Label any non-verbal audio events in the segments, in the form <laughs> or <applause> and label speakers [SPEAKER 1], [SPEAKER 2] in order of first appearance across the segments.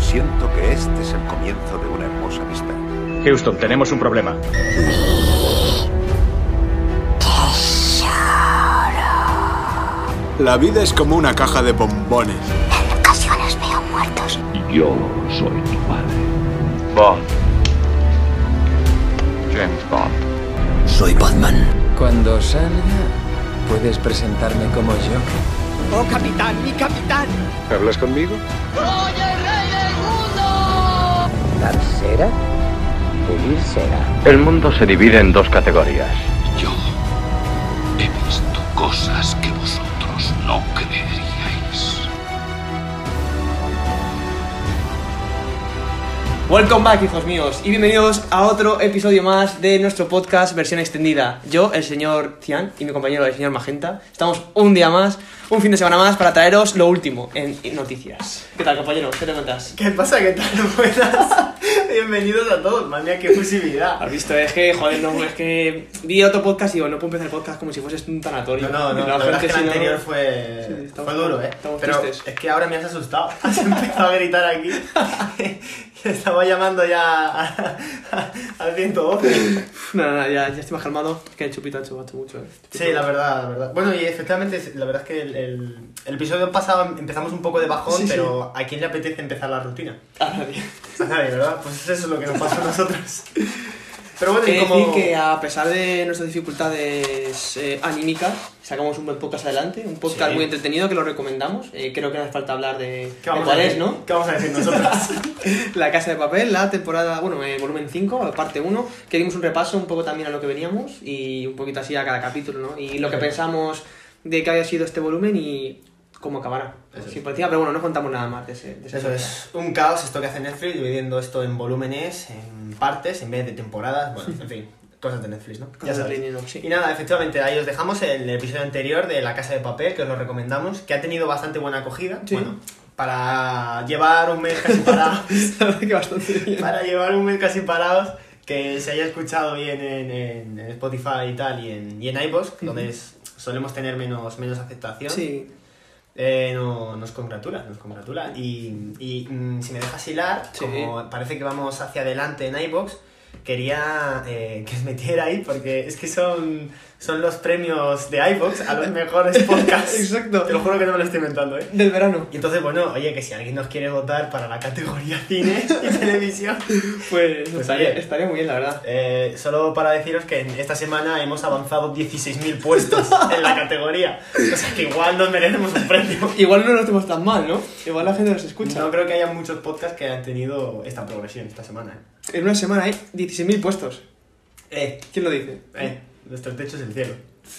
[SPEAKER 1] Siento que este es el comienzo de una hermosa amistad.
[SPEAKER 2] Houston, tenemos un problema.
[SPEAKER 3] La vida es como una caja de bombones.
[SPEAKER 4] En ocasiones veo muertos.
[SPEAKER 5] Yo soy tu padre.
[SPEAKER 6] Bond. James Bond.
[SPEAKER 7] Soy Batman.
[SPEAKER 8] Cuando salga, puedes presentarme como yo.
[SPEAKER 9] ¡Oh, capitán, mi capitán!
[SPEAKER 10] ¿Hablas conmigo?
[SPEAKER 11] ¡Soy el rey del mundo!
[SPEAKER 12] Dar cera, pulir cera.
[SPEAKER 6] El mundo se divide en dos categorías.
[SPEAKER 5] Yo he visto cosas que vosotros no creeríais.
[SPEAKER 13] Welcome back, hijos míos, y bienvenidos a otro episodio más de nuestro podcast versión extendida. Yo, el señor Cian, y mi compañero, el señor Magenta, estamos un día más, un fin de semana más, para traeros lo último en noticias. ¿Qué tal, compañero? ¿Qué te cuentas?
[SPEAKER 14] ¿Qué pasa? ¿Qué tal? <laughs> Buenas. Bienvenidos a todos, madre mía, qué fusividad.
[SPEAKER 13] Has visto, es que, joder, no, es que vi otro podcast y digo, no puedo empezar el podcast como si fuese un tanatorio.
[SPEAKER 14] No, no, no, la, la verdad es que el anterior fue, sí, estamos, fue duro, ¿eh? Pero tristes. es que ahora me has asustado, <laughs> has empezado a gritar aquí. <laughs> Estaba llamando ya al 112.
[SPEAKER 13] Nada, nada, ya, ya estoy más calmado. Es que el chupito ha hecho mucho. Eh.
[SPEAKER 14] Sí, la verdad, la verdad. Bueno, y efectivamente, la verdad es que el, el, el episodio pasado empezamos un poco de bajón, sí, pero sí. ¿a quién le apetece empezar la rutina?
[SPEAKER 13] A nadie.
[SPEAKER 14] A nadie, ¿verdad? Pues eso es lo que nos pasa a nosotros.
[SPEAKER 13] Pero bueno, y como... decir que a pesar de nuestras dificultades eh, anímicas, sacamos un buen podcast adelante, un podcast sí. muy entretenido que lo recomendamos. Eh, creo que no hace falta hablar de,
[SPEAKER 14] ¿Qué vamos
[SPEAKER 13] de cuál
[SPEAKER 14] a
[SPEAKER 13] es, ¿no?
[SPEAKER 14] ¿Qué vamos a decir nosotros?
[SPEAKER 13] <laughs> la Casa de Papel, la temporada, bueno, el volumen 5, parte 1, que dimos un repaso un poco también a lo que veníamos y un poquito así a cada capítulo, ¿no? Y lo que sí. pensamos de que haya sido este volumen y cómo acabará. Eso sí, parecía, pero bueno, no contamos nada más de ese. De
[SPEAKER 14] ese Eso día. es un caos esto que hace Netflix, dividiendo esto en volúmenes, en partes, en vez de temporadas, bueno, en fin. Cosas de Netflix, ¿no?
[SPEAKER 13] Cosas ya sabes. De Netflix, <laughs>
[SPEAKER 14] sí. Y nada, efectivamente, ahí os dejamos el episodio anterior de La Casa de Papel, que os lo recomendamos, que ha tenido bastante buena acogida. Sí. Bueno, para llevar un mes casi
[SPEAKER 13] <laughs>
[SPEAKER 14] parados. para llevar un mes casi parados, que se haya escuchado bien en, en, en Spotify y tal, y en, y en iVoox, mm -hmm. donde es, solemos tener menos, menos aceptación.
[SPEAKER 13] Sí.
[SPEAKER 14] Eh, no, nos congratula, nos congratula. Y, y mm, si me dejas hilar, sí. como parece que vamos hacia adelante en iBox, quería eh, <laughs> que os metiera ahí porque es que son, son los premios de iBox a los mejores podcasts.
[SPEAKER 13] Exacto.
[SPEAKER 14] Te lo juro que no me lo estoy inventando, ¿eh?
[SPEAKER 13] Del verano.
[SPEAKER 14] Y entonces, bueno, oye, que si alguien nos quiere votar para la categoría <laughs> cine y televisión,
[SPEAKER 13] pues, pues estaría, estaría, muy bien, la verdad.
[SPEAKER 14] Eh, solo para deciros que en esta semana hemos avanzado 16.000 puestos en la categoría. O sea que igual nos merecemos un premio.
[SPEAKER 13] igual no nos estemos tan mal, ¿no? Igual la gente nos escucha.
[SPEAKER 14] No creo que haya muchos podcasts que hayan tenido esta progresión esta semana. ¿eh?
[SPEAKER 13] En una semana hay 16.000 puestos.
[SPEAKER 14] Eh.
[SPEAKER 13] ¿Quién lo dice?
[SPEAKER 14] Eh. Nuestro techo es el cielo.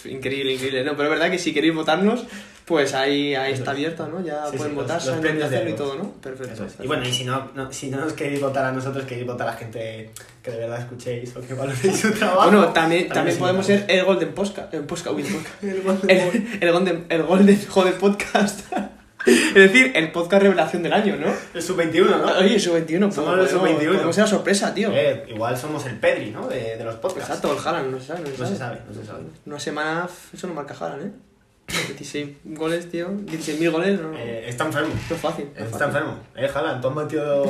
[SPEAKER 13] Increíble, increíble. No, pero es verdad que si queréis votarnos, pues ahí, ahí está abierto, ¿no? Ya
[SPEAKER 14] sí,
[SPEAKER 13] pueden
[SPEAKER 14] sí,
[SPEAKER 13] votar,
[SPEAKER 14] los, los
[SPEAKER 13] saben hacerlo
[SPEAKER 14] de
[SPEAKER 13] y todo, ¿no? Perfecto.
[SPEAKER 14] Es. Y bueno, y si no, no, si no os queréis votar a nosotros, queréis votar a la gente que de verdad escuchéis o que valoréis su trabajo.
[SPEAKER 13] Bueno, también, también, también podemos ser el Golden Posca. El Posca, uy,
[SPEAKER 14] <laughs>
[SPEAKER 13] el, Golden el, <laughs> el Golden, el Golden Joder Podcast. <laughs> Es decir, el podcast revelación del año, ¿no?
[SPEAKER 14] El sub-21, ¿no?
[SPEAKER 13] Oye, el sub-21.
[SPEAKER 14] Somos el sub-21.
[SPEAKER 13] Podemos ser la sorpresa, tío.
[SPEAKER 14] Eh, igual somos el Pedri, ¿no? De, de los podcasts.
[SPEAKER 13] Exacto, el Haaland, no se sabe. No se,
[SPEAKER 14] no sabe. sabe. no se sabe.
[SPEAKER 13] Una semana, eso no marca Haaland, ¿eh? 16 goles, tío. 16.000 goles, ¿no?
[SPEAKER 14] Eh, está enfermo.
[SPEAKER 13] No es fácil. No
[SPEAKER 14] es está fácil. enfermo. Eh, Haaland, tú has metido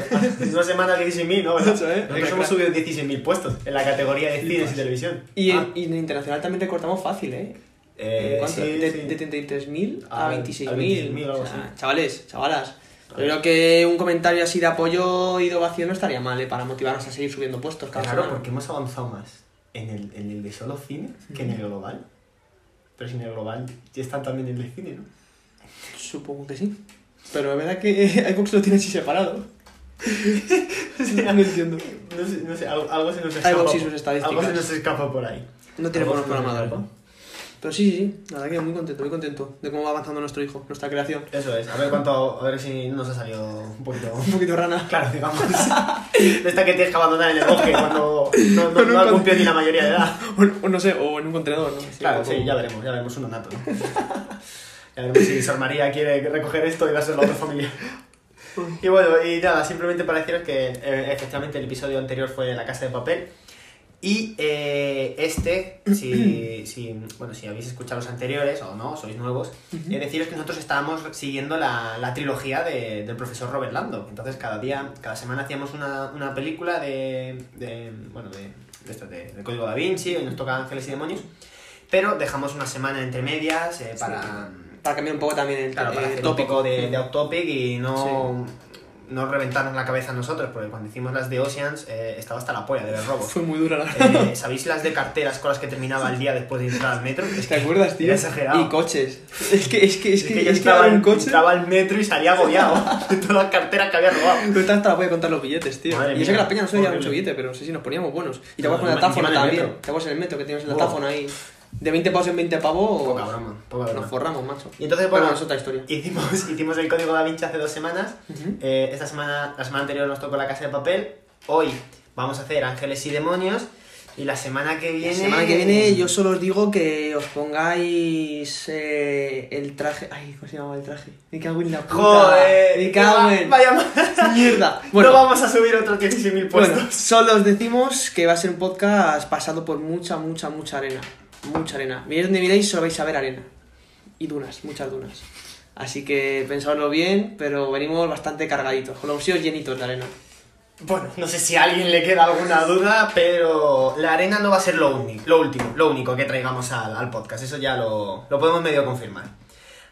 [SPEAKER 14] una semana 16.000, ¿no? ¿Verdad?
[SPEAKER 13] <laughs> Eso, ¿eh?
[SPEAKER 14] Nosotros hemos subido 16.000 puestos en la categoría de cines y televisión.
[SPEAKER 13] Y, ah. en, y en internacional también recortamos fácil, ¿eh?
[SPEAKER 14] Eh,
[SPEAKER 13] sí, de, sí. de 33.000 a, a 26.000.
[SPEAKER 14] 26 o sea,
[SPEAKER 13] chavales, chavalas. Yo creo que un comentario así de apoyo y de ovación no estaría mal ¿eh? para motivarnos a seguir subiendo puestos. Cada
[SPEAKER 14] claro, porque hemos avanzado más en el, en el de solo cine que en el global. Pero si en el global ya están también en el de cine, ¿no?
[SPEAKER 13] Supongo que sí. Pero la verdad es que <laughs> iVoox lo tiene
[SPEAKER 14] <laughs>
[SPEAKER 13] así separado. <laughs>
[SPEAKER 14] o sea, no entiendo. No sé, no sé, algo, algo, se nos escapa.
[SPEAKER 13] Y sus estadísticas.
[SPEAKER 14] Algo se nos escapa por ahí.
[SPEAKER 13] No tiene buenos programadores. Pero sí, sí, la verdad que muy contento, muy contento de cómo va avanzando nuestro hijo, nuestra creación.
[SPEAKER 14] Eso es, a ver cuánto, a ver si nos ha salido un poquito.
[SPEAKER 13] un poquito rana. <laughs>
[SPEAKER 14] Claro, digamos. <laughs> de esta que tienes que abandonar en el bosque cuando no, no, no ha cumplido ni la mayoría de edad.
[SPEAKER 13] <laughs> O, no sé, o en un contenedor, ¿no? Sí,
[SPEAKER 14] claro, poco... sí, ya veremos, ya veremos uno nato. ¿no? <laughs> ya veremos si Sor María quiere recoger esto y dárselo a otra familia. Y bueno, y nada, simplemente para deciros que eh, efectivamente el episodio anterior fue de La Casa de Papel. Y eh, este, si, si- bueno, si habéis escuchado los anteriores o no, sois nuevos, eh, deciros que nosotros estábamos siguiendo la, la trilogía de- del profesor Robert Lando. Entonces cada día, cada semana hacíamos una, una película de, de- bueno, de, de esto, de- del Código da Vinci, hoy nos toca Ángeles y Demonios, pero dejamos una semana entre medias eh, para...
[SPEAKER 13] Para cambiar un poco también el
[SPEAKER 14] Claro, para
[SPEAKER 13] eh,
[SPEAKER 14] hacer
[SPEAKER 13] tópico.
[SPEAKER 14] un poco de,
[SPEAKER 13] <laughs>
[SPEAKER 14] de off-topic y no, no reventarnos la cabeza a nosotros, porque cuando hicimos las de Oceans eh, estaba hasta la polla de ver robos.
[SPEAKER 13] Fue muy dura la
[SPEAKER 14] Eh, ¿Sabéis las de carteras con las que terminaba el día después de entrar al metro? Es
[SPEAKER 13] <laughs> ¿Te acuerdas, tío?
[SPEAKER 14] Era exagerado.
[SPEAKER 13] Y coches. <laughs> Es que, es que, es
[SPEAKER 14] Es
[SPEAKER 13] que,
[SPEAKER 14] que yo
[SPEAKER 13] es que
[SPEAKER 14] entraba,
[SPEAKER 13] era un
[SPEAKER 14] en-
[SPEAKER 13] coche.
[SPEAKER 14] entraba al metro y salía agobiado de todas las carteras que había robado.
[SPEAKER 13] Pero te hasta la voy a contar los billetes, tío.
[SPEAKER 14] Madre
[SPEAKER 13] y eso
[SPEAKER 14] mía,
[SPEAKER 13] que las peñas no se veía
[SPEAKER 14] horrible.
[SPEAKER 13] mucho billete, pero sí, sí, nos poníamos buenos. Y te
[SPEAKER 14] No,
[SPEAKER 13] acuerdas con el
[SPEAKER 14] encima- encima
[SPEAKER 13] atáfona
[SPEAKER 14] en el
[SPEAKER 13] también.
[SPEAKER 14] metro.
[SPEAKER 13] Te acuerdas en el metro que tenías el
[SPEAKER 14] Buah.
[SPEAKER 13] atáfona ahí. De 20 pavos en 20 pavos.
[SPEAKER 14] Poca broma, poca broma.
[SPEAKER 13] Nos forramos, macho.
[SPEAKER 14] Y entonces,
[SPEAKER 13] Pero
[SPEAKER 14] bueno,
[SPEAKER 13] es otra historia.
[SPEAKER 14] Hicimos, hicimos el código da Vinci hace dos semanas. Eh, esta semana, la semana anterior nos tocó la casa de papel. Hoy vamos a hacer ángeles y demonios. Y la semana que viene.
[SPEAKER 13] La semana que viene yo solo os digo que os pongáis eh, el traje... Ay, ¿cómo se llamaba el traje? Me cago en la puta.
[SPEAKER 14] Joder,
[SPEAKER 13] Me cago en...
[SPEAKER 14] vaya ma- <laughs>
[SPEAKER 13] Mierda.
[SPEAKER 14] no vamos a subir otros 16.000 puestos.
[SPEAKER 13] Bueno, solo os decimos que va a ser un podcast pasado por mucha, mucha, mucha arena. Mucha arena. Miréis donde miréis, solo vais a ver arena. Y dunas, muchas dunas. Así que pensadlo bien, pero venimos bastante cargaditos, con los bolsillos llenitos de arena.
[SPEAKER 14] Bueno, no sé si a alguien le queda alguna duda, pero la arena no va a ser lo único, lo último, lo único que traigamos al, al podcast. Eso ya lo, lo podemos medio confirmar.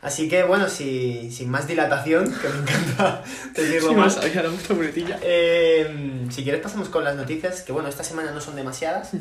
[SPEAKER 14] Así que bueno, si- sin más dilatación, que me encanta <laughs> decirlo más.
[SPEAKER 13] la puta muletilla.
[SPEAKER 14] eh, si quieres pasamos con las noticias, que bueno, esta semana no son demasiadas,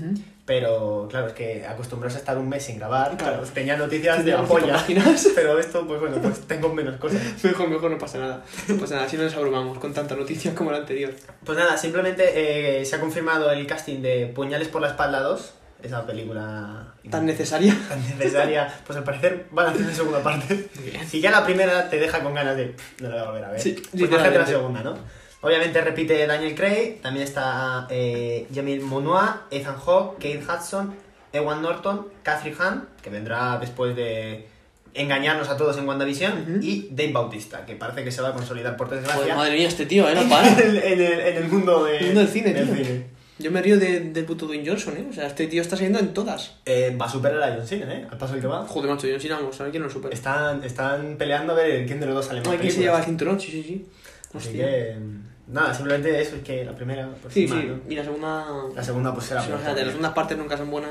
[SPEAKER 14] pero claro, es que acostumbrarse a estar un mes sin grabar,
[SPEAKER 13] Claro.
[SPEAKER 14] claro, tenía noticias de
[SPEAKER 13] Tenía
[SPEAKER 14] la polla,
[SPEAKER 13] cinco páginas.
[SPEAKER 14] <laughs> pero esto, pues bueno, pues tengo menos cosas.
[SPEAKER 13] <laughs> Mejor, mejor no pasa nada. No pasa nada, así no nos abrumamos con tanta noticia como la anterior.
[SPEAKER 14] Pues nada, simplemente eh, se ha confirmado el casting de Puñales por la Espalda 2, esa película
[SPEAKER 13] Tan necesaria.
[SPEAKER 14] tan necesaria. Pues al parecer van a hacer una segunda parte. Si ya la primera te deja con ganas de. "Pff, No la voy a volver a ver.
[SPEAKER 13] Sí,
[SPEAKER 14] pues imagínate la
[SPEAKER 13] literalmente.
[SPEAKER 14] segunda, ¿no? Obviamente repite Daniel Craig, también está eh, Jamil Monoa, Ethan Hawke, Kate Hudson, Ewan Norton, Catherine Hahn, que vendrá después de engañarnos a todos en WandaVision, y Dave Bautista, que parece que se va a consolidar por desgracia
[SPEAKER 13] Joder, madre mía, este tío, ¿eh? No para.
[SPEAKER 14] <laughs> en, el, en el- en el mundo de-
[SPEAKER 13] El mundo del cine, tío.
[SPEAKER 14] cine.
[SPEAKER 13] <laughs> Yo me río de- del puto Dwayne Johnson, ¿eh? O sea, este tío está saliendo en todas.
[SPEAKER 14] Eh, va a superar a John Cena, ¿eh? Al paso que va.
[SPEAKER 13] Joder, macho, John Cena, vamos a ver quién lo supera.
[SPEAKER 14] Están, están peleando a ver quién de los dos sale más
[SPEAKER 13] Aquí se
[SPEAKER 14] películas.
[SPEAKER 13] lleva el cinturón, sí, sí, sí.
[SPEAKER 14] Así
[SPEAKER 13] Hostia.
[SPEAKER 14] que, mm, nada, simplemente eso, es que la primera, por
[SPEAKER 13] Sí,
[SPEAKER 14] encima,
[SPEAKER 13] sí.
[SPEAKER 14] ¿no?
[SPEAKER 13] Y la segunda.
[SPEAKER 14] La segunda, pues será
[SPEAKER 13] Sí,
[SPEAKER 14] peor.
[SPEAKER 13] imagínate, las segundas partes nunca son buenas.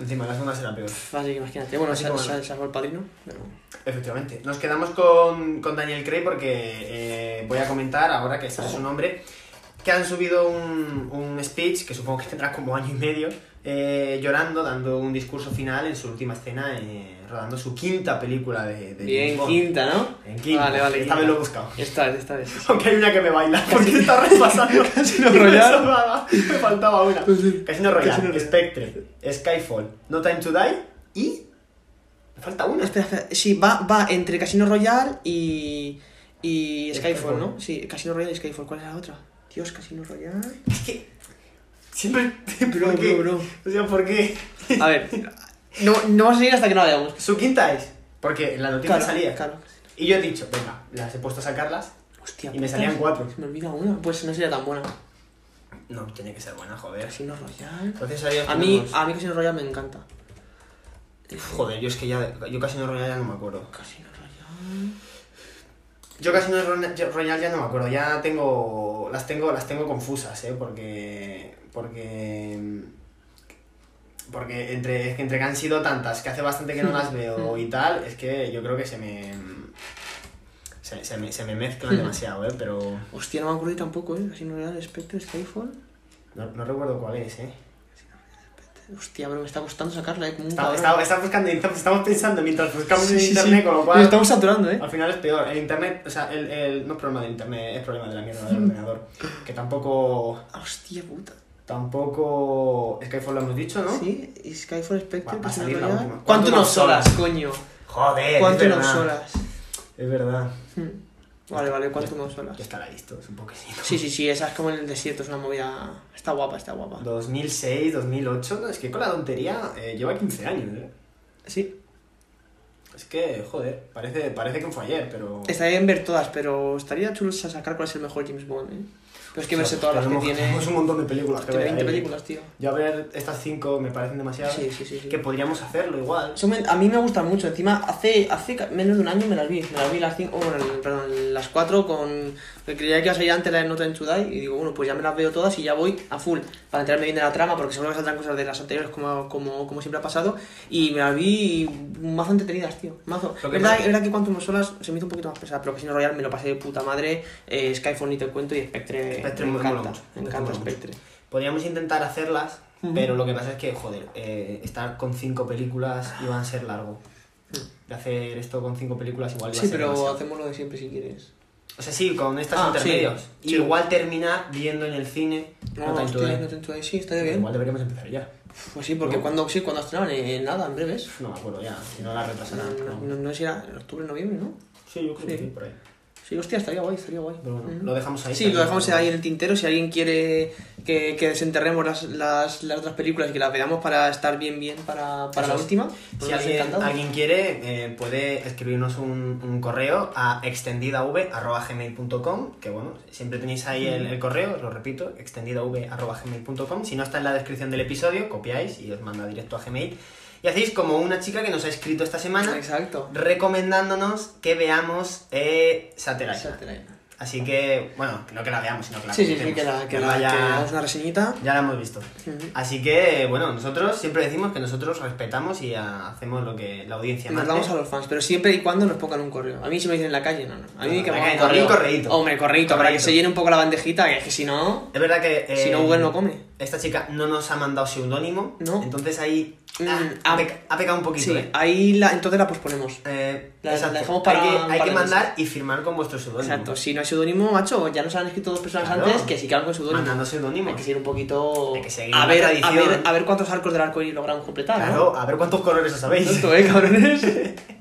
[SPEAKER 14] Encima, la segunda será peor.
[SPEAKER 13] Así que imagínate. Bueno,
[SPEAKER 14] Así
[SPEAKER 13] sal-
[SPEAKER 14] como-
[SPEAKER 13] sal- salvo el padrino. pero-
[SPEAKER 14] Efectivamente. Nos quedamos con, con Daniel Craig porque eh, voy a comentar, ahora que este es su nombre, que han subido un, un speech, que supongo que tendrá como año y medio, eh, llorando, dando un discurso final en su última escena, eh, rodando su quinta película de, de
[SPEAKER 13] Bien,
[SPEAKER 14] James Bond.
[SPEAKER 13] quinta, ¿no?
[SPEAKER 14] En quinta.
[SPEAKER 13] Vale,
[SPEAKER 14] Esta
[SPEAKER 13] vale. quinta.
[SPEAKER 14] vez lo he buscado.
[SPEAKER 13] Esta vez, esta vez. sí, sí.
[SPEAKER 14] Aunque hay una que me baila, porque está
[SPEAKER 13] <laughs>
[SPEAKER 14] repasando. <laughs>
[SPEAKER 13] Casino
[SPEAKER 14] Y me
[SPEAKER 13] Royale.
[SPEAKER 14] sobraba, Me faltaba una.
[SPEAKER 13] sí.
[SPEAKER 14] Casino
[SPEAKER 13] Casino
[SPEAKER 14] Royale,
[SPEAKER 13] Royale.
[SPEAKER 14] Spectre, Skyfall, No Time to Die y... Me falta una.
[SPEAKER 13] Espera, espera. Sí, va, va entre Casino Royale y. Y Skyfall, ¿no? Sí, Casino Royale y Skyfall. ¿Cuál es la otra? Dios, Casino
[SPEAKER 14] <laughs>
[SPEAKER 13] Royale.
[SPEAKER 14] Es que siempre. <laughs>
[SPEAKER 13] Bro,
[SPEAKER 14] ¿Por qué?
[SPEAKER 13] bro, bro.
[SPEAKER 14] O sea, ¿por qué?
[SPEAKER 13] A ver. No, no vas a seguir hasta que no la veamos.
[SPEAKER 14] Su quinta es. Porque en la noticia
[SPEAKER 13] Claro,
[SPEAKER 14] salía.
[SPEAKER 13] claro.
[SPEAKER 14] Y yo he dicho, venga, las he puesto a sacarlas.
[SPEAKER 13] Hostia,
[SPEAKER 14] Y me
[SPEAKER 13] puta,
[SPEAKER 14] salían cuatro.
[SPEAKER 13] se Me olvida una. Pues no sería tan buena.
[SPEAKER 14] No, tiene que ser buena, joder.
[SPEAKER 13] Casino Royale.
[SPEAKER 14] Entonces ahí
[SPEAKER 13] A mí,
[SPEAKER 14] tenemos-
[SPEAKER 13] a mí Casino Royale me encanta.
[SPEAKER 14] Joder, yo es que ya. Yo casi no Royal ya no me acuerdo.
[SPEAKER 13] Casino Royale.
[SPEAKER 14] Yo casi no Royal ya no me acuerdo. Ya tengo. Las tengo, las tengo confusas, eh. Porque. Porque. Porque entre, es que entre que han sido tantas, que hace bastante que no las <laughs> veo y tal, es que yo creo que se me. Se, se me, se me <laughs> mezclan demasiado, ¿eh? Pero.
[SPEAKER 13] Hostia, no me acuerdo yo tampoco, ¿eh? Casino Royale, Spectre, Skyfall.
[SPEAKER 14] No, no recuerdo cuál es, ¿eh?
[SPEAKER 13] Hostia, pero me está costando sacarla, ¿eh? Como un
[SPEAKER 14] Está,
[SPEAKER 13] cabrón.
[SPEAKER 14] está- está buscando, estamos, estamos pensando mientras buscamos
[SPEAKER 13] Sí,
[SPEAKER 14] en
[SPEAKER 13] sí, sí.
[SPEAKER 14] internet, con lo cual
[SPEAKER 13] Nos estamos saturando, ¿eh?
[SPEAKER 14] al final es peor. El internet, o sea, el, el- no es problema del internet, es problema de la mierda
[SPEAKER 13] Mm.
[SPEAKER 14] del ordenador. Que tampoco,
[SPEAKER 13] Hostia puta.
[SPEAKER 14] tampoco, Skyfall lo hemos dicho, ¿no?
[SPEAKER 13] Sí, y Skyfall, Spectre,
[SPEAKER 14] Va- va
[SPEAKER 13] pues,
[SPEAKER 14] a
[SPEAKER 13] Casino
[SPEAKER 14] salir la
[SPEAKER 13] Royale.
[SPEAKER 14] última.
[SPEAKER 13] ¿Cuánto nos
[SPEAKER 14] ¿Cuánto
[SPEAKER 13] solas,
[SPEAKER 14] nos
[SPEAKER 13] coño?
[SPEAKER 14] Joder,
[SPEAKER 13] ¿Cuánto
[SPEAKER 14] es
[SPEAKER 13] nos
[SPEAKER 14] verdad.
[SPEAKER 13] solas?
[SPEAKER 14] Es verdad.
[SPEAKER 13] Hmm. Vale, vale, ¿cuánto nos solas?
[SPEAKER 14] Ya estará listo, es un poquecito.
[SPEAKER 13] Sí, sí, sí, esa es como en el desierto, es una movida. Está guapa, está guapa.
[SPEAKER 14] 2006, 2008, no, es que con la tontería eh, lleva 15 años, ¿eh?
[SPEAKER 13] Sí,
[SPEAKER 14] Es que, joder, parece, parece que fue ayer, pero...
[SPEAKER 13] estaría bien ver todas, pero estaría chulo sacar cuál es el mejor James Bond, ¿eh? Pero es que verse todas las que
[SPEAKER 14] Tenemos-
[SPEAKER 13] tiene.
[SPEAKER 14] tenemos un montón de películas. que
[SPEAKER 13] Tiene
[SPEAKER 14] ver
[SPEAKER 13] 20
[SPEAKER 14] ahí.
[SPEAKER 13] películas, tío.
[SPEAKER 14] Yo a ver estas 5 me parecen demasiadas.
[SPEAKER 13] Sí, sí, sí, sí.
[SPEAKER 14] Que podríamos hacerlo igual.
[SPEAKER 13] Son men- A mí me gustan mucho. Encima, hace, hace ca- menos de un año me las vi. Me las vi las cinco, bueno, el- perdón, las cuatro con... me Creía que iba a salir antes la de Nota en Chudai y digo, bueno, pues ya me las veo todas y ya voy a full para enterarme bien de la trama porque seguro que saldrán cosas de las anteriores como, como, como siempre ha pasado. Y me las vi mazo entretenidas, tío. Mazo.
[SPEAKER 14] Lo que
[SPEAKER 13] verdad,
[SPEAKER 14] pasa-
[SPEAKER 13] es verdad que cuanto más solas se me hizo un poquito más pesada, pero Casino Royale me lo pasé de puta madre. eh, Skyfall ni te cuento y Spectre,
[SPEAKER 14] Spectre
[SPEAKER 13] me
[SPEAKER 14] mola
[SPEAKER 13] encanta.
[SPEAKER 14] mucho.
[SPEAKER 13] Me encanta
[SPEAKER 14] Mola mucho.
[SPEAKER 13] Spectre.
[SPEAKER 14] Podríamos intentar hacerlas,
[SPEAKER 13] Ujú.
[SPEAKER 14] pero lo que pasa es que, joder, eh, estar con 5 películas iba a ser largo. De hacer esto con 5 películas igual iba a
[SPEAKER 13] Mm. Sí,
[SPEAKER 14] ser
[SPEAKER 13] pero
[SPEAKER 14] demasiado.
[SPEAKER 13] hacemos lo de siempre si quieres.
[SPEAKER 14] O sea, sí, con estas
[SPEAKER 13] Ah,
[SPEAKER 14] intermedios.
[SPEAKER 13] sí,
[SPEAKER 14] Y
[SPEAKER 13] sí.
[SPEAKER 14] igual terminar viendo en el cine.
[SPEAKER 13] No,
[SPEAKER 14] Nota en
[SPEAKER 13] hostia,
[SPEAKER 14] Tudor.
[SPEAKER 13] Nota en Chudai, sí, estaría bien.
[SPEAKER 14] Igual deberíamos empezar ya.
[SPEAKER 13] Pues sí, porque
[SPEAKER 14] ¿No?
[SPEAKER 13] cuando sí, cuando estrenaban, Eh, nada, en breves.
[SPEAKER 14] No me acuerdo ya, si no la retrasarán.
[SPEAKER 13] No,
[SPEAKER 14] pero-
[SPEAKER 13] no, no sé si era en octubre, noviembre, ¿no?
[SPEAKER 14] Sí, yo creo que
[SPEAKER 13] Sí.
[SPEAKER 14] sí, por ahí.
[SPEAKER 13] Sí, hostia, estaría guay, estaría guay.
[SPEAKER 14] Pero bueno,
[SPEAKER 13] Ujú.
[SPEAKER 14] lo dejamos ahí.
[SPEAKER 13] Sí, lo dejamos ahí en el tintero. Si alguien quiere que, que desenterremos las, las, las otras películas y que las veamos para estar bien, bien para,
[SPEAKER 14] Eso
[SPEAKER 13] para la
[SPEAKER 14] es.
[SPEAKER 13] última, pues
[SPEAKER 14] Si
[SPEAKER 13] nos
[SPEAKER 14] alguien,
[SPEAKER 13] encantado.
[SPEAKER 14] alguien quiere, eh, puede escribirnos un, un correo a extendidav.gmail.com, que bueno, siempre tenéis ahí el, el correo, os lo repito, extendidav.gmail.com. Si no está en la descripción del episodio, copiáis y os manda directo a Gmail. Y hacéis como una chica que nos ha escrito esta semana
[SPEAKER 13] Exacto.
[SPEAKER 14] recomendándonos que veamos eh, Satellite.
[SPEAKER 13] Satellite.
[SPEAKER 14] Así que, bueno, no que la veamos, sino que la
[SPEAKER 13] Sí, sí, sí,
[SPEAKER 14] comentemos.
[SPEAKER 13] que la, que
[SPEAKER 14] Nos
[SPEAKER 13] la-
[SPEAKER 14] vaya-
[SPEAKER 13] que hagamos una reseñita.
[SPEAKER 14] ya la hemos visto.
[SPEAKER 13] Ujú.
[SPEAKER 14] Así que, bueno, nosotros siempre decimos que nosotros respetamos y ah, hacemos lo que la audiencia
[SPEAKER 13] Nos
[SPEAKER 14] mande.
[SPEAKER 13] damos a los fans, pero siempre y cuando nos pongan un correo. A mí si me dicen en la calle, no, no. A mí
[SPEAKER 14] No,
[SPEAKER 13] que
[SPEAKER 14] en la
[SPEAKER 13] me pongan
[SPEAKER 14] calle no, a mí
[SPEAKER 13] un
[SPEAKER 14] correíto.
[SPEAKER 13] Hombre, correíto, para que
[SPEAKER 14] Correíto.
[SPEAKER 13] se llene un poco la bandejita, que es que si no...
[SPEAKER 14] Es verdad que... eh,
[SPEAKER 13] Si no, Google no come.
[SPEAKER 14] Esta chica no nos ha mandado seudónimo.
[SPEAKER 13] No.
[SPEAKER 14] Entonces ahí
[SPEAKER 13] Mm,
[SPEAKER 14] ah,
[SPEAKER 13] ah,
[SPEAKER 14] ha, peca- ha pecado un poquito,
[SPEAKER 13] Sí,
[SPEAKER 14] ¿eh?
[SPEAKER 13] ahí la, entonces la posponemos.
[SPEAKER 14] Eh,
[SPEAKER 13] La- la
[SPEAKER 14] exacto.
[SPEAKER 13] dejamos para
[SPEAKER 14] hay que,
[SPEAKER 13] un
[SPEAKER 14] hay
[SPEAKER 13] par
[SPEAKER 14] que
[SPEAKER 13] de
[SPEAKER 14] mandar
[SPEAKER 13] meses.
[SPEAKER 14] y firmar con vuestro seudónimo.
[SPEAKER 13] Exacto, si no hay seudónimo, macho, ya nos han escrito dos personas
[SPEAKER 14] Claro.
[SPEAKER 13] antes que sí que algo seudónimo.
[SPEAKER 14] Mandando seudónimo.
[SPEAKER 13] Hay que seguir un poquito.
[SPEAKER 14] Hay que seguir
[SPEAKER 13] a,
[SPEAKER 14] la
[SPEAKER 13] ver, a,
[SPEAKER 14] tradición.
[SPEAKER 13] ver, a ver cuántos arcos del arco iris logramos completar.
[SPEAKER 14] Claro, a ver cuántos colores os
[SPEAKER 13] ¿no?
[SPEAKER 14] sabéis.
[SPEAKER 13] Tonto, ¿eh, cabrones? <laughs>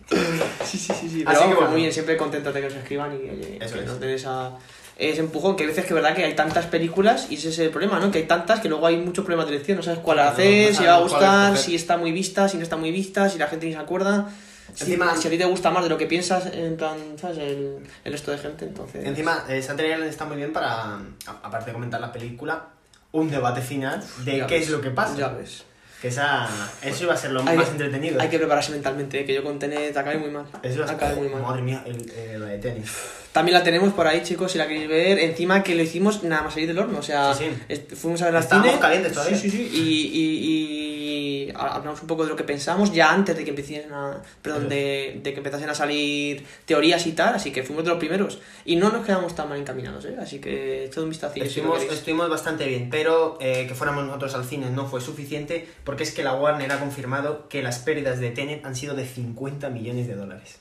[SPEAKER 13] sí, sí, sí. sí. Pero
[SPEAKER 14] Así
[SPEAKER 13] vamos,
[SPEAKER 14] que bueno.
[SPEAKER 13] pues, muy bien, siempre contento de que nos escriban y oye,
[SPEAKER 14] Eso
[SPEAKER 13] que
[SPEAKER 14] es.
[SPEAKER 13] nos den esa- ese empujón. Que hay veces que verdad que hay tantas películas y ese es el problema, ¿no? Que hay tantas que luego hay muchos problemas de elección. No sabes cuál
[SPEAKER 14] No, no
[SPEAKER 13] hacer, si
[SPEAKER 14] sabes
[SPEAKER 13] va a
[SPEAKER 14] cuál
[SPEAKER 13] gustar,
[SPEAKER 14] escoger.
[SPEAKER 13] si está muy vista, si no está muy vista, si la gente ni se acuerda. Si,
[SPEAKER 14] Encima-
[SPEAKER 13] si a ti te gusta más de lo que piensas, en plan, ¿sabes? El, el resto de gente, entonces.
[SPEAKER 14] Encima, eh, Saturday Island está muy bien para, a- aparte de comentar la película, un debate final de
[SPEAKER 13] Ya
[SPEAKER 14] qué
[SPEAKER 13] ves,
[SPEAKER 14] es lo que pasa.
[SPEAKER 13] Ya ves.
[SPEAKER 14] Que esa, eso iba a ser lo
[SPEAKER 13] Hay
[SPEAKER 14] más
[SPEAKER 13] que-
[SPEAKER 14] entretenido.
[SPEAKER 13] Hay que prepararse mentalmente, que yo con Tenet acabé muy mal.
[SPEAKER 14] Eso iba a ser-
[SPEAKER 13] Acabé Ah, muy mal.
[SPEAKER 14] Madre mía, el, eh, la de tenis.
[SPEAKER 13] También la tenemos por ahí, chicos, si la queréis ver. Encima que lo hicimos nada más salir del horno. O sea,
[SPEAKER 14] Sí, sí.
[SPEAKER 13] est- fuimos a ver la
[SPEAKER 14] Estábamos
[SPEAKER 13] cine.
[SPEAKER 14] calientes todavía.
[SPEAKER 13] Sí, sí, sí. Y, y- y ha- hablamos un poco de lo que pensamos ya antes de que empiecen a. Perdón, de, de que empezasen a salir teorías y tal. Así que fuimos de los primeros. Y no nos quedamos tan mal encaminados, ¿eh? Así que echad un vistacillo. si lo
[SPEAKER 14] estuvimos,
[SPEAKER 13] queréis.
[SPEAKER 14] estuvimos bastante bien, pero eh, que fuéramos nosotros al cine no fue suficiente porque es que la Warner ha confirmado que las pérdidas de Tenet han sido de 50 millones de dólares.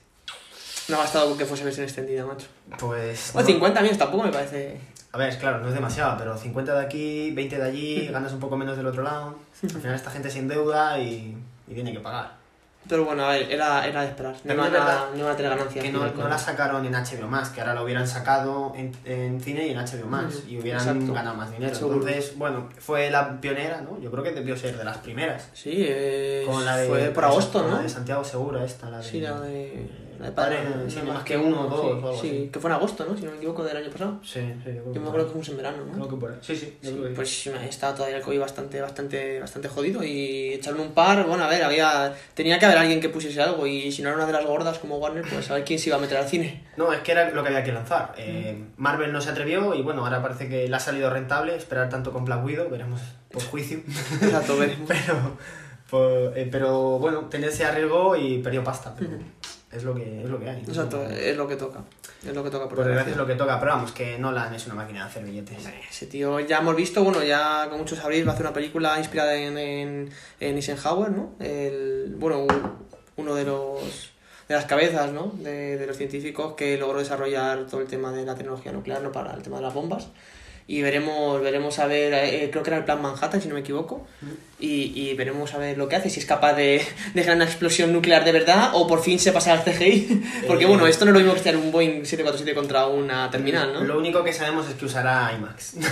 [SPEAKER 13] No ha bastado con que fuese versión extendida, macho.
[SPEAKER 14] Pues...
[SPEAKER 13] Bueno,
[SPEAKER 14] no-
[SPEAKER 13] 50 millones tampoco me parece.
[SPEAKER 14] A ver, claro, no es demasiado, pero 50 de aquí, 20 de allí, ganas un poco menos del otro lado. Al final esta gente se endeuda y, y tiene que pagar.
[SPEAKER 13] Pero bueno, a ver, era, era de esperar. No
[SPEAKER 14] También
[SPEAKER 13] iban,
[SPEAKER 14] es verdad
[SPEAKER 13] a, no iban a tener ganancias.
[SPEAKER 14] Que no,
[SPEAKER 13] Con-
[SPEAKER 14] no la sacaron en HBO Max, que ahora la hubieran sacado en, en cine y en HBO Max
[SPEAKER 13] Mm,
[SPEAKER 14] y hubieran
[SPEAKER 13] exacto.
[SPEAKER 14] ganado más dinero.
[SPEAKER 13] Seguro.
[SPEAKER 14] Entonces, bueno, fue la pionera, ¿no? Yo creo que debió ser de las primeras.
[SPEAKER 13] Sí, eh,
[SPEAKER 14] Con la de,
[SPEAKER 13] fue por agosto,
[SPEAKER 14] con
[SPEAKER 13] ¿no?
[SPEAKER 14] La de Santiago Segura, esta, la de.
[SPEAKER 13] Sí, la de. La de
[SPEAKER 14] Padre,
[SPEAKER 13] Padre,
[SPEAKER 14] sí,
[SPEAKER 13] no,
[SPEAKER 14] más que uno o dos,
[SPEAKER 13] sí,
[SPEAKER 14] o algo
[SPEAKER 13] sí,
[SPEAKER 14] así.
[SPEAKER 13] que fue en agosto, ¿no? Si no me equivoco, del año pasado.
[SPEAKER 14] Sí, sí, yo creo
[SPEAKER 13] Yo me acuerdo que fuimos en verano, ¿no?
[SPEAKER 14] Creo que por ahí. Sí, sí, yo
[SPEAKER 13] Sí,
[SPEAKER 14] creo que-
[SPEAKER 13] pues me estaba todavía el COVID bastante, bastante, bastante jodido y echaron un par, bueno, a ver, había, tenía que haber alguien que pusiese algo y si no era una de las gordas como Warner, pues a ver quién se iba a meter
[SPEAKER 14] <laughs>
[SPEAKER 13] al cine.
[SPEAKER 14] No, es que era lo que había que lanzar. Eh,
[SPEAKER 13] Mm.
[SPEAKER 14] Marvel no se atrevió y bueno, ahora parece que le ha salido rentable esperar tanto con Black Widow, veremos por
[SPEAKER 13] <laughs>
[SPEAKER 14] juicio.
[SPEAKER 13] Exacto, veremos.
[SPEAKER 14] pero, por- eh, pero bueno, Tenet se arriesgó y perdió pasta, pero es, lo que, es lo que hay.
[SPEAKER 13] Exacto, eh, es lo que toca, es lo que toca por,
[SPEAKER 14] Por desgracia
[SPEAKER 13] desgracia.
[SPEAKER 14] es lo que toca, pero vamos, que Nolan es una máquina de hacer billetes.
[SPEAKER 13] Ese tío ya hemos visto, bueno, ya como muchos sabréis, va a hacer una película inspirada en, en, en Eisenhower, ¿no? El, bueno, un- uno de los de las cabezas, ¿no? De, de los científicos que logró desarrollar todo el tema de la tecnología nuclear, ¿no? Para el tema de las bombas. Y veremos, veremos a ver, eh, creo que era el plan Manhattan, si no me equivoco, y, y veremos a ver lo que hace, si es capaz de, de generar una explosión nuclear de verdad o por fin se pasa al CGI. <laughs> Porque
[SPEAKER 14] Eh,
[SPEAKER 13] bueno, esto no es lo mismo que estar un Boeing 747 contra una terminal, ¿no?
[SPEAKER 14] Lo único que sabemos es que usará IMAX. <laughs> Eso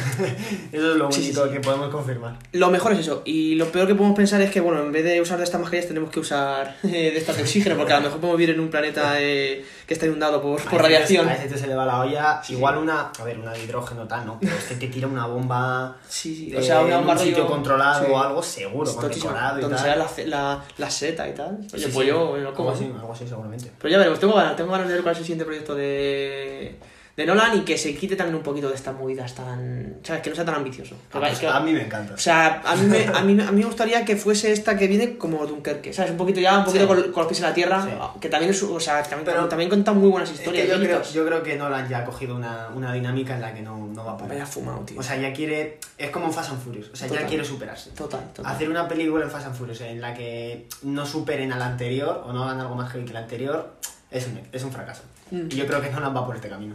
[SPEAKER 14] es lo único
[SPEAKER 13] Sí, sí, sí.
[SPEAKER 14] que podemos confirmar.
[SPEAKER 13] Lo mejor es eso. Y lo peor que podemos pensar es que, bueno, en vez de usar de estas mascarillas, tenemos que usar <laughs> eh, de estas de oxígeno, porque a lo mejor podemos vivir en un planeta eh, que está inundado por, por
[SPEAKER 14] A este ese tío-
[SPEAKER 13] radiación.
[SPEAKER 14] A ese tío se le va la olla. Igual una. A ver, una de hidrógeno tal, ¿no? Pero este te tira una bomba.
[SPEAKER 13] Sí, sí.
[SPEAKER 14] de-
[SPEAKER 13] O sea, una
[SPEAKER 14] Eh, en
[SPEAKER 13] bomba
[SPEAKER 14] un sitio
[SPEAKER 13] rollo-
[SPEAKER 14] controlado
[SPEAKER 13] sí.
[SPEAKER 14] o algo, seguro, con
[SPEAKER 13] Tochísimo,
[SPEAKER 14] decorado y
[SPEAKER 13] donde
[SPEAKER 14] tal.
[SPEAKER 13] sea la, ce- la, la seta y tal. Oye,
[SPEAKER 14] Sí,
[SPEAKER 13] pues
[SPEAKER 14] sí,
[SPEAKER 13] yo me lo como.
[SPEAKER 14] algo así,
[SPEAKER 13] ¿no?
[SPEAKER 14] algo así seguramente.
[SPEAKER 13] Pero ya veremos, tengo ganas, tengo ganas de ver cuál es el siguiente proyecto de, de Nolan y que se quite también un poquito de estas movidas tan. ¿Sabes? Que no sea tan ambicioso. Que va-
[SPEAKER 14] Ah, pues,
[SPEAKER 13] que-
[SPEAKER 14] a mí me encanta.
[SPEAKER 13] o sea, a mí, me, a, mí, a mí me gustaría que fuese esta que viene como Dunkerque, ¿sabes? Un poquito ya, un poquito
[SPEAKER 14] Sí.
[SPEAKER 13] con, con los pies en la tierra,
[SPEAKER 14] Sí.
[SPEAKER 13] que también es, o sea, también,
[SPEAKER 14] Pero-
[SPEAKER 13] también cuenta muy buenas
[SPEAKER 14] Es que
[SPEAKER 13] historias.
[SPEAKER 14] yo, creo,
[SPEAKER 13] guiñitos.
[SPEAKER 14] yo creo que Nolan ya ha cogido una, una dinámica en la que no, no va a
[SPEAKER 13] Me la ha
[SPEAKER 14] parar.
[SPEAKER 13] fumado, tío.
[SPEAKER 14] O sea, ya quiere. Es como Fast and Furious. O sea,
[SPEAKER 13] Total.
[SPEAKER 14] ya quiere superarse.
[SPEAKER 13] total, total.
[SPEAKER 14] Hacer una película en Fast and Furious en la que no superen al anterior o no hagan algo más heavy que el anterior es un, es un fracaso.
[SPEAKER 13] Mm.
[SPEAKER 14] Y yo creo que Nolan va por este camino.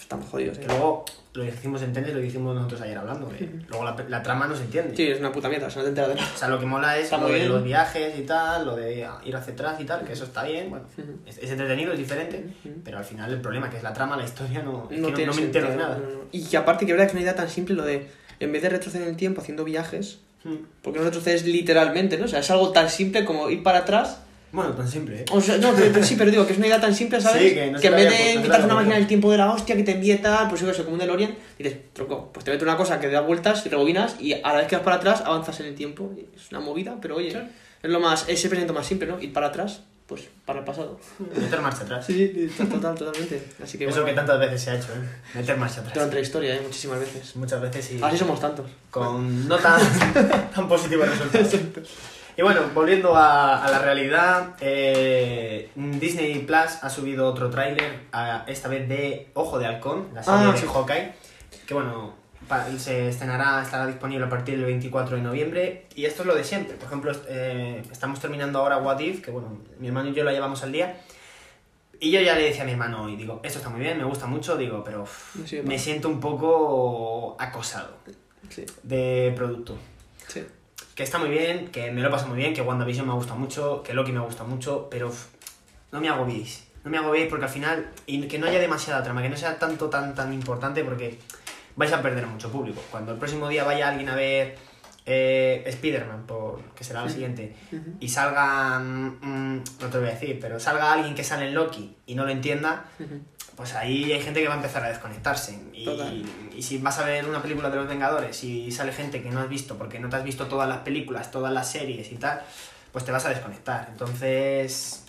[SPEAKER 13] Estamos jodidos,
[SPEAKER 14] Que
[SPEAKER 13] eh.
[SPEAKER 14] luego lo hicimos en Tenet, lo hicimos nosotros ayer hablando. que luego la, la trama no se entiende.
[SPEAKER 13] Sí, es una puta mierda, se no te enteras de nada.
[SPEAKER 14] O sea, lo que mola es
[SPEAKER 13] Está
[SPEAKER 14] lo
[SPEAKER 13] muy
[SPEAKER 14] de
[SPEAKER 13] bien.
[SPEAKER 14] los viajes y tal, lo de ir hacia atrás y tal, que eso está bien, bueno, es, es entretenido, es diferente, pero al final el problema que es la trama, la historia, no, es que no,
[SPEAKER 13] tiene
[SPEAKER 14] no me entero de
[SPEAKER 13] sentido,
[SPEAKER 14] nada.
[SPEAKER 13] no, no. Y que aparte, que verdad que es una idea tan simple lo de, en vez de retroceder en el tiempo haciendo viajes,
[SPEAKER 14] Hmm.
[SPEAKER 13] porque no retrocedes literalmente, ¿no? O sea, es algo tan simple como ir para atrás.
[SPEAKER 14] Bueno, tan simple, ¿eh?
[SPEAKER 13] O sea, no, pero, pero sí, pero digo que es una idea tan simple, ¿sabes?
[SPEAKER 14] Sí, que no se
[SPEAKER 13] en
[SPEAKER 14] la
[SPEAKER 13] vez
[SPEAKER 14] había- no se
[SPEAKER 13] de
[SPEAKER 14] la
[SPEAKER 13] inventarte
[SPEAKER 14] había
[SPEAKER 13] una máquina
[SPEAKER 14] ocurrido.
[SPEAKER 13] del tiempo de la hostia que te envía tal, pues yo que sé, como un DeLorean, y dices, tronco, pues te mete una cosa que da vueltas y rebobinas y a la vez que vas para atrás avanzas en el tiempo. Es una movida, pero oye, es lo más, ese pensamiento más simple, ¿no? Ir para atrás, pues para el pasado.
[SPEAKER 14] Meter marcha atrás.
[SPEAKER 13] Sí, sí, sí, total, totalmente. Así que
[SPEAKER 14] Eso que
[SPEAKER 13] bueno,
[SPEAKER 14] tantas veces se ha hecho, ¿eh? Meter marcha atrás.
[SPEAKER 13] durante la historia, ¿eh? Muchísimas veces.
[SPEAKER 14] Muchas veces y
[SPEAKER 13] Así somos tantos.
[SPEAKER 14] con no
[SPEAKER 13] <laughs>
[SPEAKER 14] tan, tan positivos resultados. Y bueno, volviendo a, a la realidad, eh, Disney Plus ha subido otro tráiler, a- esta vez de Ojo de Halcón, la serie
[SPEAKER 13] Ah,
[SPEAKER 14] de
[SPEAKER 13] sí.
[SPEAKER 14] Hawkeye, que bueno, pa- se estrenará, estará disponible a partir del 24 de noviembre, y esto es lo de siempre. Por ejemplo, est- eh, estamos terminando ahora What If, que bueno, mi hermano y yo la llevamos al día, y yo ya le decía a mi hermano hoy, digo, esto está muy bien, me gusta mucho, digo, pero uff,
[SPEAKER 13] No sirve
[SPEAKER 14] me
[SPEAKER 13] para-
[SPEAKER 14] siento un poco acosado
[SPEAKER 13] Sí,
[SPEAKER 14] de producto
[SPEAKER 13] sí.
[SPEAKER 14] que está muy bien, que me lo paso muy bien, que WandaVision me gusta mucho, que Loki me gusta mucho, pero uf, no me agobiéis. No me agobiéis porque al final, y que no haya demasiada trama, que no sea tanto tan tan importante porque vais a perder mucho público. Cuando el próximo día vaya alguien a ver eh, Spider-Man, por, que será la siguiente, y salga, mm, mm, no te lo voy a decir, pero salga alguien que sale en Loki y no lo entienda, pues ahí hay gente que va a empezar a desconectarse. Y,
[SPEAKER 13] Total.
[SPEAKER 14] y si vas a ver una película de los Vengadores y sale gente que no has visto porque no te has visto todas las películas, todas las series y tal, pues te vas a desconectar. Entonces,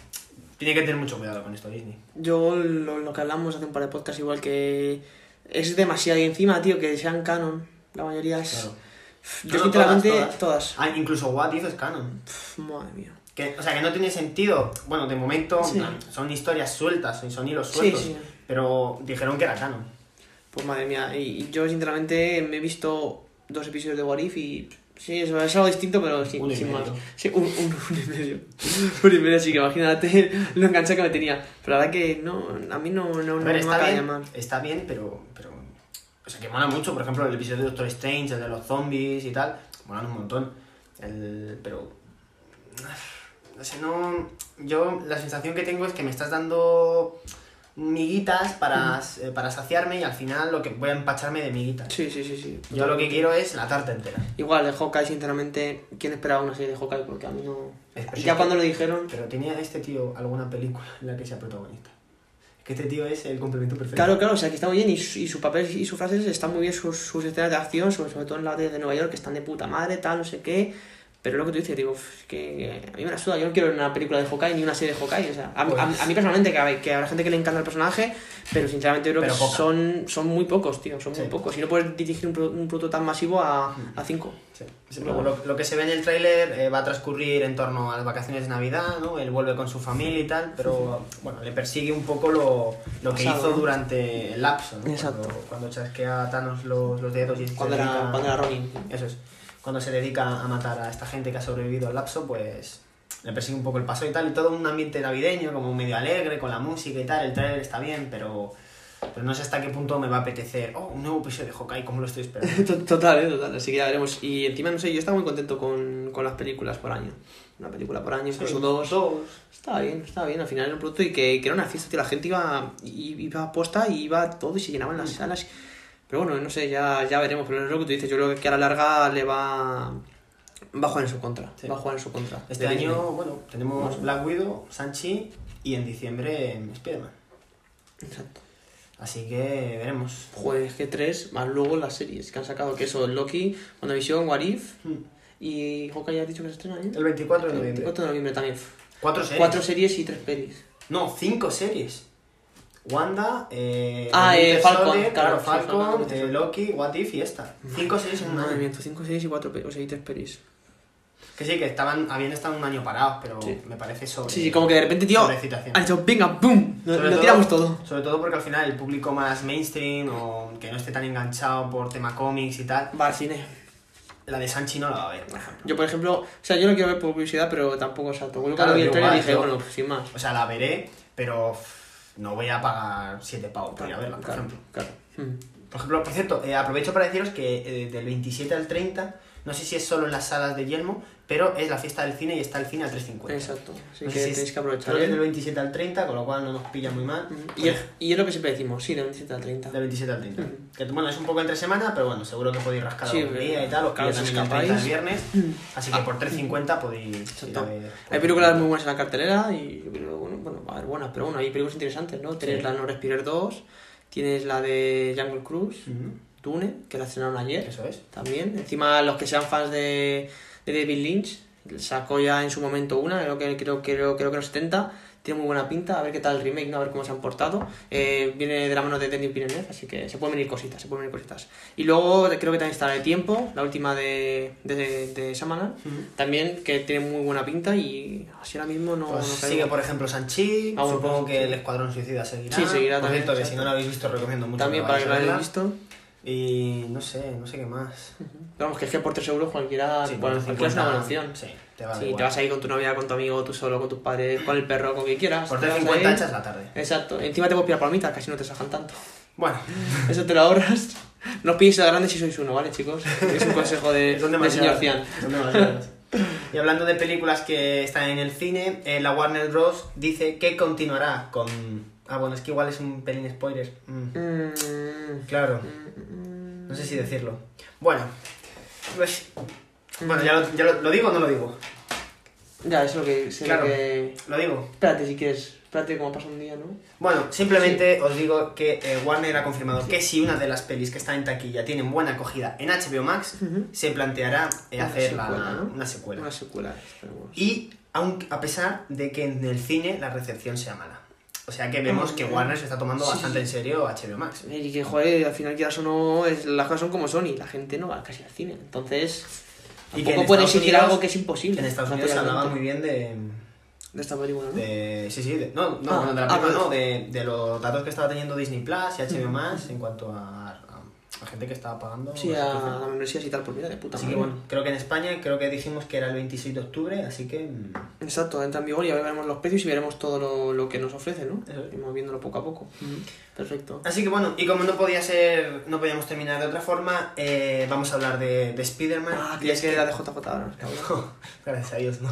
[SPEAKER 14] tiene que tener mucho cuidado con esto Disney.
[SPEAKER 13] Yo lo, lo que hablamos hace un par de podcasts, igual que es demasiado y encima, tío, que sean canon. La mayoría es.
[SPEAKER 14] Claro.
[SPEAKER 13] Yo,
[SPEAKER 14] No, no,
[SPEAKER 13] sinceramente,
[SPEAKER 14] todas,
[SPEAKER 13] todas.
[SPEAKER 14] Ah, incluso What If es canon.
[SPEAKER 13] Pf, madre mía.
[SPEAKER 14] Que, o sea, que no tiene sentido. Bueno, de momento
[SPEAKER 13] Sí.
[SPEAKER 14] son historias sueltas, son hilos
[SPEAKER 13] Sí,
[SPEAKER 14] sueltos.
[SPEAKER 13] sí.
[SPEAKER 14] Pero dijeron que era canon.
[SPEAKER 13] Pues madre mía. Y, y yo, sinceramente, me he visto dos episodios de Warif y. Sí, eso es algo distinto, pero sí,
[SPEAKER 14] Uno y
[SPEAKER 13] sin
[SPEAKER 14] medio.
[SPEAKER 13] más. Sí, un, un, un y medio. <laughs> un y medio, así que imagínate lo enganchado que me tenía. Pero la verdad que no, a mí no, no, no,
[SPEAKER 14] A
[SPEAKER 13] no
[SPEAKER 14] ver,
[SPEAKER 13] me
[SPEAKER 14] está,
[SPEAKER 13] acaba de
[SPEAKER 14] bien,
[SPEAKER 13] llamar.
[SPEAKER 14] está bien, pero, pero. O sea, que mola mucho, por ejemplo, el episodio de Doctor Strange, el de los zombies y tal. Molan un montón. El- pero. No sé, no. Yo la sensación que tengo es que me estás dando miguitas para, eh, para saciarme y al final lo que voy a empacharme de miguitas.
[SPEAKER 13] Sí, sí, sí, sí.
[SPEAKER 14] Yo lo que quiero es la tarta entera.
[SPEAKER 13] Igual, de Hawkeye, sinceramente, ¿quién esperaba una serie de Hawkeye? Porque a mí no...
[SPEAKER 14] Es- pero sí
[SPEAKER 13] Ya
[SPEAKER 14] que-
[SPEAKER 13] cuando lo dijeron...
[SPEAKER 14] Pero tenía este tío alguna película en la que sea protagonista. Es que este tío es el complemento perfecto.
[SPEAKER 13] Claro, claro, o sea, que está muy bien y, su- y su papel y sus frases están muy bien, sus, sus escenas de acción, sobre, sobre todo en la de, de Nueva York, que están de puta madre, tal, no sé qué... Pero lo que tú dices, digo, "Uf, es que a mí me la suda, yo no quiero una película de Hawkeye ni una serie de Hawkeye, o sea, a, a- a mí personalmente, que, hay- que habrá gente que le encanta el personaje, pero sinceramente creo
[SPEAKER 14] Pero
[SPEAKER 13] que
[SPEAKER 14] poca.
[SPEAKER 13] son, son muy pocos, tío, son muy
[SPEAKER 14] Sí.
[SPEAKER 13] pocos, y no puedes dirigir un, pro- un producto tan masivo a, a cinco.
[SPEAKER 14] Sí. Luego, lo, lo que se ve en el tráiler eh, va a transcurrir en torno a las vacaciones de Navidad, ¿no? Él vuelve con su familia y tal, pero bueno, le persigue un poco lo, lo que
[SPEAKER 13] Pasado,
[SPEAKER 14] hizo
[SPEAKER 13] ¿no?
[SPEAKER 14] durante el lapso, ¿no?
[SPEAKER 13] Exacto.
[SPEAKER 14] Cuando, cuando chasquea a Thanos los, los dedos y se
[SPEAKER 13] Cuando era,
[SPEAKER 14] dedica-
[SPEAKER 13] cuando era Ronin.
[SPEAKER 14] Eso es. Cuando se dedica a matar a esta gente que ha sobrevivido al lapso, pues le persigue un poco el paso y tal, y todo un ambiente navideño, como medio alegre, con la música y tal, el tráiler está bien, pero, pero no sé hasta qué punto me va a apetecer, oh, un nuevo episodio de Hawkeye, como lo estoy esperando.
[SPEAKER 13] <laughs> To- Total, ¿eh? total, así que ya veremos. Y encima, no sé, yo estaba muy contento con, con las películas por año. Una película por año, incluso dos. Estaba bien, estaba bien. Al final era un producto y que, que era una fiesta, tío. La gente iba, i- iba a posta y iba a todo y se llenaban
[SPEAKER 14] Mm.
[SPEAKER 13] las salas. Pero bueno, no sé, ya, ya veremos. Pero es lo que tú dices, yo creo que a la larga le va. Va a jugar en su contra.
[SPEAKER 14] Sí.
[SPEAKER 13] Va a jugar en su contra.
[SPEAKER 14] Este
[SPEAKER 13] De
[SPEAKER 14] año,
[SPEAKER 13] Disney.
[SPEAKER 14] bueno, tenemos Black Widow, Sanchi y en diciembre em, Spider-Man.
[SPEAKER 13] Exacto.
[SPEAKER 14] mm, Así que veremos.
[SPEAKER 13] Joder, es que tres, más luego las series que han sacado, que son Loki, WandaVision, What If, y Hawkeye has dicho que se estrena, ¿eh?
[SPEAKER 14] Mm. El 24 de
[SPEAKER 13] El
[SPEAKER 14] noviembre.
[SPEAKER 13] 24 de noviembre también.
[SPEAKER 14] Cuatro series.
[SPEAKER 13] Cuatro series y tres pelis.
[SPEAKER 14] No, cinco series. Wanda, eh,
[SPEAKER 13] Ah,
[SPEAKER 14] el
[SPEAKER 13] eh,
[SPEAKER 14] Winter
[SPEAKER 13] Falcon,
[SPEAKER 14] Soldier,
[SPEAKER 13] claro,
[SPEAKER 14] claro,
[SPEAKER 13] sí,
[SPEAKER 14] Falcon,
[SPEAKER 13] Falcon,
[SPEAKER 14] eh, Loki, What If y esta. Cinco series en un
[SPEAKER 13] Madre
[SPEAKER 14] año.
[SPEAKER 13] mía, cinco series y cuatro pelis, o sea, y tres pelis.
[SPEAKER 14] Que sí, que estaban, habían estado un año parados, pero me parece sobre.
[SPEAKER 13] Sí, sí, como que de repente, tío,
[SPEAKER 14] sobreexcitación.
[SPEAKER 13] han dicho, venga, boom, lo,
[SPEAKER 14] Sobre
[SPEAKER 13] lo tiramos todo.
[SPEAKER 14] Sobre todo porque al final el público más mainstream o que no esté tan enganchado por tema cómics y tal,
[SPEAKER 13] Va al cine.
[SPEAKER 14] la de Sanchi no la va a ver, por ejemplo.
[SPEAKER 13] Yo, por ejemplo, o sea, yo no quiero ver por publicidad, pero tampoco salto.
[SPEAKER 14] Claro,
[SPEAKER 13] Yo cuando vi el
[SPEAKER 14] yo
[SPEAKER 13] trailer
[SPEAKER 14] igual,
[SPEAKER 13] dije,
[SPEAKER 14] yo-
[SPEAKER 13] bueno, pues, sin más.
[SPEAKER 14] O sea, la veré, pero uff, no voy a pagar 7 pavos por ir a verla, por
[SPEAKER 13] Claro,
[SPEAKER 14] ejemplo.
[SPEAKER 13] claro. Mm.
[SPEAKER 14] Por ejemplo, por cierto, eh, aprovecho para deciros que eh, del 27 al 30, no sé si es solo en las salas de Yelmo, pero es la fiesta del cine y está el cine a 3.50.
[SPEAKER 13] Exacto, así
[SPEAKER 14] No
[SPEAKER 13] que
[SPEAKER 14] sé si es-
[SPEAKER 13] tenéis que aprovechar.
[SPEAKER 14] Creo que es
[SPEAKER 13] ¿eh?
[SPEAKER 14] del 27 al 30, con lo cual no nos pilla muy mal.
[SPEAKER 13] Mm. y, es, y es lo que siempre decimos, sí, del 27 al 30.
[SPEAKER 14] Del 27 al 30. Que bueno, es un poco entre semana, pero bueno, seguro que podéis rascar
[SPEAKER 13] Sí,
[SPEAKER 14] algún
[SPEAKER 13] pero-
[SPEAKER 14] día y tal, os claro,
[SPEAKER 13] claro, si
[SPEAKER 14] también el 30 el
[SPEAKER 13] escapáis. Ah.
[SPEAKER 14] viernes. Así que por 3.50 podéis ir a
[SPEAKER 13] Exacto.
[SPEAKER 14] ver.
[SPEAKER 13] Hay películas muy buenas en la cartelera y pero bueno, bueno, va a haber buenas, pero bueno, hay películas interesantes, ¿no? Tienes la de No Respirer 2, tienes la de Jungle Cruise,
[SPEAKER 14] Ujú,
[SPEAKER 13] Dune, que la estrenaron ayer
[SPEAKER 14] Eso es.
[SPEAKER 13] también. Encima, los que sean fans de, de David Lynch, sacó ya en su momento una, creo que creo, creo, creo que los 70. Tiene muy buena pinta, a ver qué tal el remake, ¿no? a ver cómo se han portado. Eh, viene de la mano de Denis Villeneuve, así que se pueden venir cositas, se pueden venir cositas. Y luego creo que también está la de Tiempo, la última de, de, de Shyamalan, también que tiene muy buena pinta y así ahora mismo no...
[SPEAKER 14] Pues
[SPEAKER 13] no caigo.
[SPEAKER 14] sigue, por ejemplo, Sanchi.
[SPEAKER 13] Ah, bueno,
[SPEAKER 14] Supongo
[SPEAKER 13] pues,
[SPEAKER 14] que
[SPEAKER 13] sí.
[SPEAKER 14] el Escuadrón Suicida seguirá.
[SPEAKER 13] Sí, seguirá
[SPEAKER 14] Por
[SPEAKER 13] también,
[SPEAKER 14] cierto, que
[SPEAKER 13] exacto.
[SPEAKER 14] si no lo habéis visto, os recomiendo mucho.
[SPEAKER 13] también
[SPEAKER 14] que
[SPEAKER 13] para que
[SPEAKER 14] vayáis
[SPEAKER 13] lo
[SPEAKER 14] a
[SPEAKER 13] hayáis
[SPEAKER 14] verla.
[SPEAKER 13] visto.
[SPEAKER 14] Y no sé, no sé qué más.
[SPEAKER 13] Vamos, que es que por 3 euros cualquiera,
[SPEAKER 14] Sí,
[SPEAKER 13] Ah, bueno,
[SPEAKER 14] por
[SPEAKER 13] cualquiera es
[SPEAKER 14] 50,
[SPEAKER 13] una buena opción.
[SPEAKER 14] Sí, te va
[SPEAKER 13] Sí,
[SPEAKER 14] igual.
[SPEAKER 13] te vas a ir con tu novia, con tu amigo, tú solo, con tus padres, con el perro, con quien quieras.
[SPEAKER 14] Por
[SPEAKER 13] Te vas a
[SPEAKER 14] 3.50
[SPEAKER 13] ir.
[SPEAKER 14] echas la tarde.
[SPEAKER 13] Exacto. Encima te puedes pillar palomitas, casi no te sacan tanto. <laughs>
[SPEAKER 14] Bueno,
[SPEAKER 13] Eso te lo ahorras. No os pilléis a grande si sois uno, ¿vale, chicos? Es un consejo de,
[SPEAKER 14] <laughs> son
[SPEAKER 13] del
[SPEAKER 14] demasiadas.
[SPEAKER 13] señor Cian.
[SPEAKER 14] Son demasiadas. Y hablando de películas que están en el cine, eh, la Warner Bros. dice que continuará con. Ah, bueno, es que igual es un pelín spoiler. Mm.
[SPEAKER 13] Mm,
[SPEAKER 14] Claro. No sé si decirlo. Bueno. pues- Bueno, ya, lo, ya lo, ¿lo digo o no lo digo.
[SPEAKER 13] Ya, es lo que... sé
[SPEAKER 14] Claro.
[SPEAKER 13] que-
[SPEAKER 14] Lo digo.
[SPEAKER 13] Espérate, si quieres. Espérate cómo pasa un día, ¿no?
[SPEAKER 14] Bueno, simplemente os digo que eh, Warner ha confirmado que si una de las pelis que está en taquilla tienen buena acogida en HBO Max, se planteará eh,
[SPEAKER 13] Una
[SPEAKER 14] hacer la-
[SPEAKER 13] secuela, ¿no?
[SPEAKER 14] una secuela.
[SPEAKER 13] Una secuela, esperemos.
[SPEAKER 14] Y aun, a pesar de que en el cine la recepción sea mala. O sea que vemos que Warner se está tomando
[SPEAKER 13] Ah, Sí,
[SPEAKER 14] bastante
[SPEAKER 13] sí.
[SPEAKER 14] en serio HBO Max.
[SPEAKER 13] Eh, Y que, joder, al final quieras o no, es- las cosas son como son y la gente no va casi al cine. Entonces,
[SPEAKER 14] Y que en
[SPEAKER 13] tampoco pueden
[SPEAKER 14] Estados
[SPEAKER 13] exigir
[SPEAKER 14] Unidos-
[SPEAKER 13] algo que es imposible.
[SPEAKER 14] En Estados Unidos se hablaba muy bien de,
[SPEAKER 13] de esta película, ¿no?
[SPEAKER 14] De, sí, sí, de- no, no,
[SPEAKER 13] Ah,
[SPEAKER 14] bueno, de
[SPEAKER 13] ah,
[SPEAKER 14] la película
[SPEAKER 13] vale.
[SPEAKER 14] no, de, de los datos que estaba teniendo Disney Plus y HBO Más en cuanto a, a, a gente que estaba pagando.
[SPEAKER 13] Sí,
[SPEAKER 14] la
[SPEAKER 13] a
[SPEAKER 14] suscripción.
[SPEAKER 13] la membresía y tal, pues mira, de puta
[SPEAKER 14] Así
[SPEAKER 13] madre.
[SPEAKER 14] que bueno, creo que en España, creo que dijimos que era el 26 de octubre, así que. mm,
[SPEAKER 13] Exacto, entra en vigor y ahora veremos los precios y veremos todo lo, lo que nos ofrece, ¿no?
[SPEAKER 14] Eso es. Ah,
[SPEAKER 13] Iremos viéndolo poco a poco. Perfecto.
[SPEAKER 14] Así que bueno, y como no podía ser, no podíamos terminar de otra forma, eh, vamos a hablar de, de Spider-Man.
[SPEAKER 13] Ah,
[SPEAKER 14] y
[SPEAKER 13] que es que era de JJ ahora.
[SPEAKER 14] <laughs> Gracias a Dios, no.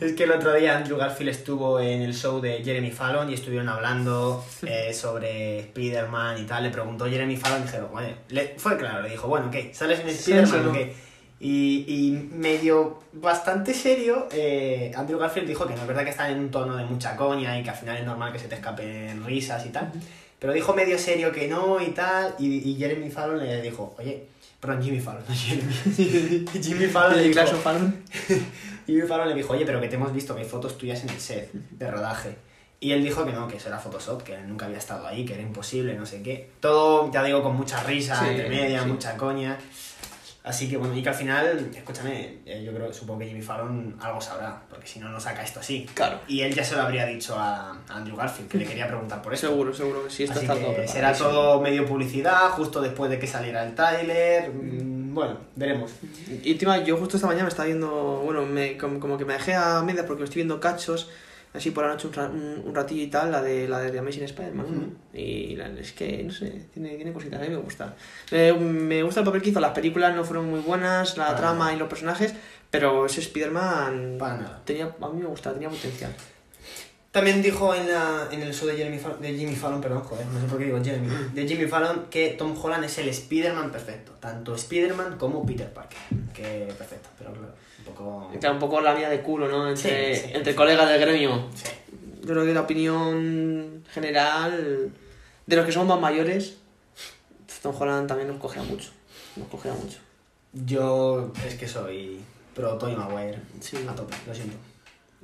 [SPEAKER 14] Es que el otro día Andrew Garfield estuvo en el show de Jeremy Fallon y estuvieron hablando eh, sobre Spider-Man y tal. Le preguntó Jeremy Fallon y dijeron, bueno, le- fue claro, le dijo, bueno, ¿qué? ¿Sales en Spider-Man
[SPEAKER 13] o
[SPEAKER 14] o
[SPEAKER 13] no?
[SPEAKER 14] qué? Y, y medio bastante serio, eh, Andrew Garfield dijo que no es verdad que está en un tono de mucha coña y que al final es normal que se te escapen risas y tal. Pero dijo medio serio que no y tal. Y, y Jeremy Fallon le dijo, oye, perdón, Jimmy Fallon, no <laughs> Jeremy. Jimmy Fallon le
[SPEAKER 13] El
[SPEAKER 14] dijo,
[SPEAKER 13] <laughs> Clash of Fallon.
[SPEAKER 14] y mi Fallon le dijo, oye, pero que te hemos visto, que hay fotos tuyas en el set de rodaje. Y él dijo que no, que eso era Photoshop, que él nunca había estado ahí, que era imposible, no sé qué. Todo, ya digo, con mucha risa,
[SPEAKER 13] Sí,
[SPEAKER 14] entre media,
[SPEAKER 13] sí.
[SPEAKER 14] mucha coña. Así que bueno, y que al final, escúchame, eh, yo creo, supongo que Jimmy Fallon algo sabrá, porque si no, no saca esto así.
[SPEAKER 13] Claro.
[SPEAKER 14] Y él ya se lo habría dicho a a Andrew Garfield, que le quería preguntar por eso.
[SPEAKER 13] Seguro, seguro que sí, esto
[SPEAKER 14] Así
[SPEAKER 13] está todo
[SPEAKER 14] que
[SPEAKER 13] preparado.
[SPEAKER 14] será todo medio publicidad, justo después de que saliera el Tyler. mm, Bueno, veremos.
[SPEAKER 13] Y encima, yo justo esta mañana me estaba viendo, bueno, me, como, como que me dejé a medias porque me estoy viendo cachos, así por la noche un, ra- un, un ratillo y tal, la de la de The Amazing Spider-Man. ¿no? Y la- es que, no sé, tiene, tiene cositas, a mí me gusta. Eh, me gusta el papel que hizo, las películas no fueron muy buenas, la
[SPEAKER 14] Para
[SPEAKER 13] trama y los personajes, pero ese Spider-Man
[SPEAKER 14] Para nada.
[SPEAKER 13] tenía, a mí me gusta, tenía potencial.
[SPEAKER 14] También dijo en, la, en el show de, Jeremy Fallon, de Jimmy Fallon, perdón, joder, no sé por qué digo Jeremy, de Jimmy Fallon, que Tom Holland es el Spider-Man perfecto, tanto Spider-Man como Peter Parker, que perfecto, pero claro, un poco...
[SPEAKER 13] Era un poco la vida de culo, ¿no? Entre,
[SPEAKER 14] Sí, sí.
[SPEAKER 13] entre colegas del gremio.
[SPEAKER 14] Sí.
[SPEAKER 13] Yo creo que la opinión general de los que somos más mayores, Tom Holland también nos cogea mucho. Nos cogea mucho.
[SPEAKER 14] Yo es que soy pro Tobey Maguire. A tope, lo siento.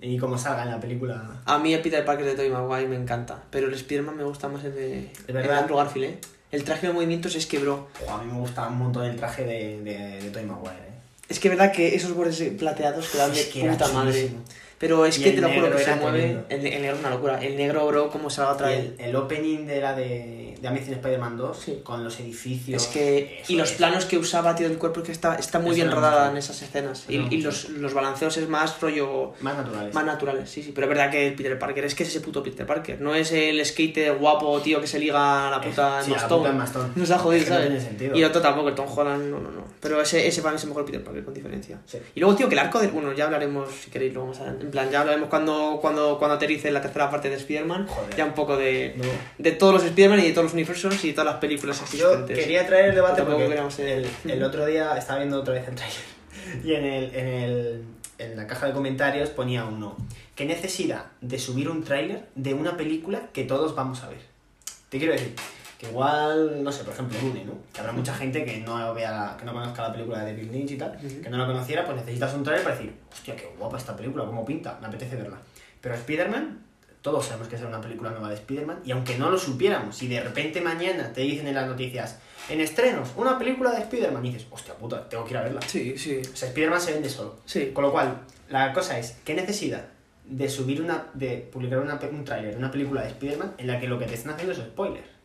[SPEAKER 14] Y como salga en la película.
[SPEAKER 13] A mí el Peter Parker de Tobey Maguire me encanta, pero el Spider-Man me gusta más el de,
[SPEAKER 14] Es verdad.
[SPEAKER 13] el de Andrew Garfield, ¿eh? El traje de movimientos es que, bro,
[SPEAKER 14] Buah, a mí me gusta un montón el traje de, de, de Tobey Maguire. ¿eh?
[SPEAKER 13] es que verdad que esos bordes plateados que dan de
[SPEAKER 14] Es que era
[SPEAKER 13] puta madre.
[SPEAKER 14] chulísimo.
[SPEAKER 13] Pero es
[SPEAKER 14] Y
[SPEAKER 13] que
[SPEAKER 14] el
[SPEAKER 13] te lo juro
[SPEAKER 14] negro
[SPEAKER 13] que se
[SPEAKER 14] era
[SPEAKER 13] mueve.
[SPEAKER 14] tremendo.
[SPEAKER 13] El, el negro es una locura. El negro, bro, como se va otra
[SPEAKER 14] Y
[SPEAKER 13] vez.
[SPEAKER 14] el, el opening de la de, de Amazing Spider-Man 2
[SPEAKER 13] Sí.
[SPEAKER 14] con los edificios.
[SPEAKER 13] Es que.
[SPEAKER 14] eso
[SPEAKER 13] Y los
[SPEAKER 14] es.
[SPEAKER 13] planos que usaba, tío, del cuerpo, es que está, está muy
[SPEAKER 14] Eso
[SPEAKER 13] bien
[SPEAKER 14] era
[SPEAKER 13] rodada
[SPEAKER 14] mucho.
[SPEAKER 13] en esas escenas. Y,
[SPEAKER 14] Era
[SPEAKER 13] y
[SPEAKER 14] mucho.
[SPEAKER 13] los, los balanceos es más rollo.
[SPEAKER 14] Más naturales.
[SPEAKER 13] Más naturales, sí, sí. Pero es verdad que el Peter Parker es que es ese puto Peter Parker. No es el skater guapo, tío, que se liga a la puta
[SPEAKER 14] Sí, a la
[SPEAKER 13] Emma
[SPEAKER 14] puta
[SPEAKER 13] Stone.
[SPEAKER 14] Emma Stone.
[SPEAKER 13] Nos ha jodido,
[SPEAKER 14] Es que no
[SPEAKER 13] ¿sabes?
[SPEAKER 14] tiene sentido.
[SPEAKER 13] Y el otro tampoco, el Tom Holland, no, no, no. Pero ese, ese para mí es el mejor Peter Parker, con diferencia.
[SPEAKER 14] Sí.
[SPEAKER 13] Y luego, tío, que el arco del... Bueno, ya hablaremos, si queréis, luego más adelante. En plan, ya hablaremos cuando, cuando, cuando aterrice la tercera parte de Spider-Man.
[SPEAKER 14] Joder.
[SPEAKER 13] Ya un poco de,
[SPEAKER 14] No.
[SPEAKER 13] de todos los Spider-Man y de todos los universos y de todas las películas
[SPEAKER 14] Yo
[SPEAKER 13] existentes.
[SPEAKER 14] quería traer el debate
[SPEAKER 13] Tampoco
[SPEAKER 14] porque
[SPEAKER 13] queríamos ser-
[SPEAKER 14] el, el otro día estaba viendo otra vez el trailer <laughs> y en, el, en, el, en la caja de comentarios ponía uno. ¿Qué necesidad de subir un tráiler de una película que todos vamos a ver? Te quiero decir que igual, no sé, por ejemplo, Dune, ¿no? Que habrá mucha gente que no, vea la- que no conozca la película de Bill Lynch y tal,
[SPEAKER 13] Ujú.
[SPEAKER 14] que no la conociera, pues necesitas un tráiler para decir, hostia, qué guapa esta película, cómo pinta, me apetece verla. Pero Spider-Man, todos sabemos que será una película nueva de Spider-Man, y aunque no lo supiéramos, si de repente mañana te dicen en las noticias, en estrenos, una película de Spider-Man, y dices, hostia puta, tengo que ir a verla.
[SPEAKER 13] Sí, sí.
[SPEAKER 14] O sea, Spider-Man se vende solo.
[SPEAKER 13] Sí.
[SPEAKER 14] Con lo cual, la cosa es, ¿qué necesidad de subir una, de publicar una pe- un tráiler de una película de Spider-Man en la que lo que te están haciendo es spoiler?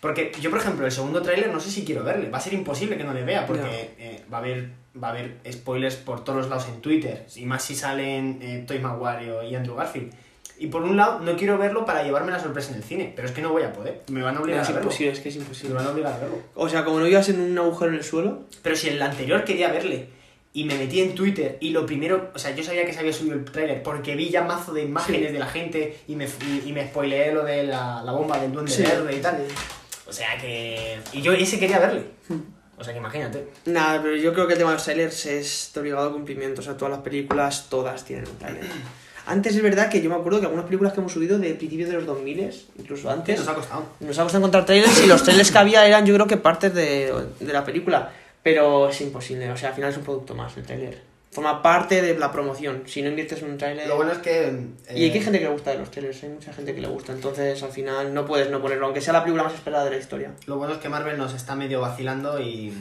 [SPEAKER 14] Porque yo, por ejemplo, el segundo tráiler no sé si quiero verle. Va a ser imposible que no le vea porque
[SPEAKER 13] Ya.
[SPEAKER 14] eh, va, a haber, va a haber spoilers por todos los lados en Twitter. Y más si salen eh, Toy Maguire y Andrew Garfield. Y por un lado, no quiero verlo para llevarme la sorpresa en el cine. Pero es que no voy a poder. Me van a
[SPEAKER 13] No,
[SPEAKER 14] obligar
[SPEAKER 13] es
[SPEAKER 14] a verlo.
[SPEAKER 13] imposible, es que pues es
[SPEAKER 14] Me
[SPEAKER 13] imposible.
[SPEAKER 14] van a obligar a verlo.
[SPEAKER 13] O sea, como no ibas en un agujero en el suelo,
[SPEAKER 14] Pero si el anterior quería verle y me metí en Twitter y lo primero, o sea, yo sabía que se había subido el tráiler porque vi ya mazo de imágenes de la gente y me, y, y me spoileé lo de la, la bomba del duende
[SPEAKER 13] Sí.
[SPEAKER 14] verde y tal. O sea que... Y yo ese quería verle.
[SPEAKER 13] Hmm.
[SPEAKER 14] O sea que imagínate.
[SPEAKER 13] Nada, pero yo creo que el tema de los trailers es de obligado cumplimiento. O sea, todas las películas, todas tienen un
[SPEAKER 14] <clears throat>
[SPEAKER 13] trailer. Antes es verdad que yo me acuerdo que algunas películas que hemos subido de principios de los 2000, incluso antes,
[SPEAKER 14] Nos ha costado.
[SPEAKER 13] nos ha costado encontrar trailers y los trailers que había eran yo creo que partes de, de la película. Pero es imposible, o sea, al final es un producto más el trailer. Forma parte de la promoción. Si no inviertes en un trailer...
[SPEAKER 14] Lo bueno es que... eh,
[SPEAKER 13] Y aquí hay gente que le gusta de los trailers, hay mucha gente que le gusta. Entonces al final no puedes no ponerlo, aunque sea la película más esperada de la historia.
[SPEAKER 14] Lo bueno es que Marvel nos está medio vacilando y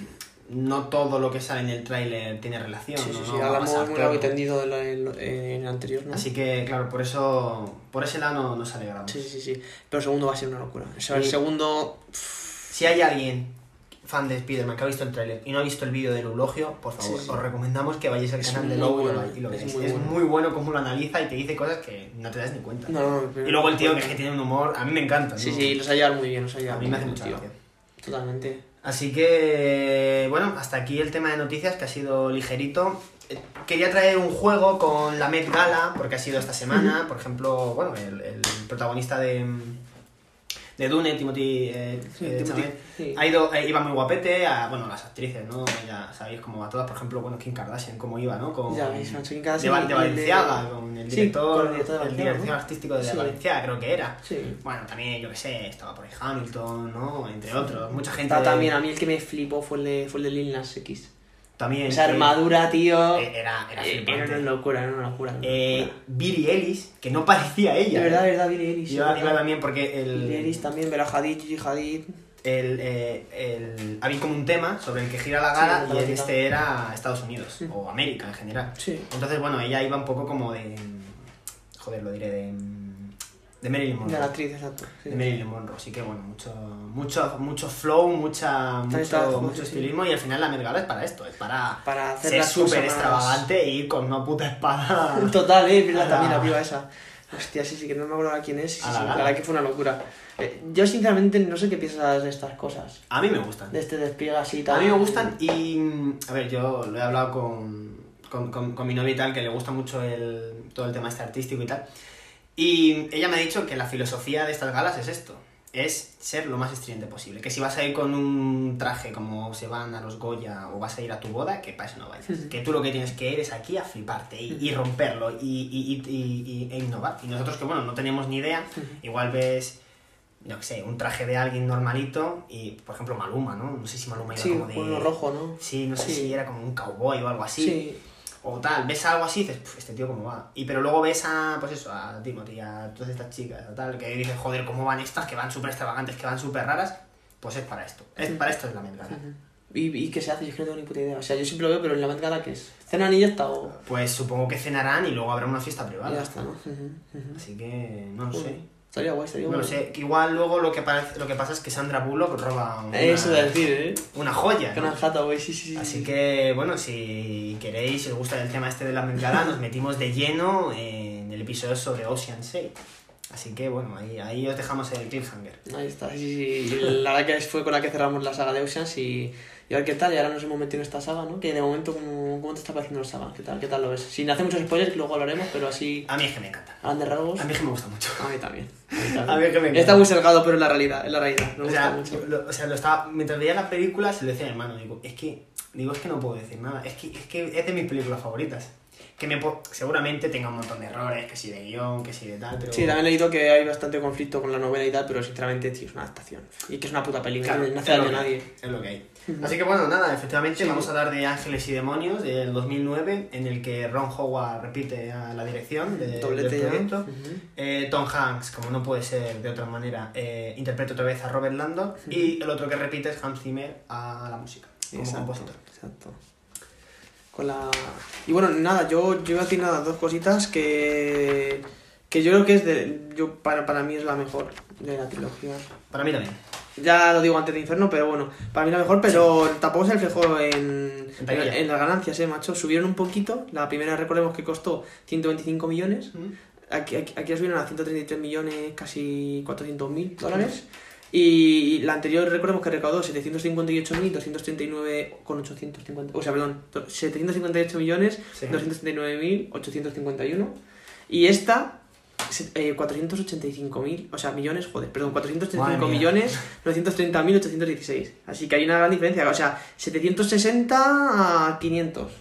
[SPEAKER 14] no todo lo que sale en el tráiler tiene relación.
[SPEAKER 13] Sí, sí,
[SPEAKER 14] ¿no?
[SPEAKER 13] sí,
[SPEAKER 14] No va a
[SPEAKER 13] hablamos
[SPEAKER 14] pasar
[SPEAKER 13] muy
[SPEAKER 14] todo.
[SPEAKER 13] largo y tendido en, la- en- en el anterior, ¿no?
[SPEAKER 14] Así que, claro, por eso... Por ese lado no- nos alegramos.
[SPEAKER 13] Sí, sí, sí. Pero el segundo va a ser una locura. O sea, el
[SPEAKER 14] Sí.
[SPEAKER 13] segundo.
[SPEAKER 14] Si hay alguien fan de Spider-Man que ha visto el tráiler y no ha visto el vídeo del Eulogio, por favor,
[SPEAKER 13] Sí, sí.
[SPEAKER 14] os recomendamos que vayáis al
[SPEAKER 13] Es
[SPEAKER 14] canal de
[SPEAKER 13] muy
[SPEAKER 14] Lobo y lo-
[SPEAKER 13] bueno,
[SPEAKER 14] y lo
[SPEAKER 13] es
[SPEAKER 14] veáis. Es,
[SPEAKER 13] muy bueno.
[SPEAKER 14] muy bueno cómo lo analiza y te dice cosas que no te das ni cuenta.
[SPEAKER 13] No, no, no, pero-
[SPEAKER 14] y luego el tío que, es que tiene un humor, a mí me encanta.
[SPEAKER 13] Sí,
[SPEAKER 14] ¿no?
[SPEAKER 13] sí, los ha llevado muy bien, los ha
[SPEAKER 14] a
[SPEAKER 13] llevado
[SPEAKER 14] mí
[SPEAKER 13] muy
[SPEAKER 14] me hace
[SPEAKER 13] bien,
[SPEAKER 14] mucha
[SPEAKER 13] tío.
[SPEAKER 14] gracia.
[SPEAKER 13] Totalmente.
[SPEAKER 14] Así que, bueno, hasta aquí el tema de noticias que ha sido ligerito. Eh, Quería traer un juego con la Met Gala, porque ha sido esta semana. Por ejemplo, bueno, el, el protagonista de, de Dune, Timothy, eh,
[SPEAKER 13] Sí,
[SPEAKER 14] eh,
[SPEAKER 13] Timothy,
[SPEAKER 14] Chalamet,
[SPEAKER 13] sí.
[SPEAKER 14] ha ido, eh, iba muy guapete. A, bueno, las actrices, ¿no? Ya sabéis cómo va todas. Por ejemplo, bueno, Kim Kardashian, cómo iba, ¿no? Con,
[SPEAKER 13] Ya veis, macho, Kim
[SPEAKER 14] de,
[SPEAKER 13] Kardashian
[SPEAKER 14] Val- de
[SPEAKER 13] y el de-
[SPEAKER 14] Valenciaga, con el
[SPEAKER 13] Sí,
[SPEAKER 14] director,
[SPEAKER 13] con el director de
[SPEAKER 14] el
[SPEAKER 13] Valenciaga,
[SPEAKER 14] director
[SPEAKER 13] ¿no?
[SPEAKER 14] artístico de
[SPEAKER 13] Sí.
[SPEAKER 14] Valenciaga, creo que era.
[SPEAKER 13] Sí.
[SPEAKER 14] Bueno, también, yo qué sé, estaba por ahí Hamilton, ¿no? Entre otros, mucha gente.
[SPEAKER 13] Está también, a mí el que me flipó fue el de, fue el de Lil Nas X.
[SPEAKER 14] También.
[SPEAKER 13] Esa
[SPEAKER 14] eh,
[SPEAKER 13] armadura, tío.
[SPEAKER 14] eh, Era, era
[SPEAKER 13] eh, Era
[SPEAKER 14] flipante.
[SPEAKER 13] una locura, era una locura. era una
[SPEAKER 14] Eh,
[SPEAKER 13] locura.
[SPEAKER 14] Billie Ellis, que no parecía ella.
[SPEAKER 13] De verdad, de
[SPEAKER 14] eh.
[SPEAKER 13] verdad, Billy Ellis.
[SPEAKER 14] Iba,
[SPEAKER 13] de
[SPEAKER 14] iba
[SPEAKER 13] verdad.
[SPEAKER 14] también porque el.
[SPEAKER 13] Billie Eilish también, Bella Hadid, Gigi Hadid.
[SPEAKER 14] el, eh, el- había como un tema sobre el que gira la gala
[SPEAKER 13] Sí, la
[SPEAKER 14] y en
[SPEAKER 13] temática.
[SPEAKER 14] este era Estados Unidos o América en general.
[SPEAKER 13] Sí.
[SPEAKER 14] Entonces, bueno, ella iba un poco como de. Joder, lo diré, de. De Marilyn
[SPEAKER 13] De
[SPEAKER 14] Monroe.
[SPEAKER 13] la actriz, exacto. sí.
[SPEAKER 14] de Marilyn Monroe. Así que bueno, mucho, mucho, mucho flow, mucha,
[SPEAKER 13] está,
[SPEAKER 14] mucho, mucho
[SPEAKER 13] sí, sí.
[SPEAKER 14] estilismo y al final la Met Gala es para esto, es para,
[SPEAKER 13] Para hacer
[SPEAKER 14] ser
[SPEAKER 13] las cosas
[SPEAKER 14] súper
[SPEAKER 13] más-
[SPEAKER 14] extravagante e ir con una puta
[SPEAKER 13] <laughs>
[SPEAKER 14] espada.
[SPEAKER 13] Total, eh, verdad,
[SPEAKER 14] Ah.
[SPEAKER 13] también la piba esa. Hostia, sí, sí, que no me acuerdo quién es. Sí, sí,
[SPEAKER 14] Ah,
[SPEAKER 13] sí,
[SPEAKER 14] la
[SPEAKER 13] la
[SPEAKER 14] gala.
[SPEAKER 13] verdad que fue una locura. Eh, yo, sinceramente, no sé qué piensas de estas cosas.
[SPEAKER 14] A mí me gustan.
[SPEAKER 13] de este despliegue así y tal.
[SPEAKER 14] A mí me gustan y. mm, A ver, yo lo he hablado con, con, con- con mi novia y tal, que le gusta mucho el, todo el tema este artístico y tal. Y ella me ha dicho que la filosofía de estas galas es esto: es ser lo más estridente posible. Que si vas a ir con un traje como se van a los Goya o vas a ir a tu boda, que para eso no vayas. Que tú lo que tienes que ir es aquí a fliparte y, y romperlo y, y, y- y- y- e innovar. Y nosotros, que bueno, no tenemos ni idea, igual ves yo qué sé, un traje de alguien normalito y, por ejemplo, Maluma, ¿no? No sé si Maluma iba
[SPEAKER 13] Sí,
[SPEAKER 14] como de...
[SPEAKER 13] uno rojo, ¿no?
[SPEAKER 14] Sí, no sé
[SPEAKER 13] Sí.
[SPEAKER 14] si era como un cowboy o algo así.
[SPEAKER 13] Sí.
[SPEAKER 14] O tal, ves algo así y dices, "Puf, este tío cómo va. Y pero luego ves a, pues eso, a Timothy, a todas estas chicas, a tal, que dices, joder, cómo van estas, que van súper extravagantes, que van súper raras. Pues es para esto. Es, para esto es la mezcla.
[SPEAKER 13] ¿Y, ¿Y qué se hace? Yo es que no tengo ni puta idea. O sea, yo siempre lo veo, pero en la Met Gala, ¿qué es? ¿Cenan y ya está? O...
[SPEAKER 14] Pues supongo que cenarán y luego habrá una fiesta privada.
[SPEAKER 13] Y ya está, ¿no? Ujú, ujú.
[SPEAKER 14] Así que no lo sé.
[SPEAKER 13] Estaría guay, estaría
[SPEAKER 14] No
[SPEAKER 13] guay.
[SPEAKER 14] lo sé. Que igual luego lo que, parece- lo que pasa es que Sandra Bullock roba una,
[SPEAKER 13] Eso de decir, ¿eh?
[SPEAKER 14] una joya.
[SPEAKER 13] Que
[SPEAKER 14] ¿no?
[SPEAKER 13] una jata, güey, sí, sí, sí.
[SPEAKER 14] Así que, bueno, si queréis, si os gusta el tema este de la mezcla, nos metimos de lleno en el episodio sobre Ocean 8. Así que, bueno, ahí, ahí os dejamos el cliffhanger.
[SPEAKER 13] Ahí está, sí, sí, sí. Y La verdad que fue con la que cerramos la saga de Oceans y, y a ver qué tal. Y ahora nos hemos metido en esta saga, ¿no? Que de momento, ¿cómo, cómo te está pareciendo la saga? ¿Qué tal, qué tal lo ves? Sin hacer muchos spoilers, que luego hablaremos, pero así,
[SPEAKER 14] A mí es que me encanta.
[SPEAKER 13] a grandes rasgos.
[SPEAKER 14] A mí es que me gusta mucho.
[SPEAKER 13] A mí también.
[SPEAKER 14] <laughs> A mí es que me encanta.
[SPEAKER 13] Está muy salgado, pero en la realidad, en la realidad. Me
[SPEAKER 14] O
[SPEAKER 13] gusta
[SPEAKER 14] sea,
[SPEAKER 13] mucho.
[SPEAKER 14] lo, o sea, lo estaba, mientras veía las películas, se lo decía a mi hermano, digo, es que, digo, es que no puedo decir nada, es que es, que es de mis películas favoritas. Que me po- seguramente tenga un montón de errores, que si de guión, que si de tal, pero...
[SPEAKER 13] Sí, también he leído que hay bastante conflicto con la novela y tal, pero sinceramente, tío, es una adaptación. Y que es una puta película,
[SPEAKER 14] Claro,
[SPEAKER 13] no hace
[SPEAKER 14] es lo
[SPEAKER 13] daño a
[SPEAKER 14] que-
[SPEAKER 13] nadie.
[SPEAKER 14] Es lo que hay. Así que bueno, nada, efectivamente
[SPEAKER 13] Sí.
[SPEAKER 14] vamos a hablar de Ángeles y Demonios del 2009, en el que Ron Howard repite a la dirección de-
[SPEAKER 13] Doblete
[SPEAKER 14] del
[SPEAKER 13] ya.
[SPEAKER 14] proyecto.
[SPEAKER 13] Ujú.
[SPEAKER 14] Eh, Tom Hanks, como no puede ser de otra manera, eh, interpreta otra vez a Robert Landon. Y el otro que repite es Hans Zimmer a la música, como compositor.
[SPEAKER 13] Exacto. Con la... Y bueno, nada, yo, yo voy a decir nada, dos cositas que, que yo creo que es de, yo, para, para mí es la mejor de la trilogía.
[SPEAKER 14] Para mí también.
[SPEAKER 13] Ya lo digo antes de Inferno, pero bueno, para mí la mejor, pero tampoco se reflejó en,
[SPEAKER 14] En
[SPEAKER 13] en,
[SPEAKER 14] taquilla.
[SPEAKER 13] en las ganancias, eh, macho. Subieron un poquito, la primera recordemos que costó 125 millones, aquí, aquí, aquí la subieron a 133 millones, casi 400 mil dólares. Y la anterior, recordemos que recaudó 758.239 con 850, o sea, perdón, 758 millones,
[SPEAKER 14] Sí.
[SPEAKER 13] 239.851. Y esta, se- eh, 485.000, o sea, millones, joder, perdón, 435
[SPEAKER 14] Madre mía.
[SPEAKER 13] millones, 930.816. Así que hay una gran diferencia, o sea, 760 a 500.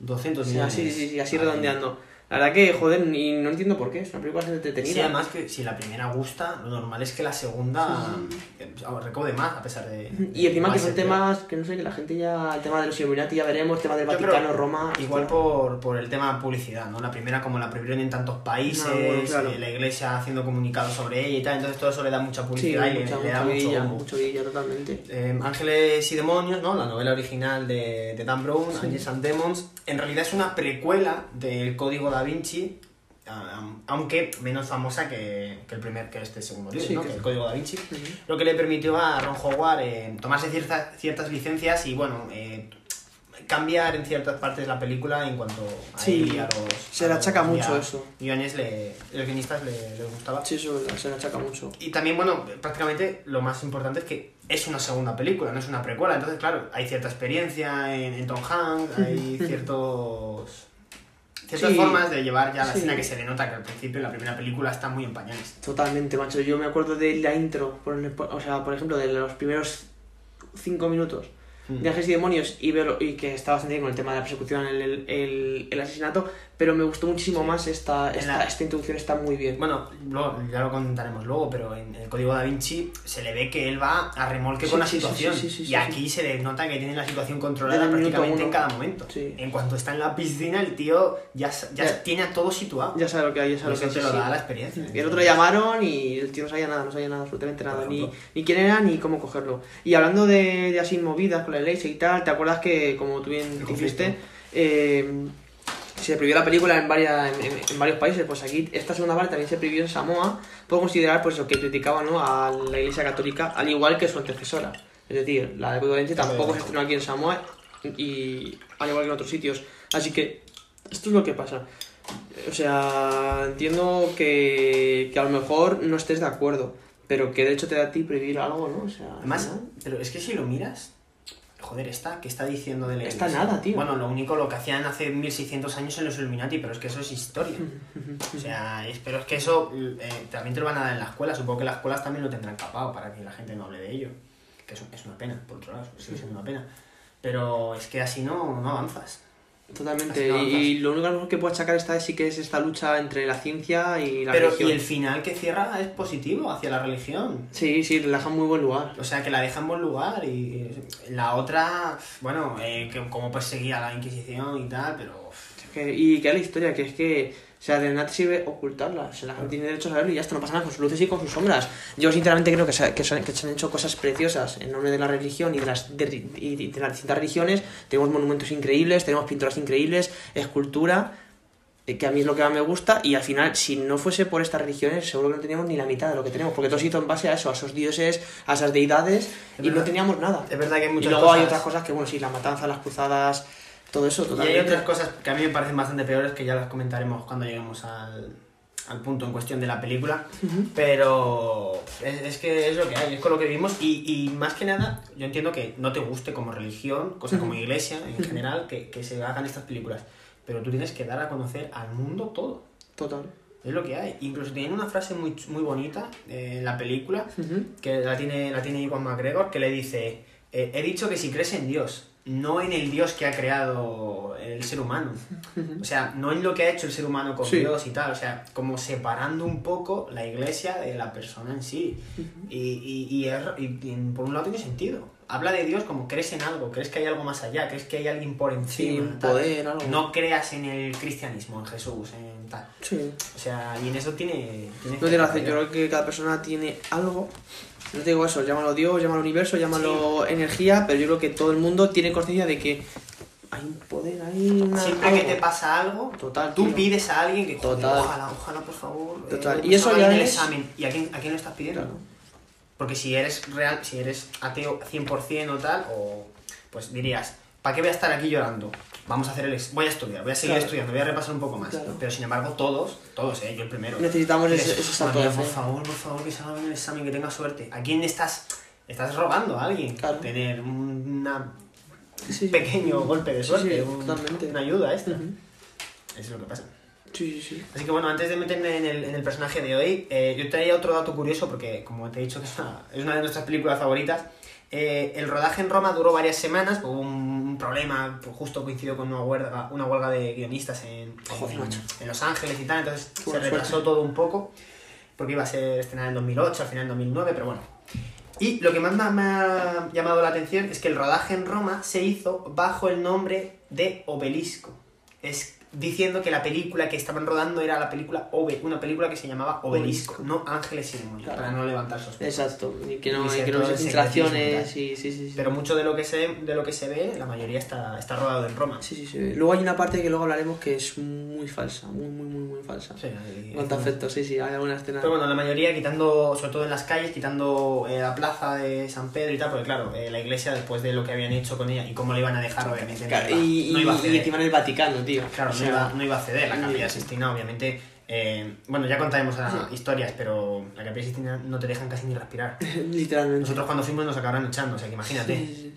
[SPEAKER 14] 200
[SPEAKER 13] O sea,
[SPEAKER 14] millones.
[SPEAKER 13] sí, sí, sí, así
[SPEAKER 14] Madre mía.
[SPEAKER 13] redondeando. La verdad que, joder, y no entiendo por qué, es una película bastante
[SPEAKER 14] Sí,
[SPEAKER 13] entretenida.
[SPEAKER 14] además que si la primera gusta, lo normal es que la segunda eh, recaude más, a pesar de...
[SPEAKER 13] y encima que
[SPEAKER 14] eh, más
[SPEAKER 13] son
[SPEAKER 14] ser-
[SPEAKER 13] temas que no sé, que la gente ya, el tema de los Illuminati ya veremos, el tema del
[SPEAKER 14] Yo creo-
[SPEAKER 13] Vaticano, Roma.
[SPEAKER 14] Igual
[SPEAKER 13] hostia.
[SPEAKER 14] por, por el tema de publicidad, ¿no? La primera, como la prohibieron en tantos países,
[SPEAKER 13] Ah, bueno, claro.
[SPEAKER 14] eh, la iglesia haciendo comunicados sobre ella y tal, entonces todo eso le da mucha
[SPEAKER 13] Sí,
[SPEAKER 14] publicidad y le-
[SPEAKER 13] mucha,
[SPEAKER 14] le, da
[SPEAKER 13] mucha
[SPEAKER 14] mucho
[SPEAKER 13] vidilla,
[SPEAKER 14] bombo.
[SPEAKER 13] mucho vidilla totalmente.
[SPEAKER 14] Eh, Ángeles y Demonios, ¿no? La novela original de, de Dan Brown, Angels and Demons, en realidad es una precuela del Código da Vinci, am- aunque menos famosa que, que el primer, que este segundo libro,
[SPEAKER 13] Sí,
[SPEAKER 14] ¿no?
[SPEAKER 13] que-
[SPEAKER 14] Que el Código da Vinci, lo que le permitió a Ron Howard eh, tomarse ciertas, ciertas licencias y, bueno, eh, cambiar en ciertas partes la película en cuanto a
[SPEAKER 13] Sí,
[SPEAKER 14] él y a los...
[SPEAKER 13] se
[SPEAKER 14] a
[SPEAKER 13] le
[SPEAKER 14] los
[SPEAKER 13] achaca mucho
[SPEAKER 14] guia-
[SPEAKER 13] eso.
[SPEAKER 14] Guiones, le, los guionistas le, les gustaba.
[SPEAKER 13] Sí, eso es verdad, se le achaca mucho.
[SPEAKER 14] Y también, bueno, prácticamente lo más importante es que es una segunda película, no es una precuela. Entonces, claro, hay cierta experiencia en, en Tom Hanks,
[SPEAKER 13] <laughs>
[SPEAKER 14] hay ciertos. ciertas
[SPEAKER 13] Sí.
[SPEAKER 14] formas de llevar ya la
[SPEAKER 13] Sí.
[SPEAKER 14] escena que se le nota que al principio en la primera película está muy en pañales.
[SPEAKER 13] Totalmente, macho. Yo me acuerdo de la intro, por, el- por- o sea, por ejemplo, de los primeros cinco minutos de Ángeles y Demonios y, veo, lo- y que está bastante bien con el tema de la persecución, el, el, el- el asesinato, pero me gustó muchísimo más esta,
[SPEAKER 14] En
[SPEAKER 13] esta,
[SPEAKER 14] la-
[SPEAKER 13] esta introducción, está muy bien.
[SPEAKER 14] Bueno, luego- ya lo comentaremos luego, pero en el código da Vinci se le ve que él va a remolque
[SPEAKER 13] Sí,
[SPEAKER 14] con la
[SPEAKER 13] sí, sí,
[SPEAKER 14] situación.
[SPEAKER 13] sí, sí, sí,
[SPEAKER 14] y
[SPEAKER 13] sí.
[SPEAKER 14] aquí se le nota que tiene la situación controlada
[SPEAKER 13] Desde el minuto
[SPEAKER 14] prácticamente en
[SPEAKER 13] uno.
[SPEAKER 14] cada momento.
[SPEAKER 13] Sí.
[SPEAKER 14] En cuanto está en la piscina, el tío ya, s- ya
[SPEAKER 13] Ya.
[SPEAKER 14] tiene a todo situado.
[SPEAKER 13] Ya sabe lo que hay, ya sabe lo que
[SPEAKER 14] Pues Eso
[SPEAKER 13] hay.
[SPEAKER 14] te lo
[SPEAKER 13] sí, sí.
[SPEAKER 14] da la experiencia.
[SPEAKER 13] Y el otro le llamaron y el tío no sabía nada, no sabía nada, absolutamente nada, ni, ni quién era ni cómo cogerlo. Y hablando de, de así movidas con la leche y tal, ¿te acuerdas que, como tú bien dijiste, eh, se prohibió la película en, varias, en, en- en varios países? Pues aquí, esta segunda parte también se prohibió en Samoa, por considerar pues, eso, que criticaba ¿no? a la Iglesia Católica, al igual que su antecesora. Es decir, la de Código Da Vinci tampoco se estrenó aquí en Samoa, y al igual que en otros sitios. Así que esto es lo que pasa. O sea, entiendo que, que a lo mejor no estés de acuerdo, pero que de hecho te da a ti prohibir algo, ¿no? O sea,
[SPEAKER 14] Además,
[SPEAKER 13] ¿no?
[SPEAKER 14] pero es que si lo miras, joder, está, ¿qué está diciendo de la
[SPEAKER 13] Está
[SPEAKER 14] iglesia?
[SPEAKER 13] nada, tío.
[SPEAKER 14] Bueno, lo único lo que hacían hace 1600 años en los Illuminati, pero es que eso es
[SPEAKER 13] <laughs>
[SPEAKER 14] historia. o sea, es- pero es que eso eh, también te lo van a dar en la escuela. Supongo que las escuelas también lo tendrán capado para que la gente no hable de ello. Que eso es una pena, por otro lado, sigue siendo una pena. Pero es que así no, no avanzas.
[SPEAKER 13] Totalmente.
[SPEAKER 14] Así no
[SPEAKER 13] Y lo único a lo mejor que puedo achacar esta vez sí que es esta lucha entre la ciencia y la
[SPEAKER 14] Pero
[SPEAKER 13] religión.
[SPEAKER 14] y el final que cierra es positivo hacia la religión.
[SPEAKER 13] Sí, sí, la deja en muy buen lugar.
[SPEAKER 14] O sea, que la deja en buen lugar y la otra, bueno, eh, que, como perseguía la Inquisición y tal, pero...
[SPEAKER 13] Es que- y que es la historia, que es que, o sea, de nada te sirve ocultarla, o sea, la gente tiene derecho a saberlo y ya está, no pasa nada con sus luces y con sus sombras. Yo sinceramente creo que se, ha- que se han, que se han hecho cosas preciosas en nombre de la religión y de las, de, ri- y de- de las distintas religiones. Tenemos monumentos increíbles, tenemos pinturas increíbles, escultura, eh, que a mí es lo que más me gusta, y al final, si no fuese por estas religiones, seguro que no teníamos ni la mitad de lo que tenemos, porque todo se hizo en base a eso, a esos dioses, a esas deidades, y no
[SPEAKER 14] verdad.
[SPEAKER 13] teníamos nada.
[SPEAKER 14] Es verdad que hay
[SPEAKER 13] Y
[SPEAKER 14] muchas
[SPEAKER 13] luego hay
[SPEAKER 14] cosas-
[SPEAKER 13] otras cosas que, bueno, sí, la matanza, las cruzadas, todo eso,
[SPEAKER 14] Y hay
[SPEAKER 13] totalmente.
[SPEAKER 14] otras cosas que a mí me parecen bastante peores que ya las comentaremos cuando lleguemos al, al punto en cuestión de la película. Pero es, es que es lo que hay, es con lo que vivimos. Y, y más que nada, yo entiendo que no te guste como religión, cosa como iglesia en general, que, que se hagan estas películas. Pero tú tienes que dar a conocer al mundo todo.
[SPEAKER 13] Total.
[SPEAKER 14] Es lo que hay. Incluso tienen una frase muy, ch- muy bonita eh, en la película, que la tiene, la tiene Iwan McGregor, que le dice, eh, he dicho que si crees en Dios, no en el Dios que ha creado el ser
[SPEAKER 13] <laughs>
[SPEAKER 14] humano. O sea, no en lo que ha hecho el ser humano con
[SPEAKER 13] Sí.
[SPEAKER 14] Dios y tal. O sea, como separando un poco la iglesia de la persona en sí. Y, y- y es- y- y por un lado tiene sentido. Habla de Dios como crees en algo, crees que hay algo más allá, crees que hay alguien por encima.
[SPEAKER 13] un
[SPEAKER 14] tal.
[SPEAKER 13] poder, algo.
[SPEAKER 14] No creas en el cristianismo, en Jesús, en tal.
[SPEAKER 13] Sí.
[SPEAKER 14] O sea, y en eso tiene. tiene
[SPEAKER 13] No tiene razón, yo creo que cada persona tiene algo. No te digo eso, llámalo Dios, llámalo universo, llámalo energía, pero yo creo que todo el mundo tiene conciencia de que hay un poder, hay una.
[SPEAKER 14] Siempre
[SPEAKER 13] algo.
[SPEAKER 14] que te pasa algo,
[SPEAKER 13] Total,
[SPEAKER 14] tú
[SPEAKER 13] tío.
[SPEAKER 14] pides a alguien que joder,
[SPEAKER 13] Total.
[SPEAKER 14] ojalá, ojalá, por favor.
[SPEAKER 13] Total.
[SPEAKER 14] que
[SPEAKER 13] Y
[SPEAKER 14] me
[SPEAKER 13] eso
[SPEAKER 14] salga
[SPEAKER 13] ya
[SPEAKER 14] bien el
[SPEAKER 13] es-
[SPEAKER 14] examen. ¿Y a quién, a quién lo estás pidiendo?
[SPEAKER 13] Claro.
[SPEAKER 14] Porque si eres real, si eres ateo 100% o tal, o pues dirías, ¿para qué voy a estar aquí llorando? Vamos a hacer el ex- voy a estudiar, voy a seguir
[SPEAKER 13] Claro.
[SPEAKER 14] estudiando, voy a repasar un poco más.
[SPEAKER 13] Claro.
[SPEAKER 14] Pero sin embargo, todos, todos, eh, yo el primero.
[SPEAKER 13] Necesitamos ese-
[SPEAKER 14] Dices,
[SPEAKER 13] ese salto
[SPEAKER 14] "María,
[SPEAKER 13] de
[SPEAKER 14] Por
[SPEAKER 13] fe".
[SPEAKER 14] favor, por favor, que salga bien el examen, que tenga suerte. ¿A quién estás? Estás robando a alguien.
[SPEAKER 13] Claro.
[SPEAKER 14] Tener una
[SPEAKER 13] Sí, sí.
[SPEAKER 14] pequeño golpe de
[SPEAKER 13] Sí,
[SPEAKER 14] suerte,
[SPEAKER 13] sí,
[SPEAKER 14] un-
[SPEAKER 13] totalmente.
[SPEAKER 14] una ayuda extra.
[SPEAKER 13] Ujú.
[SPEAKER 14] Eso es lo que pasa.
[SPEAKER 13] Sí, sí, sí.
[SPEAKER 14] Así que bueno, antes de meterme en el, en el personaje de hoy, eh, yo traía otro dato curioso porque, como te he dicho, que es una, es una de nuestras películas favoritas. Eh, el rodaje en Roma duró varias semanas, hubo un, un problema, pues, justo coincidió con una huelga, una huelga de guionistas en,
[SPEAKER 13] Joder,
[SPEAKER 14] en-
[SPEAKER 13] macho.
[SPEAKER 14] en Los Ángeles y tal, entonces se
[SPEAKER 13] buena
[SPEAKER 14] retrasó todo un poco, porque iba a ser estrenada en 2008, al final en 2009, pero bueno. Y lo que más me ha- me ha llamado la atención es que el rodaje en Roma se hizo bajo el nombre de Obelisco. Es diciendo que la película que estaban rodando era la película Obe, una película que se llamaba Obelisco, no Ángeles y Demonios,
[SPEAKER 13] Claro.
[SPEAKER 14] para no levantar sospechas.
[SPEAKER 13] Exacto. Y que no
[SPEAKER 14] Y
[SPEAKER 13] hay
[SPEAKER 14] se-
[SPEAKER 13] que no
[SPEAKER 14] todo
[SPEAKER 13] haya
[SPEAKER 14] el
[SPEAKER 13] filtraciones
[SPEAKER 14] secretismo
[SPEAKER 13] y sí, sí, sí.
[SPEAKER 14] Pero mucho de lo que se, de lo que se ve, la mayoría está, está rodado en Roma.
[SPEAKER 13] Sí, sí, sí. Luego hay una parte que luego hablaremos que es muy falsa, muy, muy, muy, muy falsa.
[SPEAKER 14] Sí, ahí-
[SPEAKER 13] Cuánto afecto, sí, sí, hay alguna escena.
[SPEAKER 14] Pero bueno, la mayoría quitando, sobre todo en las calles, quitando eh, la plaza de San Pedro y tal, porque claro, eh, la iglesia después de lo que habían hecho con ella y cómo la iban a dejar, obviamente. no
[SPEAKER 13] Claro,
[SPEAKER 14] iba-
[SPEAKER 13] y,
[SPEAKER 14] no iba a
[SPEAKER 13] y-
[SPEAKER 14] ceder.
[SPEAKER 13] y encima en el Vaticano, tío.
[SPEAKER 14] Claro,
[SPEAKER 13] O
[SPEAKER 14] no
[SPEAKER 13] sea,
[SPEAKER 14] iba, no iba a ceder la
[SPEAKER 13] y-
[SPEAKER 14] capilla Sistina, obviamente. eh, bueno, ya contaremos las historias, pero la capilla Sistina no te dejan casi ni respirar.
[SPEAKER 13] Literalmente.
[SPEAKER 14] Nosotros cuando fuimos nos acabaron echando, o sea que imagínate.
[SPEAKER 13] Sí, sí, sí.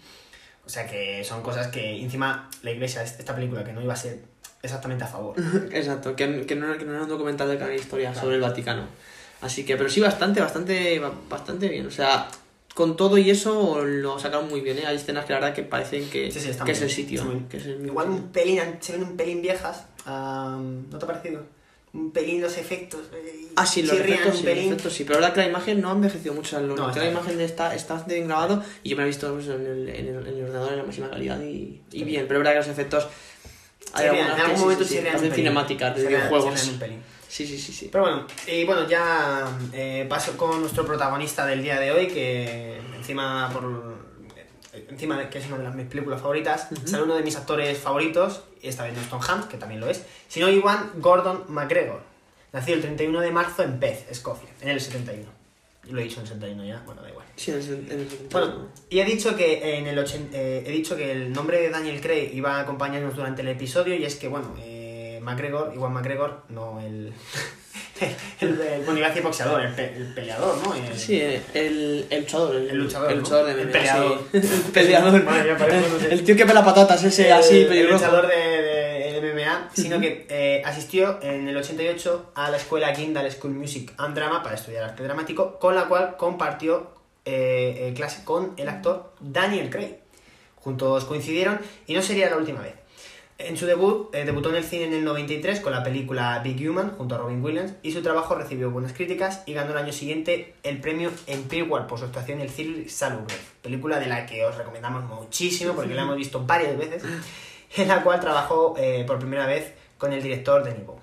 [SPEAKER 14] O sea que son cosas que encima la iglesia, esta película que no iba a ser exactamente a favor.
[SPEAKER 13] Exacto, que, que no, que no era un documental de cada historia
[SPEAKER 14] Claro.
[SPEAKER 13] sobre el Vaticano. Así que, pero sí, bastante, bastante, ba- bastante bien. O sea, con todo y eso lo sacaron muy bien, ¿eh? Hay escenas que la verdad que parecen que,
[SPEAKER 14] Sí, sí, están
[SPEAKER 13] que es
[SPEAKER 14] bien.
[SPEAKER 13] el sitio.
[SPEAKER 14] Están bien.
[SPEAKER 13] que es el
[SPEAKER 14] <laughs>
[SPEAKER 13] mismo
[SPEAKER 14] Igual un
[SPEAKER 13] sitio.
[SPEAKER 14] pelín, an- se ven un pelín viejas. ah, ¿No te ha parecido? Un pelín los efectos. eh,
[SPEAKER 13] Ah, sí, los
[SPEAKER 14] chirrían
[SPEAKER 13] efectos,
[SPEAKER 14] un
[SPEAKER 13] sí, los
[SPEAKER 14] pelín.
[SPEAKER 13] efectos sí. Pero la verdad que la imagen no ha envejecido mucho.
[SPEAKER 14] No,
[SPEAKER 13] Lo que
[SPEAKER 14] está
[SPEAKER 13] la
[SPEAKER 14] bien.
[SPEAKER 13] imagen de esta, está bastante bien grabado y yo me la he visto pues, en, el, en, el, en el ordenador en la máxima calidad y, y bien. Pero es verdad que los efectos...
[SPEAKER 14] Chirrían, en
[SPEAKER 13] algunas
[SPEAKER 14] algún
[SPEAKER 13] que sí,
[SPEAKER 14] momento
[SPEAKER 13] sí, sí,
[SPEAKER 14] chirrían un
[SPEAKER 13] parecen
[SPEAKER 14] pelín.
[SPEAKER 13] cinemáticas de
[SPEAKER 14] Chirrían-
[SPEAKER 13] videojuegos.
[SPEAKER 14] chirrían un pelín.
[SPEAKER 13] Sí, sí, sí, sí.
[SPEAKER 14] Pero bueno, y bueno, ya eh, paso con nuestro protagonista del día de hoy, que encima por encima de que es una de las mis películas favoritas, sale uno de mis actores favoritos, y esta vez no es Tom Hanks, que también lo es, sino Iwan Gordon McGregor, nacido el 31 de marzo en Perth, Escocia, en el 71. Lo he dicho en el 71 ya, bueno, da igual.
[SPEAKER 13] Sí, en el- en el-
[SPEAKER 14] Bueno, y he dicho que en el ochen- eh, he dicho que el nombre de Daniel Craig iba a acompañarnos durante el episodio y es que bueno, eh, McGregor, igual McGregor, no el <laughs> el, el- bueno, iba a decir boxeador, el, pe- el peleador, ¿no? El-
[SPEAKER 13] Sí, eh, el, el luchador. El,
[SPEAKER 14] El luchador,
[SPEAKER 13] El
[SPEAKER 14] ¿no?
[SPEAKER 13] luchador de
[SPEAKER 14] El
[SPEAKER 13] MMA,
[SPEAKER 14] peleador.
[SPEAKER 13] sí. <laughs> el peleador.
[SPEAKER 14] Madre mía, parece uno de-
[SPEAKER 13] el tío que pela patatas, ese
[SPEAKER 14] el-
[SPEAKER 13] así,
[SPEAKER 14] el
[SPEAKER 13] pelirrojo.
[SPEAKER 14] luchador de, de- de MMA, sino que eh, asistió en el 88 a la escuela Guildhall School Music and Drama para estudiar arte dramático, con la cual compartió eh, eh, clase con el actor Daniel Craig. Juntos coincidieron y no sería la última vez. En su debut, eh, debutó en el cine en el 93 con la película Big Human junto a Robin Williams y su trabajo recibió buenas críticas y ganó el año siguiente el premio Empire por su actuación en el Cirque Salubre, película de la que os recomendamos muchísimo porque la hemos visto varias veces, en la cual trabajó eh, por primera vez con el director de Nivo.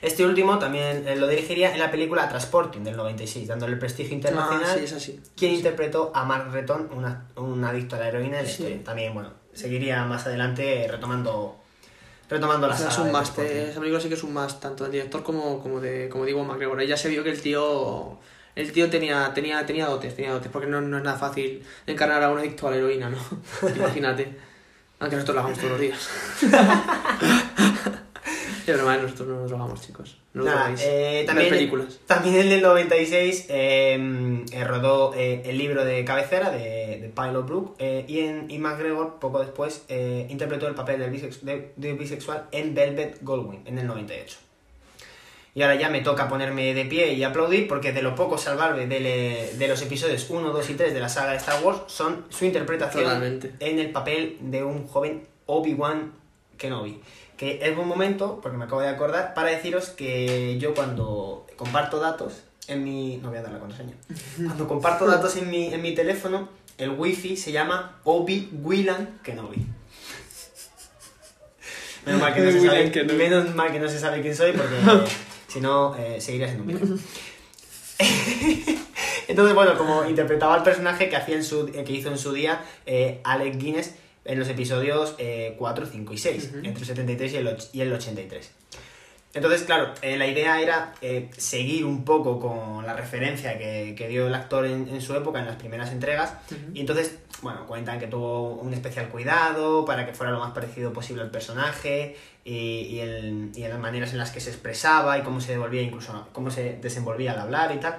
[SPEAKER 14] Este último también eh, lo dirigiría en la película Transporting del 96, dándole el prestigio internacional.
[SPEAKER 13] Ah, sí, es así.
[SPEAKER 14] Quien interpretó a Mark Retton, una- un adicto a la heroína en la
[SPEAKER 13] Sí.
[SPEAKER 14] historia. También, bueno, seguiría más adelante eh, retomando, retomando la
[SPEAKER 13] O sea,
[SPEAKER 14] saga.
[SPEAKER 13] es un
[SPEAKER 14] de
[SPEAKER 13] must,
[SPEAKER 14] Transporting.
[SPEAKER 13] eh, esa película sí que es un must, tanto del director como, como de como digo MacGregor. Ahí ya se vio que el tío el tío tenía, tenía, tenía dotes, tenía dotes, porque no, no es nada fácil encarnar a un adicto a la heroína,
[SPEAKER 14] <laughs>
[SPEAKER 13] ¿no? Imagínate. Aunque nosotros lo hagamos todos los días. Es broma, eh, nosotros no nos drogamos, chicos. No os
[SPEAKER 14] Nada,
[SPEAKER 13] droguéis.
[SPEAKER 14] eh,
[SPEAKER 13] Ver
[SPEAKER 14] también,
[SPEAKER 13] películas.
[SPEAKER 14] también en el 96 eh, eh, rodó eh, el libro de cabecera de, de Pilot Brook eh, y, en, y McGregor poco después eh, interpretó el papel del bisex- de, de bisexual en Velvet Goldwyn en el 98. Y ahora ya me toca ponerme de pie y aplaudir porque de lo poco salvable del, eh, de, los episodios 1, 2 y 3 de la saga de Star Wars son su interpretación
[SPEAKER 13] Totalmente.
[SPEAKER 14] en el papel de un joven Obi-Wan Kenobi. Que es buen momento, porque me acabo de acordar, para deciros que yo cuando comparto datos en mi... No voy a dar la contraseña. Cuando comparto datos en mi, en mi teléfono, el wifi se llama Obi-Wan Kenobi. Menos mal, que no se
[SPEAKER 13] Obi-Wan
[SPEAKER 14] sabe,
[SPEAKER 13] Kenobi.
[SPEAKER 14] menos mal que no se sabe quién soy, <laughs> porque si no, eh, seguiría siendo un vídeo. <laughs> Entonces, bueno, como interpretaba el personaje que, hacía en su, eh, que hizo en su día eh, Alec Guinness en los episodios eh, 4, 5 y 6, entre el 73 y el, och- y el 83. Entonces, claro, eh, la idea era eh, seguir un poco con la referencia que, que dio el actor en, en su época, en las primeras entregas. Y entonces, bueno, cuentan que tuvo un especial cuidado para que fuera lo más parecido posible al personaje y, y, el- y en las maneras en las que se expresaba y cómo se devolvía, incluso cómo se desenvolvía al hablar y tal.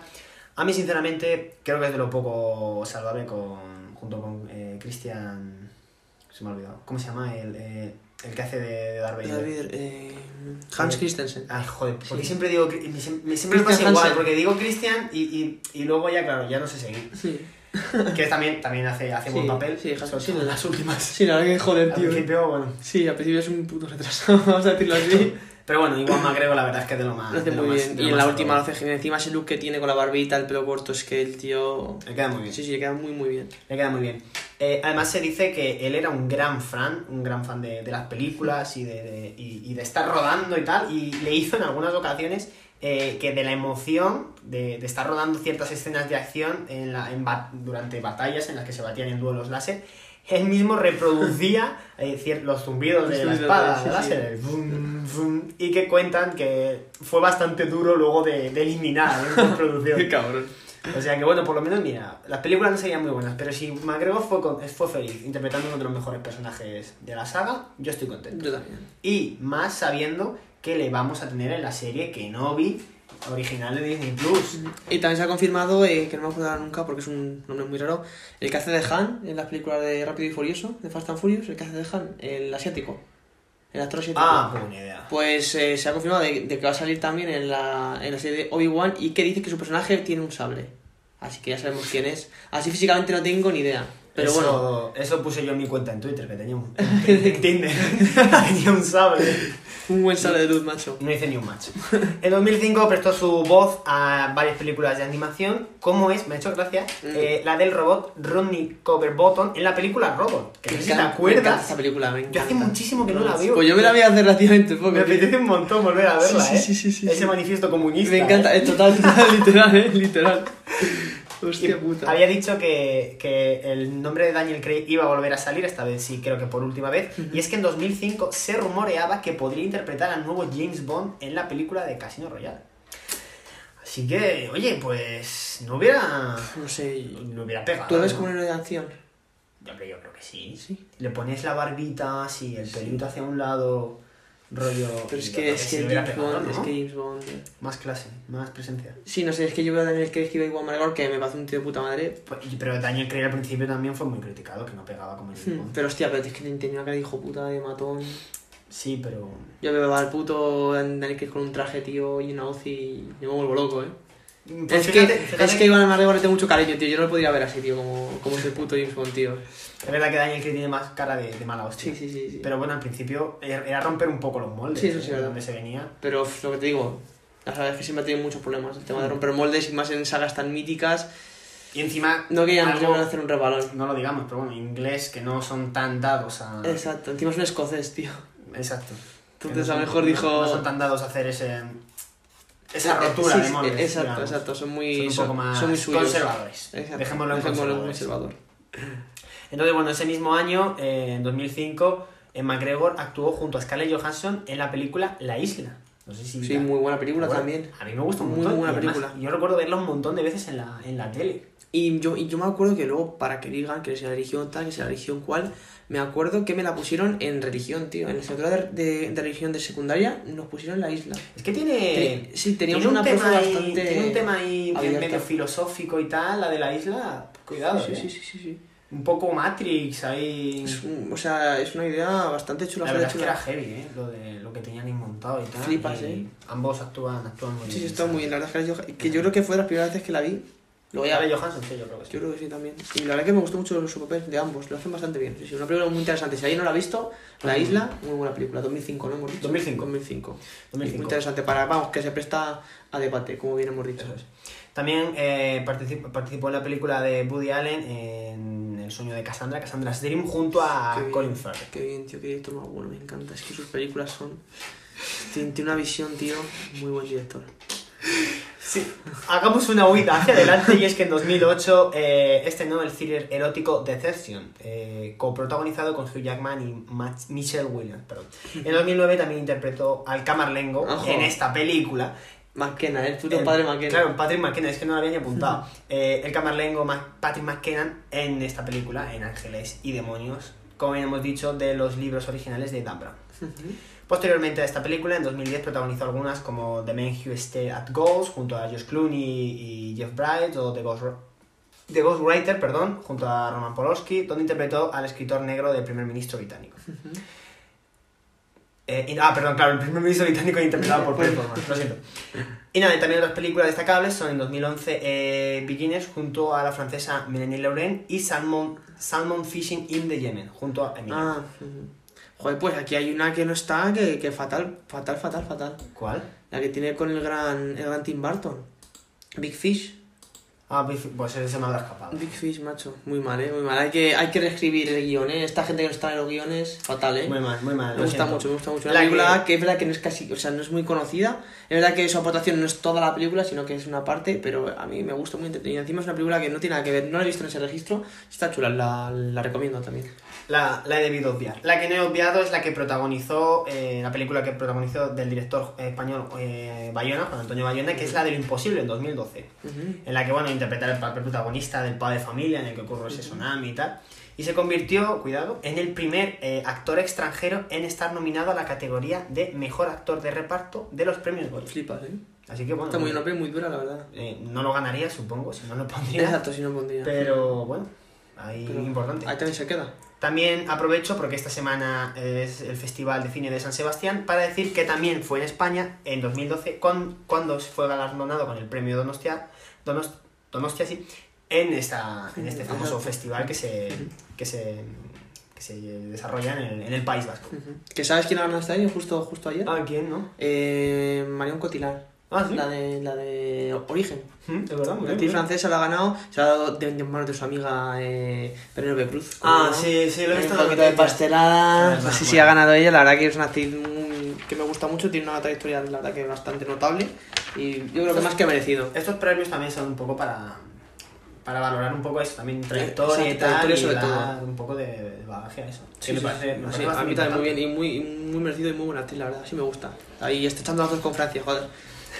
[SPEAKER 14] A mí, sinceramente, creo que es de lo poco salvable con, junto con eh, Christian. Se me ha olvidado. ¿Cómo se llama? El, eh, el que hace de Darth Vader.
[SPEAKER 13] David, eh, Ah, Hans
[SPEAKER 14] Eh,
[SPEAKER 13] Christensen.
[SPEAKER 14] Ay, joder, porque
[SPEAKER 13] Sí.
[SPEAKER 14] siempre digo. Cri- Me, siem- me siempre me pasa
[SPEAKER 13] Christian
[SPEAKER 14] igual,
[SPEAKER 13] Hansen.
[SPEAKER 14] porque digo Christian y, y, y luego ya, claro, ya no sé seguir.
[SPEAKER 13] Sí.
[SPEAKER 14] Que también, también hace, hace buen
[SPEAKER 13] Sí,
[SPEAKER 14] papel.
[SPEAKER 13] sí, Hans-
[SPEAKER 14] sobre
[SPEAKER 13] sí,
[SPEAKER 14] todo en
[SPEAKER 13] la-
[SPEAKER 14] las últimas.
[SPEAKER 13] Sí, la verdad que joder,
[SPEAKER 14] Al
[SPEAKER 13] tío.
[SPEAKER 14] principio, bueno.
[SPEAKER 13] Sí, al principio es un puto retraso, <laughs> vamos a decirlo así.
[SPEAKER 14] Pero bueno, igual McGregor, la verdad es que es de lo más.
[SPEAKER 13] Lo hace
[SPEAKER 14] Ah, de lo
[SPEAKER 13] muy
[SPEAKER 14] más-
[SPEAKER 13] bien.
[SPEAKER 14] de
[SPEAKER 13] Y
[SPEAKER 14] lo
[SPEAKER 13] en la
[SPEAKER 14] más
[SPEAKER 13] última lo
[SPEAKER 14] salvable.
[SPEAKER 13] hace genial. Encima ese look que tiene con la barbita, el pelo corto, es que el tío...
[SPEAKER 14] Le queda muy bien.
[SPEAKER 13] Sí, sí, le queda muy, muy bien.
[SPEAKER 14] Le queda muy bien. Eh, además se dice que él era un gran fan, un gran fan de, de las películas y de, de- y, y de estar rodando y tal, y le hizo en algunas ocasiones eh, que de la emoción de, de estar rodando ciertas escenas de acción en la, en ba- durante batallas en las que se batían en duelos láser, él mismo <laughs> reproducía eh, cier- los zumbidos de
[SPEAKER 13] Sí,
[SPEAKER 14] la
[SPEAKER 13] sí,
[SPEAKER 14] espada
[SPEAKER 13] sí, sí.
[SPEAKER 14] láser, el vum, vum, y que cuentan que fue bastante duro luego de, de eliminar <laughs> en producción.
[SPEAKER 13] <laughs> cabrón.
[SPEAKER 14] O sea que bueno, por lo menos mira, las películas no serían muy buenas, pero si McGregor fue, con- fue feliz interpretando uno de los mejores personajes de la saga, yo estoy contento.
[SPEAKER 13] Yo también.
[SPEAKER 14] Y más sabiendo que le vamos a tener en la serie que no vi original de Disney Plus.
[SPEAKER 13] Y también se ha confirmado, eh, que no me acuerdo nunca porque es un nombre muy raro, el que hace de Han en las películas de Rápido y Furioso, de Fast and Furious, el que hace de Han, el asiático. El actor asiático.
[SPEAKER 14] Ah, pues buena idea.
[SPEAKER 13] Pues eh, se ha confirmado de, de que va a salir también en la, en la serie de Obi-Wan y que dice que su personaje tiene un sable. Así que ya sabemos quién es. Así físicamente no tengo ni idea. Pero
[SPEAKER 14] eso,
[SPEAKER 13] bueno,
[SPEAKER 14] eso puse yo en mi cuenta en Twitter, que tenía un <laughs> en Tinder, <laughs> tenía un sable.
[SPEAKER 13] un buen sable de luz, macho.
[SPEAKER 14] No hice ni un match. En 2005 prestó su voz a varias películas de animación, como es, me ha hecho gracia,
[SPEAKER 13] Mm.
[SPEAKER 14] eh, la del robot Rodney Coverbottom en la película Robot. Que no sé si te
[SPEAKER 13] encanta- me encanta
[SPEAKER 14] acuerdas.
[SPEAKER 13] esta película, me
[SPEAKER 14] Yo hace
[SPEAKER 13] encanta.
[SPEAKER 14] muchísimo que no la veo.
[SPEAKER 13] Pues yo me la vi hace relativamente poco.
[SPEAKER 14] Me
[SPEAKER 13] tío.
[SPEAKER 14] apetece un montón volver a verla,
[SPEAKER 13] Sí, sí,
[SPEAKER 14] ¿eh?
[SPEAKER 13] sí, sí, sí,
[SPEAKER 14] Ese
[SPEAKER 13] sí.
[SPEAKER 14] manifiesto comunista.
[SPEAKER 13] Me encanta,
[SPEAKER 14] ¿eh?
[SPEAKER 13] eh, total, total, <laughs> literal, eh, literal.
[SPEAKER 14] Y
[SPEAKER 13] Hostia puta.
[SPEAKER 14] Había dicho que, que el nombre de Daniel Craig iba a volver a salir, esta vez sí, creo que por última vez. Y es que en 2005 se rumoreaba que podría interpretar al nuevo James Bond en la película de Casino Royale. Así que, oye, pues no hubiera.
[SPEAKER 13] No sé.
[SPEAKER 14] No hubiera pegado.
[SPEAKER 13] ¿Tú lo ves
[SPEAKER 14] ¿no?
[SPEAKER 13] como un héroe de acción?
[SPEAKER 14] Yo, hombre, yo creo que sí.
[SPEAKER 13] Sí.
[SPEAKER 14] Le pones la barbita así, el pelito hacia un lado, rollo.
[SPEAKER 13] Pero es
[SPEAKER 14] yo
[SPEAKER 13] que
[SPEAKER 14] creo
[SPEAKER 13] es
[SPEAKER 14] sí
[SPEAKER 13] que
[SPEAKER 14] le hubiera
[SPEAKER 13] James
[SPEAKER 14] pegado,
[SPEAKER 13] Bond, es
[SPEAKER 14] ¿no?
[SPEAKER 13] que James Bond.
[SPEAKER 14] Más clase, más presencia.
[SPEAKER 13] Sí, no sé, es que yo veo a Daniel Craig que iba igual Margot, que me parece un tío de puta madre,
[SPEAKER 14] Pues, Pero Daniel Craig al principio también fue muy criticado, que no pegaba como James Bond.
[SPEAKER 13] Pero hostia, pero es que tenía una cara de hijo puta de matón.
[SPEAKER 14] Sí, pero.
[SPEAKER 13] Yo me va al puto Daniel Craig con un traje, tío, y una hoz y yo me vuelvo loco, eh.
[SPEAKER 14] Pues
[SPEAKER 13] es,
[SPEAKER 14] fíjate-
[SPEAKER 13] que,
[SPEAKER 14] fíjate
[SPEAKER 13] es que Iván Amargo le tengo mucho cariño, tío. Yo no lo podría ver así, tío, como, como ese puto James Bond, tío.
[SPEAKER 14] Es verdad que Daniel Craig tiene más cara de, de mala hostia.
[SPEAKER 13] Sí, sí, sí, sí.
[SPEAKER 14] Pero bueno, al principio er- era romper un poco los moldes.
[SPEAKER 13] Sí, eso sí,
[SPEAKER 14] eh,
[SPEAKER 13] verdad.
[SPEAKER 14] Donde se venía.
[SPEAKER 13] Pero uf, lo que te digo, la verdad es que siempre ha tenido muchos problemas. El tema
[SPEAKER 14] Mm.
[SPEAKER 13] de romper moldes y más en sagas tan míticas.
[SPEAKER 14] Y encima.
[SPEAKER 13] No que ya nos
[SPEAKER 14] algo-
[SPEAKER 13] van a hacer un rebalón.
[SPEAKER 14] No lo digamos, pero bueno, inglés que no son tan dados a.
[SPEAKER 13] Exacto, encima es un escocés, tío.
[SPEAKER 14] Exacto.
[SPEAKER 13] Entonces,
[SPEAKER 14] Que no son-
[SPEAKER 13] a lo mejor
[SPEAKER 14] no-
[SPEAKER 13] dijo-
[SPEAKER 14] No son tan dados a hacer ese. Esa
[SPEAKER 13] Eh,
[SPEAKER 14] rotura
[SPEAKER 13] <laughs> sí,
[SPEAKER 14] de
[SPEAKER 13] sí,
[SPEAKER 14] moldes.
[SPEAKER 13] eh, Exacto,
[SPEAKER 14] digamos.
[SPEAKER 13] exacto. Son muy,
[SPEAKER 14] Son un
[SPEAKER 13] son,
[SPEAKER 14] poco más
[SPEAKER 13] son muy suyos.
[SPEAKER 14] conservadores.
[SPEAKER 13] Exacto,
[SPEAKER 14] Dejémoslo en
[SPEAKER 13] dejémoslo
[SPEAKER 14] conservadores.
[SPEAKER 13] conservador.
[SPEAKER 14] Entonces, bueno, ese mismo año, eh, en 2005, eh, McGregor actuó junto a Scarlett Johansson en la película La Isla. No sé si.
[SPEAKER 13] Sí, muy buena película
[SPEAKER 14] Bueno,
[SPEAKER 13] también.
[SPEAKER 14] A mí me gusta un
[SPEAKER 13] Muy
[SPEAKER 14] montón.
[SPEAKER 13] buena
[SPEAKER 14] y además,
[SPEAKER 13] película.
[SPEAKER 14] Yo recuerdo verla un montón de veces en la, en la tele.
[SPEAKER 13] Y yo, y yo me acuerdo que luego, para que digan que se la religión tal, que se la religión cual, me acuerdo que me la pusieron en religión, tío. En la asignatura de, de, de religión de secundaria nos pusieron la isla.
[SPEAKER 14] Es que tiene.
[SPEAKER 13] Te- sí, teníamos
[SPEAKER 14] tiene un
[SPEAKER 13] una profe
[SPEAKER 14] tema ahí-
[SPEAKER 13] bastante
[SPEAKER 14] Tiene un tema ahí
[SPEAKER 13] abierta.
[SPEAKER 14] medio filosófico y tal, la de la isla. Cuidado,
[SPEAKER 13] Sí,
[SPEAKER 14] eh.
[SPEAKER 13] sí, sí, sí, sí.
[SPEAKER 14] Un poco Matrix ahí.
[SPEAKER 13] Es un- o sea, es una idea bastante chula.
[SPEAKER 14] La
[SPEAKER 13] bastante
[SPEAKER 14] verdad es que
[SPEAKER 13] chula.
[SPEAKER 14] era heavy, ¿eh? Lo, de, lo que tenían ahí montado y tal.
[SPEAKER 13] Flipas,
[SPEAKER 14] y
[SPEAKER 13] ¿eh?
[SPEAKER 14] Ambos actúan, actúan muy
[SPEAKER 13] Sí, sí,
[SPEAKER 14] bien.
[SPEAKER 13] está muy bien. La verdad es que, yo, que yo creo que fue de las primeras veces que la vi. Lo voy a
[SPEAKER 14] Scarlett Johansson, sí, yo creo que sí.
[SPEAKER 13] Yo creo que sí también. Y la verdad es que me gustó mucho su papel de ambos. Lo hacen bastante bien. Sí, sí, una película muy interesante. Si alguien no la ha visto, La Isla, muy buena película. 2005, ¿no hemos dicho?
[SPEAKER 14] 2005.
[SPEAKER 13] 2005.
[SPEAKER 14] 2005.
[SPEAKER 13] Muy interesante. Para, vamos, que se presta a debate, como bien hemos dicho.
[SPEAKER 14] Eso es. También eh, particip- participó en la película de Woody Allen en El sueño de Cassandra, Cassandra's Dream, junto a
[SPEAKER 13] Qué bien,
[SPEAKER 14] Ah, Colin Farrell.
[SPEAKER 13] Qué bien, tío. Qué director más bueno. Me encanta. Es que sus películas son... Tiene tiene una visión, tío. Muy buen director.
[SPEAKER 14] Sí. Hagamos una
[SPEAKER 13] <laughs>
[SPEAKER 14] huida hacia adelante y es que en 2008 eh, estrenó el thriller erótico Deception, eh, coprotagonizado con Hugh Jackman y Ma- Michelle Williams. Perdón. En 2009 también interpretó al Camarlengo
[SPEAKER 13] Ojo.
[SPEAKER 14] en esta película.
[SPEAKER 13] McKenna, ¿eh? Tú,
[SPEAKER 14] El-
[SPEAKER 13] padre McKenna.
[SPEAKER 14] Claro, Patrick McKenna, es que no lo había ni apuntado. Eh, el camarlengo Ma- Patrick McKenna en esta película, en Ángeles y Demonios, como bien hemos dicho, de los libros originales de Dan Brown. Posteriormente a esta película, en 2010 protagonizó algunas como The Man Who Stayed at Ghost, junto a Josh Clooney y Jeff Bright, o The Ghost... The Ghostwriter, perdón, junto a Roman Polowski, donde interpretó al escritor negro del primer ministro británico. Eh, y- ah, perdón, claro, el primer ministro británico <laughs> interpretado por Paul Forman, lo siento. Y nada, y también otras películas destacables son en 2011 eh, Beginners junto a la francesa Melanie Laurent y Salmon, Salmon Fishing in the Yemen junto a Emilia.
[SPEAKER 13] Ah, ujú. Joder, pues aquí hay una que no está, que, que fatal, fatal, fatal, fatal.
[SPEAKER 14] ¿Cuál?
[SPEAKER 13] La que tiene con el gran, el gran Tim Burton. Big Fish.
[SPEAKER 14] Ah, Bif- pues ese se me habrá escapado.
[SPEAKER 13] Big Fish, macho. Muy mal, eh. Muy mal. Hay que, hay que reescribir el guión, eh. Esta gente que nos trae los guiones, fatal, eh.
[SPEAKER 14] Muy mal, muy mal.
[SPEAKER 13] Me
[SPEAKER 14] lo
[SPEAKER 13] gusta
[SPEAKER 14] siento.
[SPEAKER 13] mucho, me gusta mucho. Una
[SPEAKER 14] La
[SPEAKER 13] película que...
[SPEAKER 14] que-
[SPEAKER 13] es verdad que no es casi, o sea, no es muy conocida. Es verdad que su aportación no es toda la película, sino que es una parte, pero a mí me gusta muy entretenida. Encima es una película que no tiene nada que ver, no la he visto en ese registro. Está chula, la, la recomiendo también.
[SPEAKER 14] La, la he debido obviar. La que no he obviado es la que protagonizó, eh, la película que protagonizó del director español eh, Bayona, Juan Antonio Bayona, que es la de lo imposible en 2012. En la que, bueno, interpretaba el papel protagonista del padre de familia en el que ocurre ese tsunami y tal. Y se convirtió, cuidado, en el primer eh, actor extranjero en estar nominado a la categoría de mejor actor de reparto de los premios Goya.
[SPEAKER 13] Flipas, eh.
[SPEAKER 14] Así que, bueno,
[SPEAKER 13] Está muy bien, muy dura, la verdad.
[SPEAKER 14] eh, no lo ganaría, supongo, si no lo pondría.
[SPEAKER 13] <laughs> Exacto, si no pondría.
[SPEAKER 14] Pero, bueno, ahí
[SPEAKER 13] Pero
[SPEAKER 14] importante.
[SPEAKER 13] Ahí también se queda.
[SPEAKER 14] También aprovecho, porque esta semana es el Festival de Cine de San Sebastián, para decir que también fue en España en 2012 con- cuando se fue galardonado con el premio Donostia, Donos- Donostia sí, en, esta, en este famoso festival que se, que se, que se desarrolla en el, en el País Vasco.
[SPEAKER 13] ¿Que sabes quién ha ganado este año justo, justo ayer?
[SPEAKER 14] Ah, ¿quién, no?
[SPEAKER 13] Eh, Marion Cotillard.
[SPEAKER 14] Ah, sí.
[SPEAKER 13] La de, la de Origen.
[SPEAKER 14] Mm, Es verdad, muy bien,
[SPEAKER 13] La
[SPEAKER 14] muy
[SPEAKER 13] actriz
[SPEAKER 14] bien.
[SPEAKER 13] francesa la ha ganado, se la ha dado de, de manos de su amiga eh, Penélope Cruz. ¿cómo
[SPEAKER 14] Ah,
[SPEAKER 13] no?
[SPEAKER 14] sí, sí, lo he visto
[SPEAKER 13] Un
[SPEAKER 14] en la
[SPEAKER 13] poquito de
[SPEAKER 14] noticia.
[SPEAKER 13] pastelada.
[SPEAKER 14] Es
[SPEAKER 13] No
[SPEAKER 14] verdad,
[SPEAKER 13] sé si
[SPEAKER 14] bueno.
[SPEAKER 13] ha ganado ella, la verdad que es una actriz muy- que me gusta mucho, tiene una trayectoria, la verdad que bastante notable. Y yo creo que más que merecido.
[SPEAKER 14] Estos premios también son un poco para, para valorar un poco eso, también trayectoria y
[SPEAKER 13] Eh, Exacto,
[SPEAKER 14] tal,
[SPEAKER 13] trayectoria
[SPEAKER 14] y
[SPEAKER 13] sobre
[SPEAKER 14] dar
[SPEAKER 13] todo.
[SPEAKER 14] un poco de, de bagaje a eso.
[SPEAKER 13] Sí,
[SPEAKER 14] Que me
[SPEAKER 13] sí,
[SPEAKER 14] parece-
[SPEAKER 13] sí.
[SPEAKER 14] me
[SPEAKER 13] Sí,
[SPEAKER 14] parece
[SPEAKER 13] a
[SPEAKER 14] bastante
[SPEAKER 13] mí también muy
[SPEAKER 14] importante.
[SPEAKER 13] bien, y muy, y muy merecido y muy buena actriz, la verdad, sí me gusta. Ahí está echando lazos con Francia, joder.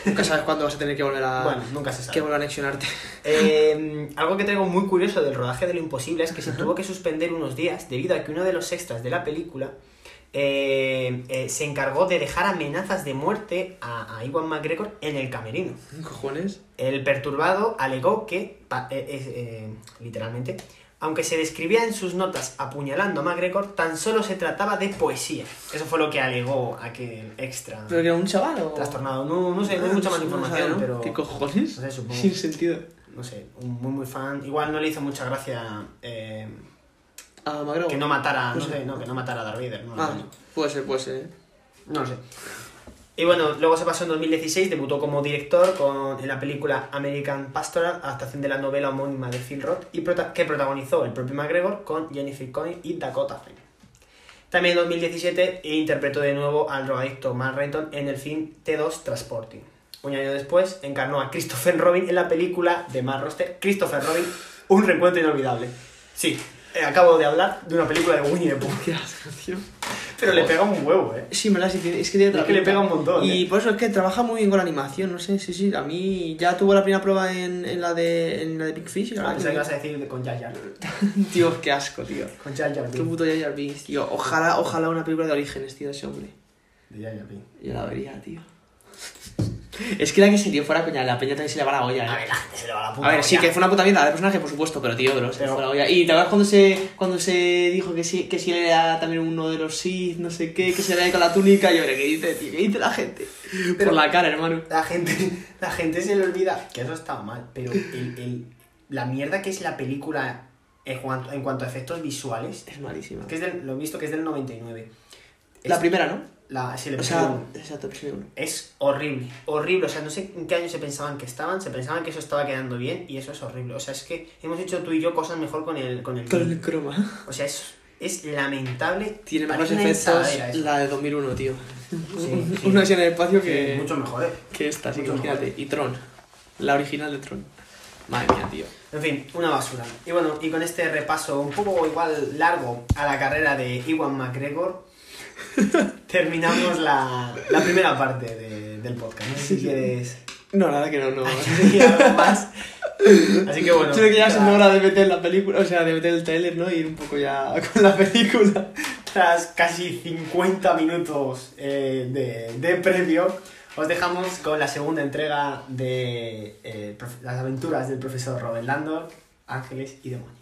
[SPEAKER 13] Nunca sabes cuándo vas a tener que volver a,
[SPEAKER 14] Bueno, nunca se sabe.
[SPEAKER 13] que volver a anexionarte. <laughs>
[SPEAKER 14] Eh, algo que traigo muy curioso del rodaje de lo imposible es que se tuvo que suspender unos días debido a que uno de los extras de la película eh, eh, se encargó de dejar amenazas de muerte a, a Iwan McGregor en el camerino.
[SPEAKER 13] ¿Cojones?
[SPEAKER 14] El perturbado alegó que, pa- eh, eh, eh, literalmente, Aunque se describía en sus notas apuñalando a MacGregor, tan solo se trataba de poesía. Eso fue lo que alegó aquel extra.
[SPEAKER 13] ¿Pero que era un chaval o...?
[SPEAKER 14] Trastornado. No, no sé, no hay
[SPEAKER 13] Ah,
[SPEAKER 14] mucha más
[SPEAKER 13] no
[SPEAKER 14] información,
[SPEAKER 13] sabe, ¿no?
[SPEAKER 14] pero...
[SPEAKER 13] ¿Qué cojones?
[SPEAKER 14] No sé, supongo.
[SPEAKER 13] Sin sentido.
[SPEAKER 14] No sé, un muy muy fan. Igual no le hizo mucha gracia eh,
[SPEAKER 13] A Magro.
[SPEAKER 14] que no matara, no
[SPEAKER 13] Pues-
[SPEAKER 14] sé, no, que no matara a Darth Vader. No, lo
[SPEAKER 13] Ah,
[SPEAKER 14] sé.
[SPEAKER 13] puede ser, puede ser. ¿eh?
[SPEAKER 14] No lo sé. Y bueno, luego se pasó en 2016, debutó como director con, en la película American Pastoral, adaptación de la novela homónima de Phil Roth, y prota- que protagonizó el propio McGregor con Jennifer Connelly y Dakota Fanning. También en 2017 e interpretó de nuevo al drogadicto Mark Renton en el film T2 Transporting. Un año después encarnó a Christopher Robin en la película de Mark Roster, Christopher Robin, un recuento inolvidable. Sí, eh, acabo de hablar de una película de Winnie the Pooh,
[SPEAKER 13] <laughs> Qué asco, tío.
[SPEAKER 14] pero le pega un huevo, eh.
[SPEAKER 13] Sí, me la sí tiene- es que tiene
[SPEAKER 14] Es
[SPEAKER 13] otra
[SPEAKER 14] que le
[SPEAKER 13] pinta.
[SPEAKER 14] pega un montón,
[SPEAKER 13] Y
[SPEAKER 14] eh.
[SPEAKER 13] por eso es que trabaja muy bien con la animación, no sé, sí, sí. A mí ya tuvo la primera prueba en, en la de en la de Big Fish. y ahora
[SPEAKER 14] Ah, pensaba que ibas
[SPEAKER 13] tiene-
[SPEAKER 14] a decir con Jar Jar.
[SPEAKER 13] <laughs> Dios, qué asco, tío.
[SPEAKER 14] Con Jar Jar
[SPEAKER 13] Qué
[SPEAKER 14] Binks.
[SPEAKER 13] puto Jar Jar Binks, tío. Ojalá, ojalá una película de orígenes, tío, ese hombre.
[SPEAKER 14] De Jar Jar Binks.
[SPEAKER 13] Yo la vería, tío. <laughs> Es que la que se dio fuera coña, la peña también se le va la olla, eh.
[SPEAKER 14] A ver, la gente se le va la puta.
[SPEAKER 13] A ver, sí,
[SPEAKER 14] olla.
[SPEAKER 13] que fue una puta mierda de personaje, por supuesto, pero tío, pero se
[SPEAKER 14] Pero-
[SPEAKER 13] fue la olla. Y te acuerdas cuando se, cuando se dijo que sí, que sí era también uno de los Sith, no sé qué, que se veía con la túnica, yo creo, ¿qué dice, tío? ¿Qué dice la gente?
[SPEAKER 14] Pero-
[SPEAKER 13] Por la cara, hermano.
[SPEAKER 14] La gente, <laughs> la gente se le olvida que eso está mal, pero el, el- la mierda que es la película en cuanto, en cuanto a efectos visuales,
[SPEAKER 13] Es malísima.
[SPEAKER 14] que es del, lo he visto que es del 99. Es
[SPEAKER 13] La primera, ¿no?
[SPEAKER 14] La, sí, la
[SPEAKER 13] O sea,
[SPEAKER 14] episodio uno.
[SPEAKER 13] exacto, episodio uno.
[SPEAKER 14] es horrible, horrible. O sea, no sé en qué año se pensaban que estaban, se pensaban que eso estaba quedando bien y eso es horrible. O sea, es que hemos hecho tú y yo cosas mejor con el. Con el,
[SPEAKER 13] Con el croma.
[SPEAKER 14] O sea, es, es lamentable.
[SPEAKER 13] Tiene mejores
[SPEAKER 14] Parece una
[SPEAKER 13] efectos
[SPEAKER 14] ensaladera eso.
[SPEAKER 13] la de 2001, tío. <laughs>
[SPEAKER 14] Sí, sí.
[SPEAKER 13] Una así en el espacio
[SPEAKER 14] Sí,
[SPEAKER 13] que,
[SPEAKER 14] Mucho mejor, eh.
[SPEAKER 13] que esta, así que
[SPEAKER 14] mucho mejor.
[SPEAKER 13] imagínate. Y Tron, la original de Tron. Madre mía, tío.
[SPEAKER 14] En fin, una basura. Y bueno, y con este repaso un poco igual largo a la carrera de Iwan
[SPEAKER 13] <laughs>
[SPEAKER 14] McGregor, terminamos la, la primera parte de- del podcast. No sé si quieres
[SPEAKER 13] No, nada que no, no.
[SPEAKER 14] <laughs> añadir algo más. Así que bueno.
[SPEAKER 13] Yo creo que ya es
[SPEAKER 14] tras-
[SPEAKER 13] hora de meter la película, o sea, de meter el trailer, ¿no? Y ir un poco ya <laughs> con la película.
[SPEAKER 14] Tras casi 50 minutos eh, de, de previo, os dejamos con la segunda entrega de eh, prof- las aventuras del profesor Robert Landor, Ángeles y Demonios.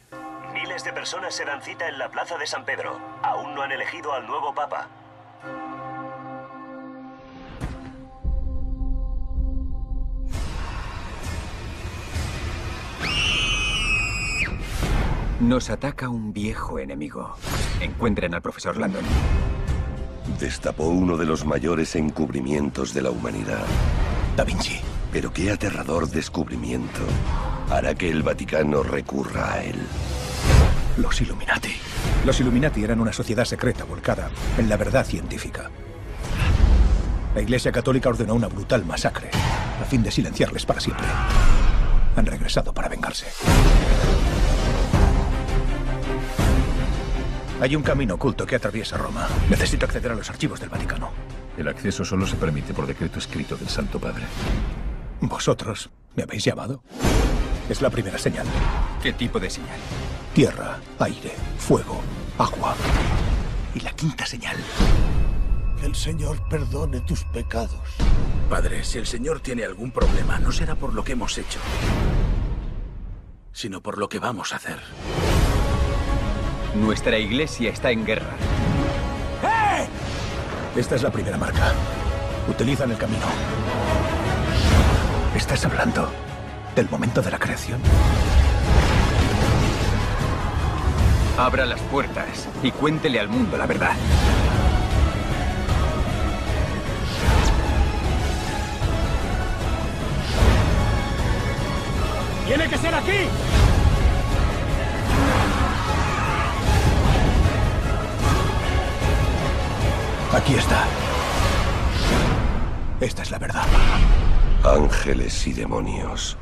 [SPEAKER 7] Miles de personas se dan cita en la plaza de San Pedro. Aún no han elegido al nuevo papa.
[SPEAKER 9] Nos ataca un viejo enemigo. Encuentren al profesor Landon.
[SPEAKER 10] Destapó uno de los mayores encubrimientos de la humanidad. Da Vinci. Pero qué aterrador descubrimiento hará que el Vaticano recurra a él. Los Illuminati.
[SPEAKER 15] Los Illuminati eran una sociedad secreta volcada en la verdad científica. La Iglesia Católica ordenó una brutal masacre a fin de silenciarles para siempre. Han regresado para vengarse. Hay un camino oculto que atraviesa Roma. Necesito acceder a los archivos del Vaticano.
[SPEAKER 16] El acceso solo se permite por decreto escrito del Santo Padre.
[SPEAKER 15] ¿Vosotros me habéis llamado? Es la primera señal.
[SPEAKER 9] ¿Qué tipo de señal?
[SPEAKER 15] Tierra, aire, fuego, agua. Y la quinta señal.
[SPEAKER 17] Que el Señor perdone tus pecados.
[SPEAKER 18] Padre, si el Señor tiene algún problema, no será por lo que hemos hecho, sino por lo que vamos a hacer.
[SPEAKER 9] Nuestra iglesia está en guerra.
[SPEAKER 15] Esta es la primera marca. Utilizan el camino. ¿Estás hablando del momento de la creación?
[SPEAKER 9] Abra las puertas y cuéntele al mundo la verdad.
[SPEAKER 15] ¡Tiene que ser aquí! Aquí está. Esta es la verdad.
[SPEAKER 10] Ángeles y demonios.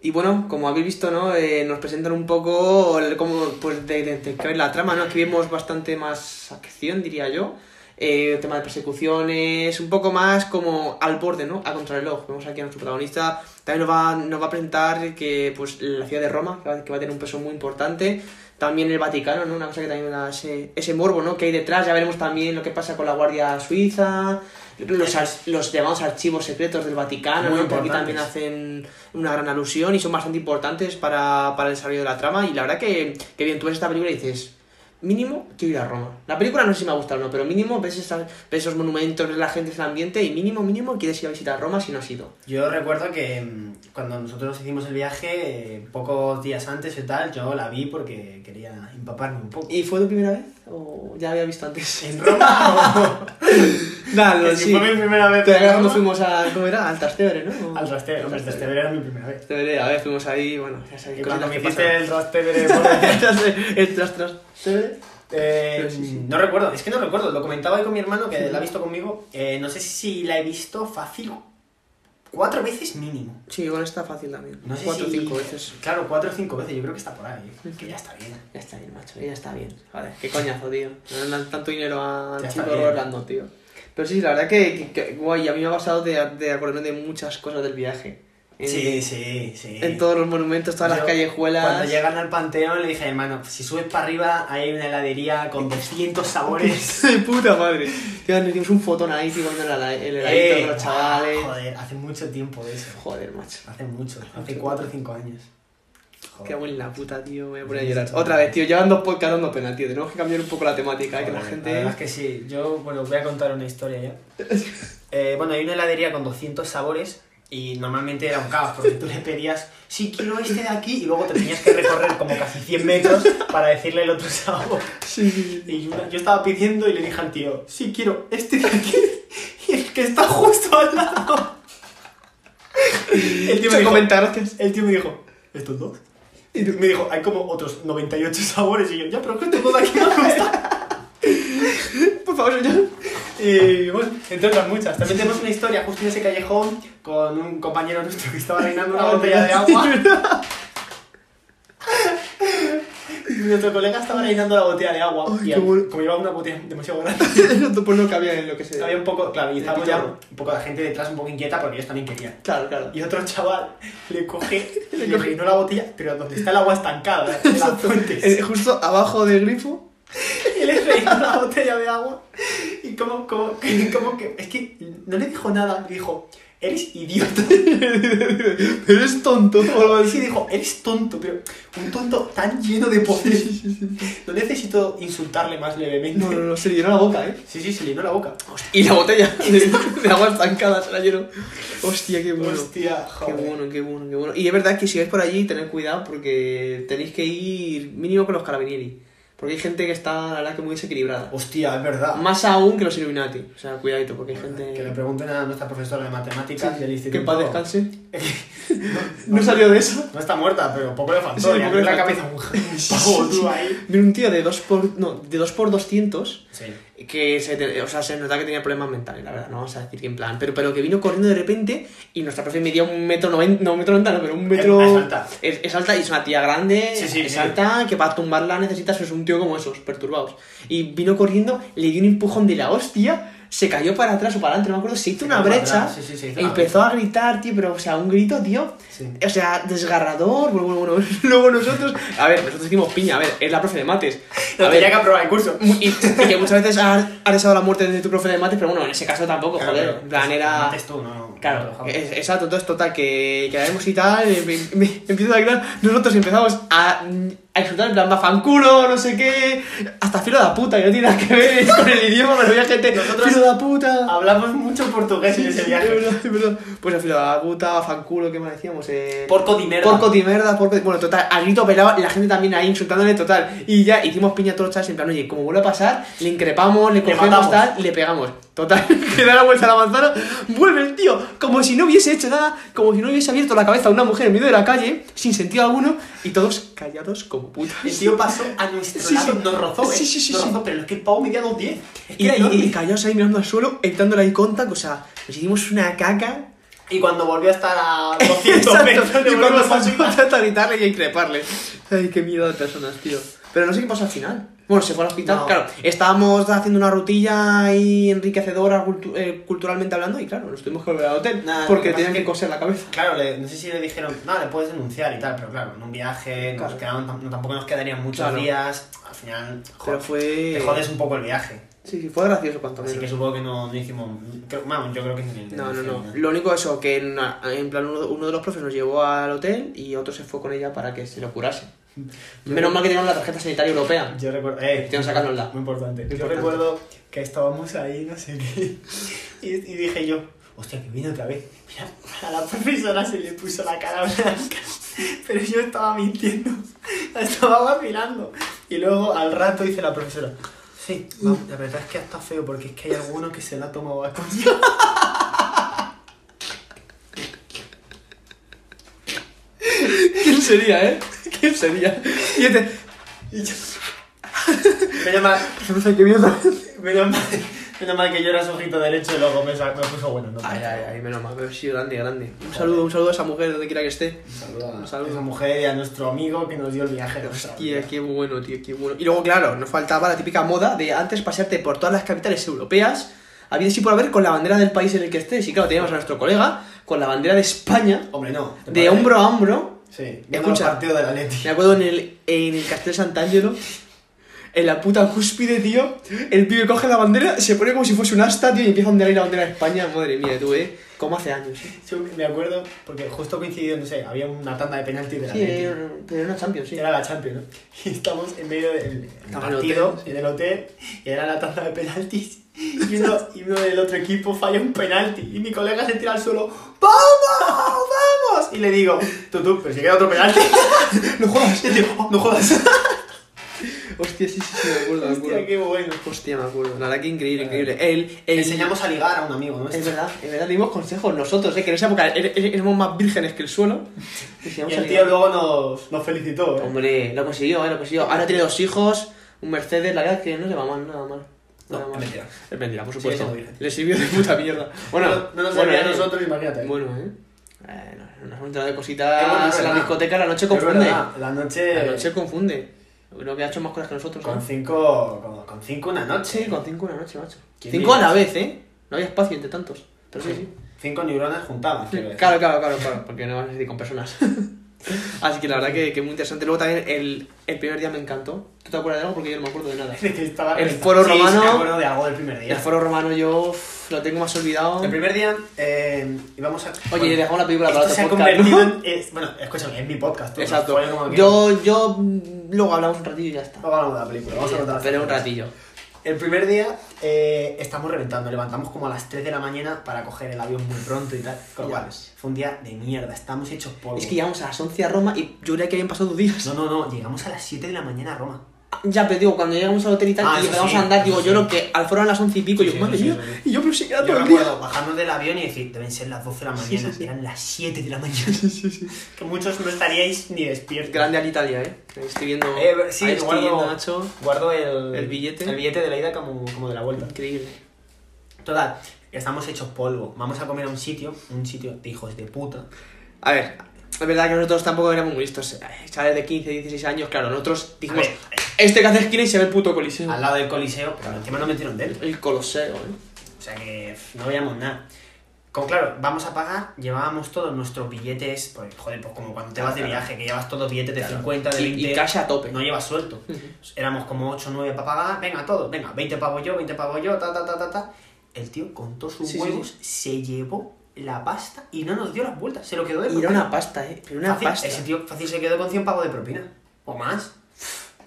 [SPEAKER 13] Y bueno, como habéis visto, ¿no? Eh, nos presentan un poco el- cómo, pues, de, de- de qué es la trama, ¿no? Aquí vemos bastante más acción, diría yo. Eh, tema de persecuciones, un poco más como al borde, ¿no? A contrarreloj. Vemos aquí a nuestro protagonista. También nos va, nos va a presentar que, pues, la ciudad de Roma, que va, que va a tener un peso muy importante. También el Vaticano, ¿no? Una cosa que también da ese, ese morbo, ¿no? Que hay detrás. Ya veremos también lo que pasa con la Guardia Suiza, los, ar- los llamados archivos secretos del Vaticano,
[SPEAKER 19] Eh. Muy
[SPEAKER 13] ¿no? que aquí
[SPEAKER 19] importantes.
[SPEAKER 13] también hacen una gran alusión y son bastante importantes para, para el desarrollo de la trama. Y la verdad que, que bien, tú ves esta película y dices, mínimo quiero ir a Roma. La película no sé si me ha gustado o no, pero mínimo ves, esas- ves esos monumentos, ves la gente, el ambiente y mínimo, mínimo quieres ir a visitar Roma si no has ido.
[SPEAKER 14] Yo recuerdo que mm, cuando nosotros nos hicimos el viaje, eh, pocos días antes y tal, yo la vi porque quería empaparme un poco.
[SPEAKER 13] ¿Y fue tu primera vez? ¿O ya había visto
[SPEAKER 14] <laughs>
[SPEAKER 13] antes?
[SPEAKER 14] ¿En <laughs>
[SPEAKER 13] <laughs>
[SPEAKER 14] Roma o...?
[SPEAKER 13] Dale,
[SPEAKER 14] Que si fue mi primera vez
[SPEAKER 13] ¿Te
[SPEAKER 14] en
[SPEAKER 13] acuerdas cuando
[SPEAKER 14] Roma?
[SPEAKER 13] fuimos a. ¿Cómo era? Al Trastevere, ¿no?
[SPEAKER 14] Al Trastevere, hombre, el Trastevere era mi primera vez.
[SPEAKER 13] Trastevere, a ver, fuimos ahí, bueno, ya sabéis.
[SPEAKER 14] Y
[SPEAKER 13] cositas
[SPEAKER 14] cuando me
[SPEAKER 13] que
[SPEAKER 14] hiciste
[SPEAKER 13] pasan.
[SPEAKER 14] el Trastevere,
[SPEAKER 13] <laughs>
[SPEAKER 14] bueno,
[SPEAKER 13] el tras tras
[SPEAKER 14] Trastevere, eh, no recuerdo, es que no recuerdo, lo comentaba hoy con mi hermano que la ha visto conmigo, eh, no sé si la he visto fácil cuatro veces mínimo.
[SPEAKER 13] Sí, igual está fácil también.
[SPEAKER 14] No sé
[SPEAKER 13] Cuatro o
[SPEAKER 14] si-
[SPEAKER 13] cinco veces.
[SPEAKER 14] Claro, cuatro o cinco veces, yo creo que está por ahí. Que ya está bien.
[SPEAKER 13] Ya está bien, macho, ya está bien. Joder, qué coñazo, tío. No le dan tanto dinero al
[SPEAKER 14] Ya
[SPEAKER 13] chico
[SPEAKER 14] está bien.
[SPEAKER 13] Orlando, tío. Pero sí, la verdad que, que- que guay, a mí me ha pasado de, de acordarme de muchas cosas del viaje. En-
[SPEAKER 14] Sí, sí, sí.
[SPEAKER 13] Eh, En todos los monumentos, todas
[SPEAKER 14] Yo,
[SPEAKER 13] las callejuelas.
[SPEAKER 14] Cuando llegan al panteón le dije, hermano, si subes para arriba hay una heladería con 200
[SPEAKER 13] <laughs>
[SPEAKER 14] sabores. <laughs>
[SPEAKER 13] de puta madre. Tío, nos hicimos un fotón ahí, tío, cuando era el heladito
[SPEAKER 14] Eh,
[SPEAKER 13] de los chavales.
[SPEAKER 14] Joder, hace mucho tiempo de eso.
[SPEAKER 13] Joder, macho.
[SPEAKER 14] Hace mucho, hace 4 o 5 años.
[SPEAKER 13] Qué en la puta, tío. Me voy a poner a llorar. Otra vez, tío. Llevan dos podcasts dando pena, tío. Tenemos que cambiar un poco la temática. eh, que la
[SPEAKER 14] Joder,
[SPEAKER 13] gente.
[SPEAKER 14] La verdad es
[SPEAKER 13] <laughs>
[SPEAKER 14] que sí. Yo, bueno, voy a contar una historia ya. Eh, bueno, hay una heladería con 200 sabores y normalmente era un caos porque tú le pedías, sí, quiero este de aquí y luego te tenías que recorrer como casi 100 metros para decirle el otro sabor. Y yo, yo estaba pidiendo y le dije al tío, sí, quiero este de aquí <laughs> y el que está justo al lado. El tío, me dijo, el tío me dijo, ¿estos dos? Y me dijo, hay como otros 98 sabores. Y yo, ya, pero es que estos dos de aquí no me gustan. Por favor, señor. Y bueno, entre otras muchas. También tenemos una historia justo en ese callejón con un compañero nuestro que estaba reinando <laughs> una
[SPEAKER 13] Ah,
[SPEAKER 14] botella de
[SPEAKER 13] verdad.
[SPEAKER 14] agua.
[SPEAKER 13] <laughs>
[SPEAKER 14] Y <laughs> Nuestro colega estaba rellenando la botella de agua. y al- como llevaba una botella demasiado <laughs> grande.
[SPEAKER 13] <laughs> pues no cabía en lo que se.
[SPEAKER 14] Había un poco, claro, y estaba ya
[SPEAKER 13] picado.
[SPEAKER 14] un poco la gente detrás un poco inquieta porque ellos también querían.
[SPEAKER 13] Claro, claro.
[SPEAKER 14] Y otro chaval le coge, <laughs> le llenó la botella, pero donde está el agua estancada, en las fuentes.
[SPEAKER 13] Eh, justo abajo del grifo.
[SPEAKER 14] Y le rellenó la botella de agua. Y como, como, que- como que. Es que no le dijo nada, le dijo, eres
[SPEAKER 13] <laughs>
[SPEAKER 14] idiota.
[SPEAKER 13] Eres tonto.
[SPEAKER 14] Y sí dijo, eres tonto, pero un tonto tan lleno de poder. No necesito insultarle más levemente. No, no,
[SPEAKER 13] no, se le llenó la boca, ¿eh?
[SPEAKER 14] Sí, sí, se le llenó la boca.
[SPEAKER 13] <laughs> Y la botella <laughs> de, de agua estancada se la llenó. Hostia, qué bueno.
[SPEAKER 14] Hostia,
[SPEAKER 13] Qué bueno, qué bueno, qué bueno. Y es verdad que si vais por allí, tened cuidado porque tenéis que ir mínimo con los carabinieri. Porque hay gente que está, la verdad, que muy desequilibrada.
[SPEAKER 14] Hostia, es verdad.
[SPEAKER 13] Más aún que los Illuminati. O sea, cuidadito, porque hay gente.
[SPEAKER 14] Que le pregunten a nuestra profesora de matemáticas
[SPEAKER 13] Sí,
[SPEAKER 14] del
[SPEAKER 13] que
[SPEAKER 14] instituto.
[SPEAKER 13] en paz descanse.
[SPEAKER 14] <laughs> no,
[SPEAKER 13] salió de <laughs> eso.
[SPEAKER 14] No está muerta, pero poco le
[SPEAKER 13] Sí,
[SPEAKER 14] faltó. le
[SPEAKER 13] porque
[SPEAKER 14] abrió la
[SPEAKER 13] faltó.
[SPEAKER 14] cabeza
[SPEAKER 13] <laughs>
[SPEAKER 14] un pavo, tú ahí.
[SPEAKER 13] Vino un tío de 2 por no, de 2 por 200
[SPEAKER 14] Sí.
[SPEAKER 13] que se, te- o sea, se nota que tenía problemas mentales, la verdad, no vamos a decir que en plan, pero, pero que vino corriendo de repente y nuestra profe medía un metro noventa, no un metro noventa, no, pero un metro...
[SPEAKER 14] Es alta.
[SPEAKER 13] Es, es alta y es una tía grande,
[SPEAKER 14] Sí, sí,
[SPEAKER 13] es
[SPEAKER 14] sí.
[SPEAKER 13] alta, que para tumbarla necesitas pues, un tío como esos, perturbados. Y vino corriendo, le dio un empujón de la hostia, se cayó para atrás o para adelante, no me acuerdo, se hizo una
[SPEAKER 14] cayó para
[SPEAKER 13] brecha,
[SPEAKER 14] atrás, sí, sí, se hizo una
[SPEAKER 13] empezó a gritar, tío, pero o sea, un grito, tío, o sea, desgarrador, bueno, bueno, <laughs> bueno, luego nosotros, a ver, nosotros hicimos piña, a ver, es la profe de mates.
[SPEAKER 14] No
[SPEAKER 13] a ver,
[SPEAKER 14] tenía que aprobar el curso.
[SPEAKER 13] Mu- Y, y que muchas veces has, has deseado la muerte de tu profe de mates, pero bueno, en ese caso tampoco,
[SPEAKER 14] Claro,
[SPEAKER 13] joder.
[SPEAKER 14] pero
[SPEAKER 13] En plan, era.
[SPEAKER 14] mates tú, no- no lo
[SPEAKER 13] Claro,
[SPEAKER 14] dejamos.
[SPEAKER 13] es- exacto, entonces total, que quedaremos y tal. eh, Me, me- empiezo a gritar, nosotros empezamos a, a insultar, en plan, bafanculo, no sé qué. Hasta filo de la puta, que no tiene nada que ver <laughs> con el idioma, pero había gente.
[SPEAKER 14] Nosotros
[SPEAKER 13] filo de la puta.
[SPEAKER 14] Hablamos mucho portugués en ese
[SPEAKER 13] Es
[SPEAKER 14] viaje.
[SPEAKER 13] verdad, es verdad. Pues al filo de la puta, bafanculo, ¿qué más decíamos? Eh,
[SPEAKER 14] Porco di merda.
[SPEAKER 13] Porco de merda, porco de... Bueno, total, al grito pelado, la gente también ahí insultándole, total. Y ya hicimos piña a todos los chavales en plan, oye, como vuelve a pasar, le increpamos, le cogemos
[SPEAKER 14] matamos.
[SPEAKER 13] tal, y le pegamos. Total, <laughs> que da la vuelta a la manzana, vuelve el tío, como si no hubiese hecho nada, como si no hubiese abierto la cabeza a una mujer en medio de la calle, sin sentido alguno, y todos callados como putas.
[SPEAKER 14] El tío pasó a nuestro
[SPEAKER 13] Sí,
[SPEAKER 14] lado,
[SPEAKER 13] sí.
[SPEAKER 14] nos rozó, ¿eh?
[SPEAKER 13] Sí, sí, sí,
[SPEAKER 14] Nos
[SPEAKER 13] sí.
[SPEAKER 14] rozó, pero es que el pavo medía 2.10. Es que
[SPEAKER 13] Y,
[SPEAKER 14] era
[SPEAKER 13] y,
[SPEAKER 14] enorme.
[SPEAKER 13] y callados ahí mirando al suelo, evitando la contact, o sea, nos hicimos una caca.
[SPEAKER 14] Y cuando volvió a estar <laughs> a 200
[SPEAKER 13] Exacto.
[SPEAKER 14] metros, le
[SPEAKER 13] Y
[SPEAKER 14] volvimos
[SPEAKER 13] cuando
[SPEAKER 14] a
[SPEAKER 13] pasó a gritarle y a increparle. Ay, qué miedo de personas, tío. Pero no sé qué pasó al final. Bueno, se fue al hospital,
[SPEAKER 14] No.
[SPEAKER 13] claro. Estábamos haciendo una rutilla ahí enriquecedora cultu- eh, culturalmente hablando y claro, nos tuvimos que volver al hotel
[SPEAKER 14] Nada, lo
[SPEAKER 13] porque
[SPEAKER 14] que pasa
[SPEAKER 13] tenían
[SPEAKER 14] es
[SPEAKER 13] que
[SPEAKER 14] que-
[SPEAKER 13] coser la cabeza.
[SPEAKER 14] Claro, le- no sé si le dijeron, no, le puedes denunciar y tal, pero claro, en un viaje nos
[SPEAKER 13] Claro.
[SPEAKER 14] quedaban tam- no, tampoco nos quedarían muchos
[SPEAKER 13] Claro.
[SPEAKER 14] días. Al final,
[SPEAKER 13] Pero
[SPEAKER 14] joder,
[SPEAKER 13] fue...
[SPEAKER 14] te jodes un poco el viaje.
[SPEAKER 13] Sí, sí, fue gracioso cuanto
[SPEAKER 14] Así
[SPEAKER 13] menos.
[SPEAKER 14] que supongo que no, no hicimos. creo- vamos, yo creo que ni- ni
[SPEAKER 13] No, no,
[SPEAKER 14] hicieron
[SPEAKER 13] no.
[SPEAKER 14] nada.
[SPEAKER 13] Lo único eso, que en, en plan uno, uno de los profes nos llevó al hotel y otro se fue con ella para que se lo curase. Menos mal que teníamos la tarjeta sanitaria europea.
[SPEAKER 14] Yo recuerdo. Eh,
[SPEAKER 13] Tengo que sacárnosla.
[SPEAKER 14] Muy importante. Yo
[SPEAKER 13] Importante.
[SPEAKER 14] recuerdo que estábamos ahí, no sé qué. Y, y dije yo, hostia, que viene otra vez. Mira, a la profesora se le puso la cara blanca. Pero yo estaba mintiendo. La estaba vacilando. Y luego al rato dice la profesora. Sí, vamos, la verdad es que está feo porque es que hay alguno que se la ha tomado a coña.
[SPEAKER 13] ¿Quién sería, eh? ¿Quién sería? Y este,
[SPEAKER 14] Menos mal, menos mal, menos mal que yo era su ojito derecho y luego me, sa- me puso bueno. No,
[SPEAKER 13] Ay, ay, ay, menos mal, pero sí, grande, grande. Un saludo, un saludo a esa mujer donde quiera que esté.
[SPEAKER 14] Un saludo a esa mujer y a nuestro amigo que nos dio el viaje.
[SPEAKER 13] Tía, qué bueno, tío, qué bueno. Y luego, claro, nos faltaba la típica moda de antes pasearte por todas las capitales europeas, había sí por haber con la bandera del país en el que estés. Y claro, teníamos a nuestro colega con la bandera de España,
[SPEAKER 14] Hombre, no. ¿te
[SPEAKER 13] de
[SPEAKER 14] parece?
[SPEAKER 13] hombro a hombro.
[SPEAKER 14] Sí, viendo los
[SPEAKER 13] Escucha,
[SPEAKER 14] partidos de la Leti.
[SPEAKER 13] me acuerdo en el, en el Castel Sant'Angelo, en la puta cúspide, tío, el pibe coge la bandera, se pone como si fuese un asta, tío, y empieza a ondear ahí la bandera de España. Madre mía, tú, eh, como hace años. eh.
[SPEAKER 14] Yo me acuerdo, porque justo coincidió, no sé, había una tanda de penaltis de la
[SPEAKER 13] Sí,
[SPEAKER 14] Leti.
[SPEAKER 13] era una- pero era una Champions, sí.
[SPEAKER 14] Era la Champions, ¿no? <laughs> Y estamos en medio del del
[SPEAKER 13] Estaba en el
[SPEAKER 14] partido,
[SPEAKER 13] hotel, sí.
[SPEAKER 14] en el hotel, y era la tanda de penaltis. Y uno, y uno del otro equipo falla un penalti. Y mi colega se tira al suelo, ¡Vamos! ¡Vamos! Y le digo, tú, tú, pero si queda otro penalti. <laughs>
[SPEAKER 13] no jodas.
[SPEAKER 14] Y el tío, "Oh, no jodas.
[SPEAKER 13] Hostia, sí, sí, sí, me acuerdo, me acuerdo.
[SPEAKER 14] Hostia, qué bueno.
[SPEAKER 13] Hostia, me acuerdo. La verdad que increíble, increíble. El, el-
[SPEAKER 14] Enseñamos a ligar a un amigo, ¿no?
[SPEAKER 13] Es verdad, es verdad, le dimos consejos nosotros, ¿eh? que en esa época er- er- éramos más vírgenes que
[SPEAKER 14] <laughs>
[SPEAKER 13] el suelo. Decíamos
[SPEAKER 14] Y el
[SPEAKER 13] a
[SPEAKER 14] tío
[SPEAKER 13] ligar.
[SPEAKER 14] luego nos, nos felicitó, ¿eh?
[SPEAKER 13] Hombre, lo consiguió, ¿eh? lo consiguió. Ahora tiene dos hijos, un Mercedes, la verdad es que no se va mal, nada mal. Nada mal. Es mentira, por
[SPEAKER 14] Sigue
[SPEAKER 13] supuesto.
[SPEAKER 14] siendo virgen.
[SPEAKER 13] Le sirvió de puta mierda. Bueno,
[SPEAKER 14] No- no nos
[SPEAKER 13] bueno,
[SPEAKER 14] servía a
[SPEAKER 13] eh.
[SPEAKER 14] nosotros, imagínate.
[SPEAKER 13] Bueno, ¿eh? Eh, no, nos hemos enterado de
[SPEAKER 14] Eh, bueno,
[SPEAKER 13] cositas
[SPEAKER 14] es
[SPEAKER 13] en la
[SPEAKER 14] verdad.
[SPEAKER 13] discoteca, la noche
[SPEAKER 14] Es
[SPEAKER 13] confunde.
[SPEAKER 14] verdad, La noche...
[SPEAKER 13] La noche confunde. Creo que ha hecho más cosas que nosotros.
[SPEAKER 14] Eh, Con
[SPEAKER 13] ¿no?
[SPEAKER 14] cinco, con, con cinco una noche.
[SPEAKER 13] Sí, con cinco una noche, macho.
[SPEAKER 14] ¿Quién
[SPEAKER 13] Cinco a
[SPEAKER 14] diría?
[SPEAKER 13] la vez, ¿eh? No había espacio entre tantos. Pero sí, sí.
[SPEAKER 14] Cinco neuronas juntadas. quiero decir.
[SPEAKER 13] Claro, claro, claro, claro, porque no vas a ir con personas. <laughs> Así que la verdad que, que muy interesante. Luego también el, el primer día me encantó. ¿Tú te acuerdas de algo? Porque yo no me acuerdo de nada.
[SPEAKER 14] <laughs> De que estaba-
[SPEAKER 13] El foro
[SPEAKER 14] Sí, sí,
[SPEAKER 13] romano-
[SPEAKER 14] me acuerdo de algo del primer día.
[SPEAKER 13] El foro romano yo uf, lo tengo más olvidado.
[SPEAKER 14] El primer día eh, íbamos a. Oye,
[SPEAKER 13] Oye, dejamos la película para
[SPEAKER 14] esto
[SPEAKER 13] otro
[SPEAKER 14] se ha
[SPEAKER 13] podcast,
[SPEAKER 14] convertido
[SPEAKER 13] ¿no?
[SPEAKER 14] en. es- bueno, escúchame, es mi podcast. tú,
[SPEAKER 13] Exacto.
[SPEAKER 14] fue como que-
[SPEAKER 13] Yo, yo mm, luego hablamos un ratillo y ya está. Eh,
[SPEAKER 14] No hablamos de la película, vamos a contar las
[SPEAKER 13] Pero un
[SPEAKER 14] películas.
[SPEAKER 13] ratillo.
[SPEAKER 14] El primer día eh, estamos reventando, levantamos como a las 3 de la mañana para coger el avión muy pronto y tal. Con lo
[SPEAKER 13] Ya
[SPEAKER 14] cual,
[SPEAKER 13] ves.
[SPEAKER 14] fue un día de mierda, estamos hechos polvo.
[SPEAKER 13] Es que llegamos a las 11 a Roma y yo creía que habían pasado dos días.
[SPEAKER 14] No, no, no, llegamos a las 7 de la mañana a Roma.
[SPEAKER 13] Ya, pero digo, cuando llegamos al hotel y tal,
[SPEAKER 14] Ah,
[SPEAKER 13] y
[SPEAKER 14] eso
[SPEAKER 13] empezamos
[SPEAKER 14] sí,
[SPEAKER 13] a andar, digo,
[SPEAKER 14] eso
[SPEAKER 13] yo
[SPEAKER 14] sí.
[SPEAKER 13] creo que al foro eran las 11 y pico, y yo,
[SPEAKER 14] Sí, sí,
[SPEAKER 13] madre
[SPEAKER 14] sí,
[SPEAKER 13] mía,
[SPEAKER 14] sí, sí.
[SPEAKER 13] y yo, pero si queda
[SPEAKER 14] Yo
[SPEAKER 13] todo
[SPEAKER 14] me
[SPEAKER 13] el día.
[SPEAKER 14] acuerdo bajarnos del avión y decir, deben ser las 12 de la mañana,
[SPEAKER 13] Sí, sí, sí.
[SPEAKER 14] eran las 7 de la mañana. que muchos no estaríais ni despiertos.
[SPEAKER 13] Grande al Italia, eh. Ahí estoy viendo,
[SPEAKER 14] Eh, sí,
[SPEAKER 13] ahí estoy
[SPEAKER 14] guardo-
[SPEAKER 13] viendo a Nacho.
[SPEAKER 14] Guardo el,
[SPEAKER 13] El billete.
[SPEAKER 14] El billete de la ida como, como de la vuelta.
[SPEAKER 13] Increíble.
[SPEAKER 14] Total, estamos hechos polvo. Vamos a comer a un sitio, un sitio de hijos de puta.
[SPEAKER 13] A ver, es verdad que nosotros tampoco éramos muy listos. eh, Chavales de 15, 16 años, claro, nosotros dijimos,
[SPEAKER 14] A ver,
[SPEAKER 13] este que hace esquina y se ve el puto coliseo.
[SPEAKER 14] Al lado del coliseo, pero encima no metieron de él.
[SPEAKER 13] El coloseo, eh.
[SPEAKER 14] O sea que pff, no veíamos nada. Como claro, vamos a pagar, llevábamos todos nuestros billetes, pues joder, pues como cuando te vas de
[SPEAKER 13] Claro.
[SPEAKER 14] viaje, que llevas todos billetes de
[SPEAKER 13] Claro.
[SPEAKER 14] 50, de
[SPEAKER 13] Y-
[SPEAKER 14] 20.
[SPEAKER 13] y cash a tope.
[SPEAKER 14] No llevas suelto.
[SPEAKER 13] <laughs> Ujú.
[SPEAKER 14] Éramos como 8 o 9 para pagar, venga, todo, venga, 20 pavos yo, 20 pavos yo, ta, ta, ta, ta, ta. El tío contó sus
[SPEAKER 13] Sí, sí,
[SPEAKER 14] huevos, se llevó la pasta y no nos dio las vueltas, se lo quedó de
[SPEAKER 13] Y era
[SPEAKER 14] propina.
[SPEAKER 13] una pasta, eh. Pero una
[SPEAKER 14] Fácil,
[SPEAKER 13] pasta.
[SPEAKER 14] Ese tío fácil se quedó con 100 pavos de propina, o más.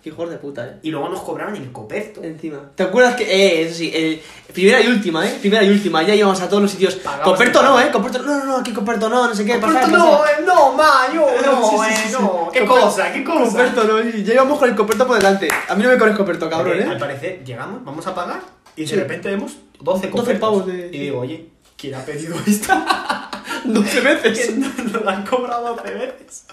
[SPEAKER 13] Qué hijos de puta, eh.
[SPEAKER 14] Y luego nos cobraban el coperto.
[SPEAKER 13] Encima. ¿Te acuerdas que.? Eh, eso sí, eh, primera y última, ¿eh? Primera y última. Ya íbamos a todos los sitios.
[SPEAKER 14] Pagamos
[SPEAKER 13] Comperto
[SPEAKER 14] el-
[SPEAKER 13] no, ¿eh? Comperto no, no, no, aquí Comperto no, no sé qué.
[SPEAKER 14] Coperto
[SPEAKER 13] pasar,
[SPEAKER 14] no,
[SPEAKER 13] pasar.
[SPEAKER 14] eh, no, ma, yo, no,
[SPEAKER 13] <laughs> Sí, sí,
[SPEAKER 14] eh,
[SPEAKER 13] sí, sí.
[SPEAKER 14] no. ¿Qué
[SPEAKER 13] Comper-
[SPEAKER 14] cosa? ¿Qué cosa?
[SPEAKER 13] Comperto no, sí, ya íbamos con el Comperto por delante. A mí no me corres Comperto, cabrón,
[SPEAKER 14] Porque,
[SPEAKER 13] eh.
[SPEAKER 14] Al
[SPEAKER 13] <laughs>
[SPEAKER 14] parecer, llegamos, vamos a pagar y de
[SPEAKER 13] Sí.
[SPEAKER 14] repente vemos 12
[SPEAKER 13] 12
[SPEAKER 14] copertos.
[SPEAKER 13] pavos de-
[SPEAKER 14] Y digo, oye, ¿quién ha
[SPEAKER 13] <laughs>
[SPEAKER 14] pedido esta?
[SPEAKER 13] 12
[SPEAKER 14] Que
[SPEAKER 13] veces.
[SPEAKER 14] nos nos la han cobrado 12 veces.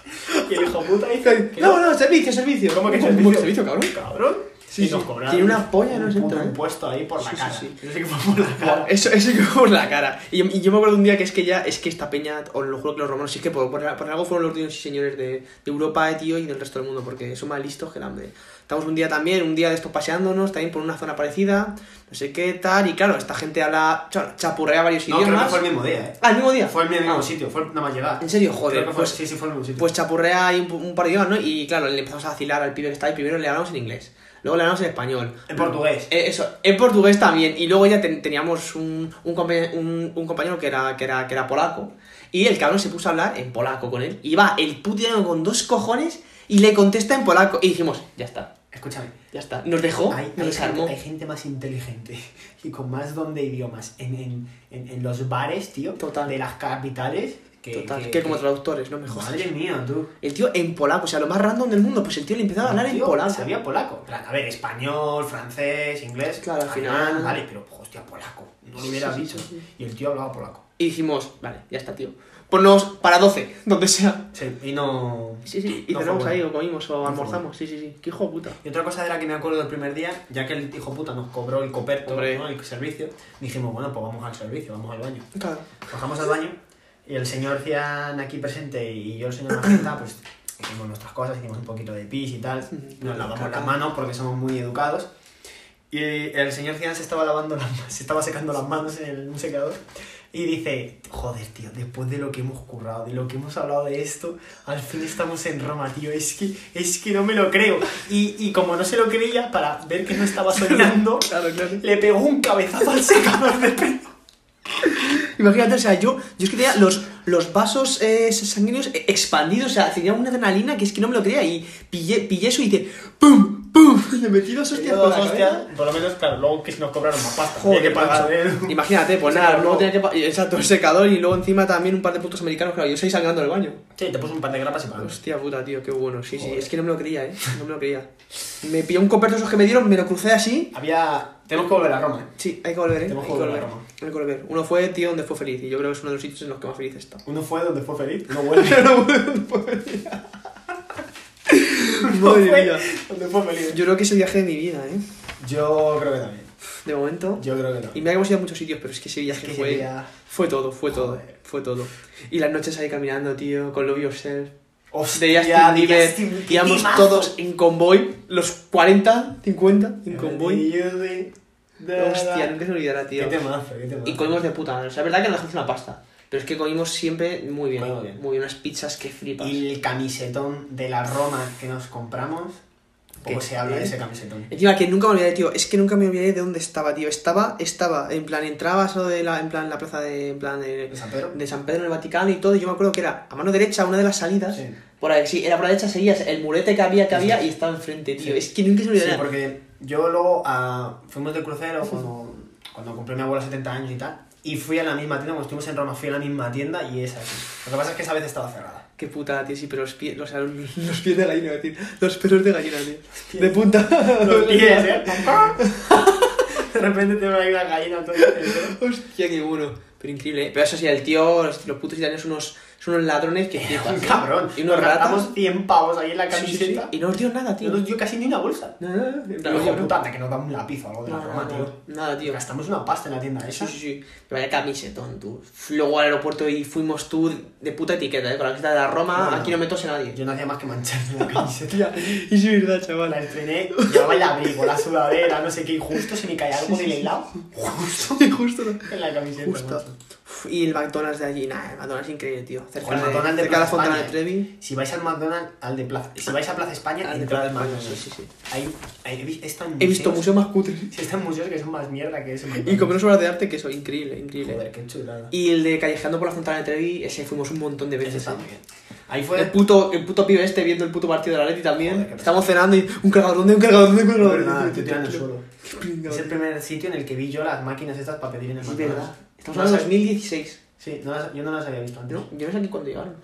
[SPEAKER 14] Y el hijo puta dice,
[SPEAKER 13] No, no, servicio, servicio.
[SPEAKER 14] ¿Cómo <laughs> que
[SPEAKER 13] ¿Cómo
[SPEAKER 14] servicio?
[SPEAKER 13] servicio, cabrón?
[SPEAKER 14] Cabrón.
[SPEAKER 13] Sí,
[SPEAKER 14] y nos cobraron
[SPEAKER 13] tiene una polla,
[SPEAKER 14] un
[SPEAKER 13] ¿no?
[SPEAKER 14] puto
[SPEAKER 13] Siento, ¿eh?
[SPEAKER 14] impuesto ahí por la
[SPEAKER 13] Sí, sí,
[SPEAKER 14] cara.
[SPEAKER 13] sí.
[SPEAKER 14] Eso sí que fue por la cara.
[SPEAKER 13] Eso, eso que fue por la cara. Y, y yo me acuerdo un día que es que ya, es que esta peña, os lo juro que los romanos, sí es que por, por- por algo fueron los dioses y señores de, de Europa, eh, tío, y del resto del mundo, porque son más listos que el hambre. Estamos un día también, un día de estos paseándonos, también por una zona parecida, no sé qué tal, y claro, esta gente habla, cha- chapurrea varios
[SPEAKER 14] No, creo
[SPEAKER 13] idiomas.
[SPEAKER 14] que fue el mismo día, ¿eh?
[SPEAKER 13] Ah, el mismo día.
[SPEAKER 14] Fue el mismo
[SPEAKER 13] Ah.
[SPEAKER 14] sitio, fue nada más llegar.
[SPEAKER 13] ¿En serio? Joder,
[SPEAKER 14] Creo que fue,
[SPEAKER 13] pues-
[SPEAKER 14] sí, sí, fue el mismo sitio.
[SPEAKER 13] Pues chapurrea ahí un, un par de idiomas, ¿no? Y claro, le empezamos a vacilar al pibe que está ahí. Primero le hablamos en inglés, luego le hablamos en español.
[SPEAKER 14] En portugués.
[SPEAKER 13] Eh, Eso, en portugués también. Y luego ya ten- teníamos un, un, compa- un- un compañero que era, que, era, que era polaco. Y el cabrón se puso a hablar en polaco con él. Y va el puto tío con dos cojones y le contesta en polaco. Y dijimos, ya está,
[SPEAKER 14] Escúchame.
[SPEAKER 13] ya está. Nos dejó,
[SPEAKER 14] Hay,
[SPEAKER 13] nos
[SPEAKER 14] hay
[SPEAKER 13] desarmó.
[SPEAKER 14] gente, hay gente más inteligente <laughs> y con más don de idiomas en, en, en, en los bares, tío, de las capitales. Que,
[SPEAKER 13] Total, que, como traductores, no me jodas.
[SPEAKER 14] Madre mía, tú.
[SPEAKER 13] El tío en polaco, o sea, lo más random del mundo, pues el tío le empezaba a hablar en
[SPEAKER 14] Tío,
[SPEAKER 13] polaco.
[SPEAKER 14] Sabía polaco. En plan, A ver, español, francés, inglés.
[SPEAKER 13] Claro, al
[SPEAKER 14] alemán,
[SPEAKER 13] final.
[SPEAKER 14] Vale, pero hostia, polaco. No lo hubiera
[SPEAKER 13] Sí, sí,
[SPEAKER 14] dicho.
[SPEAKER 13] sí, sí.
[SPEAKER 14] Y el tío hablaba polaco.
[SPEAKER 13] Y dijimos, vale, ya está, tío. Ponnos para 12, <laughs> donde sea.
[SPEAKER 14] Sí, y no.
[SPEAKER 13] Sí, sí, y
[SPEAKER 14] no fue
[SPEAKER 13] cenamos
[SPEAKER 14] bueno.
[SPEAKER 13] ahí, o comimos, o
[SPEAKER 14] fue
[SPEAKER 13] almorzamos. Sí, sí, sí. Qué hijo de puta.
[SPEAKER 14] Y otra cosa de la que me acuerdo del primer día, ya que el hijo puta nos cobró el coperto, ¿no? el servicio, dijimos, bueno, pues vamos al servicio, vamos al baño.
[SPEAKER 13] Claro.
[SPEAKER 14] Bajamos al baño y el señor Cian aquí presente y yo el señor Magenta, pues hicimos nuestras cosas, hicimos un poquito de pis y tal, nos lavamos las manos porque somos muy educados. Y el señor Cian se estaba lavando las ma- se estaba secando las manos en el- un secador y dice, joder, tío, después de lo que hemos currado, de lo que hemos hablado de esto, al fin estamos en Roma, tío, es que, es que no me lo creo. Y, y como no se lo creía, para ver que no estaba soñando, le pegó un cabezazo al secador de pelo.
[SPEAKER 13] Imagínate, o sea, yo, yo es que tenía los, los vasos eh, sanguíneos eh, expandidos, o sea, tenía una adrenalina que es que no me lo creía y pillé, pillé eso y hice ¡pum! ¡pum! <laughs> Le metí dos hostias por la cabeza.
[SPEAKER 14] por lo menos, claro, luego que si nos cobraron más pasta.
[SPEAKER 13] Joder,
[SPEAKER 14] hay que pagar,
[SPEAKER 13] macho.
[SPEAKER 14] ¿eh? <laughs>
[SPEAKER 13] Imagínate, pues
[SPEAKER 14] Sí,
[SPEAKER 13] nada,
[SPEAKER 14] claro,
[SPEAKER 13] luego tenía que... pa- Exacto, el secador y luego encima también un par de putos americanos, claro, yo estoy sangrando en el baño.
[SPEAKER 14] Sí, te puso un par de grapas y para.
[SPEAKER 13] Hostia puta, tío, qué bueno. Sí, sí, es que no me lo creía, eh. No me lo creía. Me pillé un coperto esos que me dieron, me lo crucé así.
[SPEAKER 14] Había. Tenemos que volver a Roma. ¿eh?
[SPEAKER 13] Sí, hay que volver, eh.
[SPEAKER 14] Tenemos
[SPEAKER 13] Hay
[SPEAKER 14] que
[SPEAKER 13] que
[SPEAKER 14] volver a
[SPEAKER 13] volver.
[SPEAKER 14] Roma.
[SPEAKER 13] Hay que volver. Uno fue, tío, donde fue feliz. Y yo creo que es uno de los sitios en los que más
[SPEAKER 14] <laughs>
[SPEAKER 13] feliz está.
[SPEAKER 14] Uno fue donde fue feliz, no
[SPEAKER 13] <laughs>
[SPEAKER 14] vuelve. no
[SPEAKER 13] Madre
[SPEAKER 14] fue
[SPEAKER 13] mía.
[SPEAKER 14] donde fue feliz.
[SPEAKER 13] Yo creo que es el viaje de mi vida, eh.
[SPEAKER 14] Yo creo que también.
[SPEAKER 13] De momento.
[SPEAKER 14] Yo creo que no.
[SPEAKER 13] Y me que hemos ido a muchos sitios, pero es que ese viaje
[SPEAKER 14] que
[SPEAKER 13] fue.
[SPEAKER 14] ese día-
[SPEAKER 13] Fue todo, fue todo. Fue todo. Y las noches ahí caminando, tío, con Love Yourself. de
[SPEAKER 14] de
[SPEAKER 13] Justin Bieber.
[SPEAKER 14] Justin, qué
[SPEAKER 13] Íbamos
[SPEAKER 14] timazo.
[SPEAKER 13] todos en convoy, los 40, 50 en convoy. Hostia, nunca se me olvidará, tío.
[SPEAKER 14] Qué temazo, qué temazo.
[SPEAKER 13] Y comimos de puta madre. O sea, es verdad que nos dejamos una pasta. Pero es que comimos siempre muy bien.
[SPEAKER 14] Muy bien.
[SPEAKER 13] Muy bien, unas pizzas que flipas.
[SPEAKER 14] Y el camisetón de la Roma que nos compramos.
[SPEAKER 13] ¿Qué?
[SPEAKER 14] Poco se habla de ese camisetón.
[SPEAKER 13] Encima que nunca me olvidaré, tío. Es que nunca me olvidaré de dónde estaba, tío. Estaba, estaba, en plan, entrabas lo de la, en plan, la plaza de, en plan, de,
[SPEAKER 14] ¿De San Pedro?
[SPEAKER 13] de San Pedro en el Vaticano y todo. y yo me acuerdo que era a mano derecha una de las salidas.
[SPEAKER 14] Sí.
[SPEAKER 13] Por ahí, sí, era por la derecha, seguías el murete que había, que
[SPEAKER 14] Sí,
[SPEAKER 13] había
[SPEAKER 14] sí.
[SPEAKER 13] y estaba enfrente, tío.
[SPEAKER 14] Sí.
[SPEAKER 13] Es que nunca se me
[SPEAKER 14] Sí,
[SPEAKER 13] olvidará.
[SPEAKER 14] porque yo luego ah, fuimos de crucero cuando, cuando cumplió mi abuela 70 años y tal. Y fui a la misma tienda, cuando estuvimos en Roma, fui a la misma tienda y esa sí. Lo que pasa es que esa vez estaba
[SPEAKER 13] <laughs>
[SPEAKER 14] cerrada.
[SPEAKER 13] Qué putada, tío. Sí, pero los <laughs> pies, o sea, los, los pies de gallina, tío. Los pelos de gallina, tío. De punta.
[SPEAKER 14] Los pies,
[SPEAKER 13] <laughs>
[SPEAKER 14] ¿eh? de repente te va a ir la gallina todo el pelo.
[SPEAKER 13] Hostia, qué bueno. Pero increíble, ¿eh? Pero eso sí, el tío, los, los putos italianos son unos, son unos ladrones
[SPEAKER 14] <laughs>
[SPEAKER 13] que flipas.
[SPEAKER 14] Un
[SPEAKER 13] ¿eh?
[SPEAKER 14] cabrón.
[SPEAKER 13] Y unos ratas.
[SPEAKER 14] 100 pavos ahí en la
[SPEAKER 13] Sí, sí, sí.
[SPEAKER 14] camiseta.
[SPEAKER 13] Y no nos dio nada, tío.
[SPEAKER 14] No nos dio casi ni una bolsa.
[SPEAKER 13] No, no, no.
[SPEAKER 14] Pero
[SPEAKER 13] en plan,
[SPEAKER 14] hijo
[SPEAKER 13] oye,
[SPEAKER 14] puta, hasta que nos damos un lápiz o algo de la
[SPEAKER 13] No,
[SPEAKER 14] Roma,
[SPEAKER 13] no,
[SPEAKER 14] tío.
[SPEAKER 13] no, Nada, tío.
[SPEAKER 14] Gastamos una pasta en la tienda esa.
[SPEAKER 13] Sí, sí, sí. Vaya camisetón, tú. Luego al aeropuerto y fuimos tú de puta etiqueta, ¿eh? Con la camiseta de la Roma,
[SPEAKER 14] No, no.
[SPEAKER 13] aquí no me tose nadie.
[SPEAKER 14] Yo no hacía más que mancharme
[SPEAKER 13] <laughs>
[SPEAKER 14] la camiseta.
[SPEAKER 13] Y sí, verdad, chaval.
[SPEAKER 14] La estrené, llevaba el abrigo, la sudadera, no sé qué, y justo se me caía algo
[SPEAKER 13] Sí, sí,
[SPEAKER 14] del
[SPEAKER 13] sí.
[SPEAKER 14] helado. Justo
[SPEAKER 13] Justo. <laughs> no.
[SPEAKER 14] en <laughs> la camiseta.
[SPEAKER 13] Justo.
[SPEAKER 14] macho.
[SPEAKER 13] Uf, Y el McDonald's de allí, nada, el McDonald's es increíble, tío.
[SPEAKER 14] O el
[SPEAKER 13] Cerca, de,
[SPEAKER 14] McDonald's de
[SPEAKER 13] cerca de la
[SPEAKER 14] Plaza
[SPEAKER 13] Fontana de
[SPEAKER 14] España, eh.
[SPEAKER 13] Trevi.
[SPEAKER 14] Si vais al McDonald's, al de Plaza. Si vais a Plaza España,
[SPEAKER 13] Al de
[SPEAKER 14] entrad al
[SPEAKER 13] Plaza España,
[SPEAKER 14] McDonald's.
[SPEAKER 13] sí, sí,
[SPEAKER 14] Ahí, ahí he, vi- estado en
[SPEAKER 13] He visto museos más cutres.
[SPEAKER 14] Sí, están museos que son más mierda que ese.
[SPEAKER 13] Y
[SPEAKER 14] McDonald's.
[SPEAKER 13] compramos obras de arte que eso, increíble, increíble.
[SPEAKER 14] Joder, qué chulada.
[SPEAKER 13] Y el de Callejeando por la Fontana de Trevi, ese fuimos un montón de
[SPEAKER 14] Ese
[SPEAKER 13] veces.
[SPEAKER 14] está
[SPEAKER 13] ¿eh?
[SPEAKER 14] muy bien. Ahí
[SPEAKER 13] El
[SPEAKER 14] fue.
[SPEAKER 13] puto, el puto pibe este viendo el puto partido de la Leti también.
[SPEAKER 14] Joder, qué
[SPEAKER 13] Estamos cenando y un cargador de un cargador de un cargador de.
[SPEAKER 14] Nada, te
[SPEAKER 13] tío,
[SPEAKER 14] tiran al
[SPEAKER 13] tío.
[SPEAKER 14] suelo.
[SPEAKER 13] Qué pringado,
[SPEAKER 14] Es el
[SPEAKER 13] tío.
[SPEAKER 14] primer sitio en el que vi yo las máquinas estas para pedir en el
[SPEAKER 13] Es
[SPEAKER 14] McDonald's.
[SPEAKER 13] verdad. Estamos
[SPEAKER 14] No
[SPEAKER 13] hablando de
[SPEAKER 14] las-
[SPEAKER 13] 2016.
[SPEAKER 14] Sí, no las- yo no las había visto antes.
[SPEAKER 13] ¿no? Yo no sé aquí cuándo llegaron.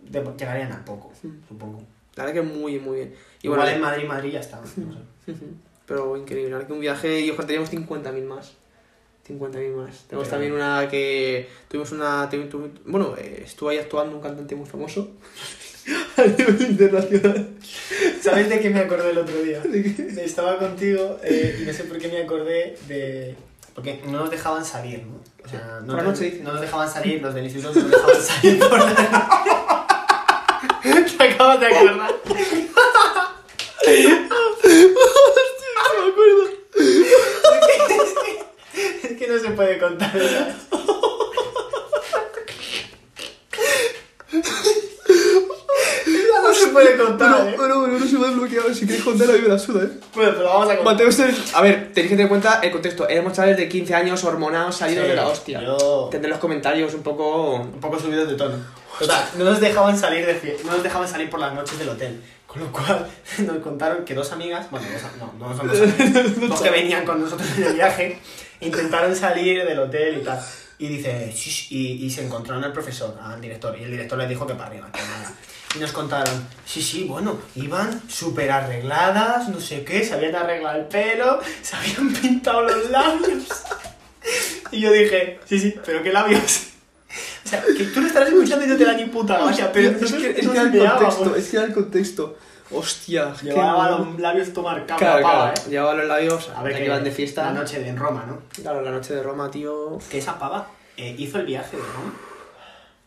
[SPEAKER 14] De- llegarían a poco,
[SPEAKER 13] Mm.
[SPEAKER 14] supongo.
[SPEAKER 13] La verdad que muy, muy bien. Y
[SPEAKER 14] Igual
[SPEAKER 13] bueno,
[SPEAKER 14] en Madrid, Madrid ya está. no <laughs> sé.
[SPEAKER 13] ujú. pero increíble. La verdad que un viaje y ojalá teníamos 50.000 más. 50.000 más.
[SPEAKER 14] Pero-
[SPEAKER 13] Tenemos también una que. Tuvimos una. tu- tu- bueno, eh, estuvo ahí actuando un cantante muy famoso. <laughs> a nivel internacional. ¿Sabes de qué me acordé el otro día? Estaba contigo eh, y no sé por qué me acordé de. Porque no nos dejaban salir, ¿no? O sea, no,
[SPEAKER 14] Por la
[SPEAKER 13] nos-
[SPEAKER 14] noche, dices.
[SPEAKER 13] no nos dejaban salir, los del instituto no nos dejaban salir por la noche. Te acabas de acordar. Hostia, me acuerdo. Es que- Es que no se puede contar. ¿verdad? Esa no se puede contar.
[SPEAKER 14] Bueno,
[SPEAKER 13] ¿eh? bueno, no se me ha desbloqueado. Si queréis contar, a mí me la suda, ¿eh? este Bueno, pero vamos a contar. a ver, tenéis que tener en cuenta el contexto. Éramos chavales de 15 años, hormonados, salidos
[SPEAKER 14] Sí,
[SPEAKER 13] de la hostia. Tendré los comentarios un poco. Un poco subidos de tono. Total, no nos dejaban salir de fie- no nos dejaban salir por las noches del hotel. Con lo cual, <laughs> nos contaron que dos amigas, bueno, dos a- no, <laughs> no son dos amigas, dos que venían con nosotros en el viaje, intentaron salir del hotel y tal. Y dice, "Shh", y, y se encontraron al profesor, al director, y el director les dijo que para arriba, que nada. Y nos contaron, sí, sí, bueno, iban súper arregladas, no sé qué, se habían arreglado el pelo, <laughs> se habían pintado los labios. Y yo dije, sí, sí, pero qué labios. O sea, que tú lo estarás escuchando y no te da ni puta gracia, Ah, pero
[SPEAKER 14] es que- es
[SPEAKER 13] nos
[SPEAKER 14] que era el
[SPEAKER 13] mirábamos.
[SPEAKER 14] contexto,
[SPEAKER 13] es que era el contexto. Hostia,
[SPEAKER 14] Llevaba
[SPEAKER 13] Llevaba
[SPEAKER 14] los
[SPEAKER 13] los labios tomar
[SPEAKER 14] capa,
[SPEAKER 13] claro,
[SPEAKER 14] pava, ¿eh?
[SPEAKER 13] claro. Llevaba los labios a
[SPEAKER 14] ver
[SPEAKER 13] ver
[SPEAKER 14] qué-
[SPEAKER 13] que iban de fiesta.
[SPEAKER 14] la noche
[SPEAKER 13] de en Roma, ¿no? Claro, la noche de Roma, tío.
[SPEAKER 14] <laughs>
[SPEAKER 13] Que esa pava eh, hizo el viaje de Roma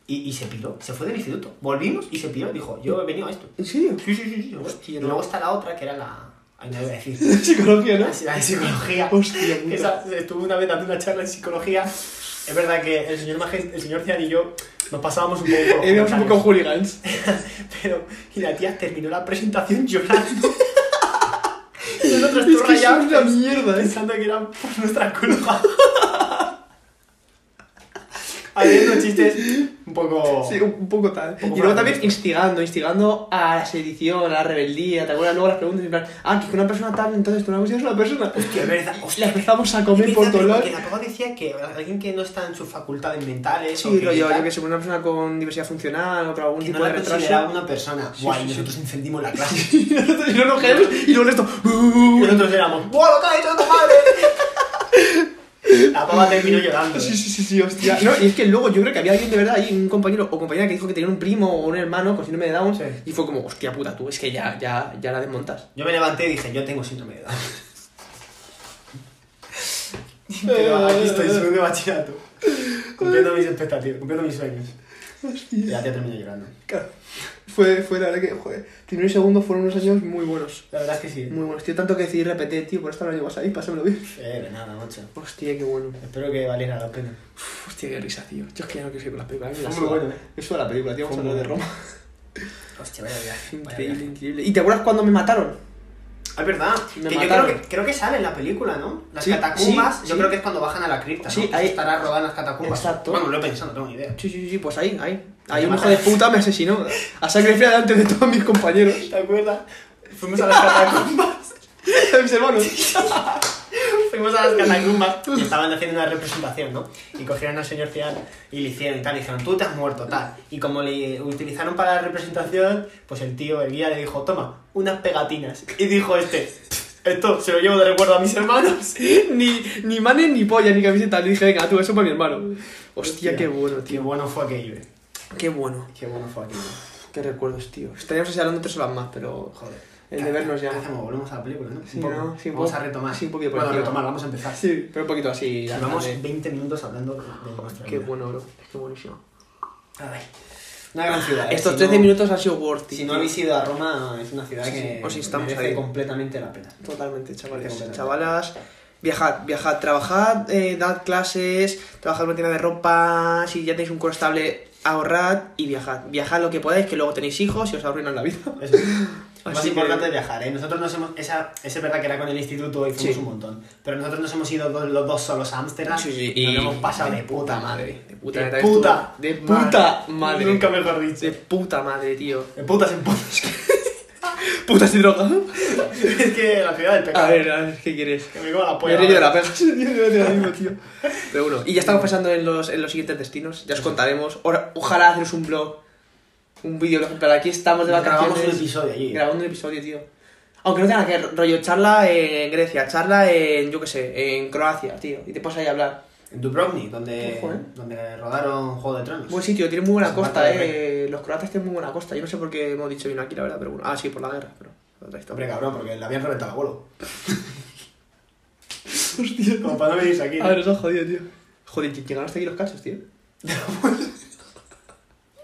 [SPEAKER 13] y, y se piró, se fue del instituto. Volvimos y se piró, dijo, yo he venido a esto. ¿En serio? Sí, sí, sí. sí. Hostia,
[SPEAKER 14] no.
[SPEAKER 13] luego está la otra que era la... Ay, no iba a decir. psicología, ¿no? <laughs> La de psicología. Hostia, Esa, estuve una vez dando una charla en psicología. Es verdad que el señor, Majes- el señor Cian y yo nos pasábamos Eh, un poco por los
[SPEAKER 14] Éramos un poco <laughs>
[SPEAKER 13] hooligans. <laughs> Pero, y la tía terminó la presentación llorando. <laughs> Y nosotros
[SPEAKER 14] Es
[SPEAKER 13] todos
[SPEAKER 14] que son
[SPEAKER 13] rayados
[SPEAKER 14] una
[SPEAKER 13] mierda, ¿eh? pensando que eran por nuestra culpa. <laughs> Haciendo chistes un poco... <laughs> Sí, un poco tal.
[SPEAKER 14] poco
[SPEAKER 13] y luego
[SPEAKER 14] mal.
[SPEAKER 13] también instigando, instigando a la sedición, a la rebeldía, ¿te acuerdas? Luego las preguntas en plan, ah, que es que una persona tal, entonces tú no consideras una persona. Hostia, verdad, hostia. La empezamos a comer por dolor.
[SPEAKER 14] Porque la pava decía que alguien que no está en sus facultades mentales. o
[SPEAKER 13] Sí,
[SPEAKER 14] que
[SPEAKER 13] rollo, yo,
[SPEAKER 14] tal,
[SPEAKER 13] que soy una persona con diversidad funcional o algún
[SPEAKER 14] que
[SPEAKER 13] tipo
[SPEAKER 14] no
[SPEAKER 13] de
[SPEAKER 14] la
[SPEAKER 13] retraso.
[SPEAKER 14] consideraba una persona.
[SPEAKER 13] Sí,
[SPEAKER 14] Guay,
[SPEAKER 13] sí, sí.
[SPEAKER 14] nosotros encendimos la clase.
[SPEAKER 13] <laughs> y no nos quedamos, y luego esto. Y
[SPEAKER 14] nosotros éramos.
[SPEAKER 13] ¡Buah, lo que ha hecho tu madre! La
[SPEAKER 14] pava terminó llorando,
[SPEAKER 13] Ah, Sí,
[SPEAKER 14] eh.
[SPEAKER 13] sí, sí, sí, hostia. No, y es que luego yo creo que había alguien de verdad ahí, un compañero o compañera que dijo que tenía un primo o un hermano con síndrome de Down. Y fue como, hostia puta, tú, es que ya, ya, ya la desmontas.
[SPEAKER 14] Yo me levanté y dije, yo tengo síndrome de
[SPEAKER 13] <laughs>
[SPEAKER 14] Down.
[SPEAKER 13] Pero
[SPEAKER 14] aquí estoy, soy de bachillerato. Cumpliendo mis expectativas, cumpliendo mis sueños. Y la tía terminó llorando.
[SPEAKER 13] Fue, fue la verdad que, joder, primero y segundo fueron unos años muy buenos. La verdad es que sí. Muy buenos, tío, tanto que decidí repetir, tío, por esto no llevas ahí, pásamelo bien.
[SPEAKER 14] Eh, de nada, macho.
[SPEAKER 13] Hostia, qué bueno.
[SPEAKER 14] Espero que valiera la pena.
[SPEAKER 13] Hostia, qué risa, tío. Yo es que ya no quiero seguir con las películas.
[SPEAKER 14] Fue muy bueno, ¿eh?
[SPEAKER 13] Eso la película, tío. Vamos a
[SPEAKER 14] Fue
[SPEAKER 13] hablar de
[SPEAKER 14] muy
[SPEAKER 13] Roma.
[SPEAKER 14] Hostia, vaya viaje. vaya
[SPEAKER 13] Increíble,
[SPEAKER 14] viaje.
[SPEAKER 13] increíble. ¿Y te acuerdas cuando me mataron?
[SPEAKER 14] Ah, Es verdad.
[SPEAKER 13] Me
[SPEAKER 14] que yo creo
[SPEAKER 13] mataron.
[SPEAKER 14] que, creo que sale en la película, ¿no? Las
[SPEAKER 13] Sí,
[SPEAKER 14] catacumbas,
[SPEAKER 13] sí,
[SPEAKER 14] yo
[SPEAKER 13] sí.
[SPEAKER 14] creo que es cuando bajan a la cripta, ¿no?
[SPEAKER 13] Sí,
[SPEAKER 14] Que
[SPEAKER 13] ahí-
[SPEAKER 14] se estará rodada en las catacumbas.
[SPEAKER 13] Exacto.
[SPEAKER 14] Bueno, lo he pensado, no tengo ni idea.
[SPEAKER 13] Sí, sí, sí, pues ahí, ahí. Ahí
[SPEAKER 14] Te
[SPEAKER 13] un hijo de
[SPEAKER 14] mataron.
[SPEAKER 13] puta me <laughs> asesinó. A sangre fría delante de todos mis compañeros.
[SPEAKER 14] ¿Te acuerdas? Fuimos a las <laughs> catacumbas.
[SPEAKER 13] De <laughs> mis hermanos.
[SPEAKER 14] Fuimos a las <laughs> catacumbas y estaban haciendo una representación, ¿no? Y cogieron al señor Cian y le hicieron y tal, y dijeron, tú te has muerto, tal. Y como le utilizaron para la representación, pues el tío, el guía, le dijo, toma, unas pegatinas. Y dijo este, esto se lo llevo de recuerdo a mis hermanos.
[SPEAKER 13] ni, ni manes, ni polla, ni camiseta. Le dije, venga, tú, eso para mi hermano. Hostia,
[SPEAKER 14] Hostia,
[SPEAKER 13] qué bueno, tío.
[SPEAKER 14] Qué bueno fue aquello, eh.
[SPEAKER 13] Qué bueno.
[SPEAKER 14] Qué bueno fue aquello.
[SPEAKER 13] Qué recuerdos, tío. Estaríamos así hablando tres horas más, pero... Joder. El deber nos llama.
[SPEAKER 14] Hacemos, volvemos a la película, ¿no?
[SPEAKER 13] Sí,
[SPEAKER 14] Un poco.
[SPEAKER 13] ¿no? Sí, un
[SPEAKER 14] vamos
[SPEAKER 13] poco-
[SPEAKER 14] a retomar.
[SPEAKER 13] sí, un poquito por
[SPEAKER 14] bueno,
[SPEAKER 13] encima.
[SPEAKER 14] retomar, vamos a empezar.
[SPEAKER 13] Sí, pero un poquito así. la
[SPEAKER 14] Llevamos
[SPEAKER 13] tarde.
[SPEAKER 14] 20 minutos hablando de nuestra
[SPEAKER 13] Qué
[SPEAKER 14] vida.
[SPEAKER 13] bueno, bro. Qué buenísimo.
[SPEAKER 14] Ay, una gran ciudad. eh.
[SPEAKER 13] Estos
[SPEAKER 14] Si
[SPEAKER 13] 13
[SPEAKER 14] no-
[SPEAKER 13] minutos han sido worth it,
[SPEAKER 14] Si no
[SPEAKER 13] tío.
[SPEAKER 14] habéis ido a Roma, es una ciudad
[SPEAKER 13] Sí, sí,
[SPEAKER 14] que
[SPEAKER 13] os instamos
[SPEAKER 14] merece
[SPEAKER 13] a ir.
[SPEAKER 14] completamente la pena.
[SPEAKER 13] Totalmente, chavales.
[SPEAKER 14] Completamente.
[SPEAKER 13] Chavalas, viajad, viajad, trabajad, eh, dad clases, trabajad una tienda de ropa, si ya tenéis un curso estable, ahorrad y viajad. Viajad lo que podáis, que luego tenéis hijos y os arruinan la vida. <laughs>
[SPEAKER 14] Lo
[SPEAKER 13] Así
[SPEAKER 14] más
[SPEAKER 13] que-
[SPEAKER 14] importante es viajar, ¿eh? Nosotros nos hemos... Esa, es verdad que era con el instituto y fuimos
[SPEAKER 13] Sí.
[SPEAKER 14] un montón. Pero nosotros nos hemos ido dos- los dos solos a Ámsterdam
[SPEAKER 13] Sí, sí,
[SPEAKER 14] y
[SPEAKER 13] y-
[SPEAKER 14] nos lo hemos pasado de puta madre.
[SPEAKER 13] De puta,
[SPEAKER 14] de
[SPEAKER 13] neta,
[SPEAKER 14] puta.
[SPEAKER 13] estuvo- de puta madre.
[SPEAKER 14] Nunca mejor dicho.
[SPEAKER 13] De puta
[SPEAKER 14] <laughs>
[SPEAKER 13] madre, tío.
[SPEAKER 14] De putas en putas.
[SPEAKER 13] Putas y droga.
[SPEAKER 14] <laughs> es que la ciudad del pecado.
[SPEAKER 13] A ver, a ver, ¿qué quieres?
[SPEAKER 14] Que me como la
[SPEAKER 13] Me
[SPEAKER 14] polla.
[SPEAKER 13] he reído de la
[SPEAKER 14] madre. <laughs>
[SPEAKER 13] pega. Tío, yo te la digo, tío. Pero bueno, y ya estamos pensando en los, en los siguientes destinos. Ya os contaremos. Ora- Ojalá haceros un blog, un videoblog. Pero aquí estamos de vacaciones.
[SPEAKER 14] Grabamos un episodio allí.
[SPEAKER 13] Grabando un episodio, tío. Aunque no tenga que rollo charla en Grecia, charla en, yo qué sé, en Croacia, tío. Y te pones ahí a hablar.
[SPEAKER 14] En Dubrovnik, donde,
[SPEAKER 13] eh.
[SPEAKER 14] donde rodaron Juego de Tronos.
[SPEAKER 13] Buen sitio, tiene muy buena
[SPEAKER 14] Se
[SPEAKER 13] costa,
[SPEAKER 14] mata de
[SPEAKER 13] eh. Los croatas tienen muy buena costa. Yo no sé por qué hemos dicho vino aquí, la verdad, pero bueno. Ah, sí, por la guerra, pero. otra historia.
[SPEAKER 14] Hombre, cabrón, porque le habían reventado el
[SPEAKER 13] <laughs>
[SPEAKER 14] abuelo. Hostia, como para no venirse aquí.
[SPEAKER 13] A ver, nos han jodido, tío. Joder, lle- llegaron hasta aquí los cachos, tío. <laughs>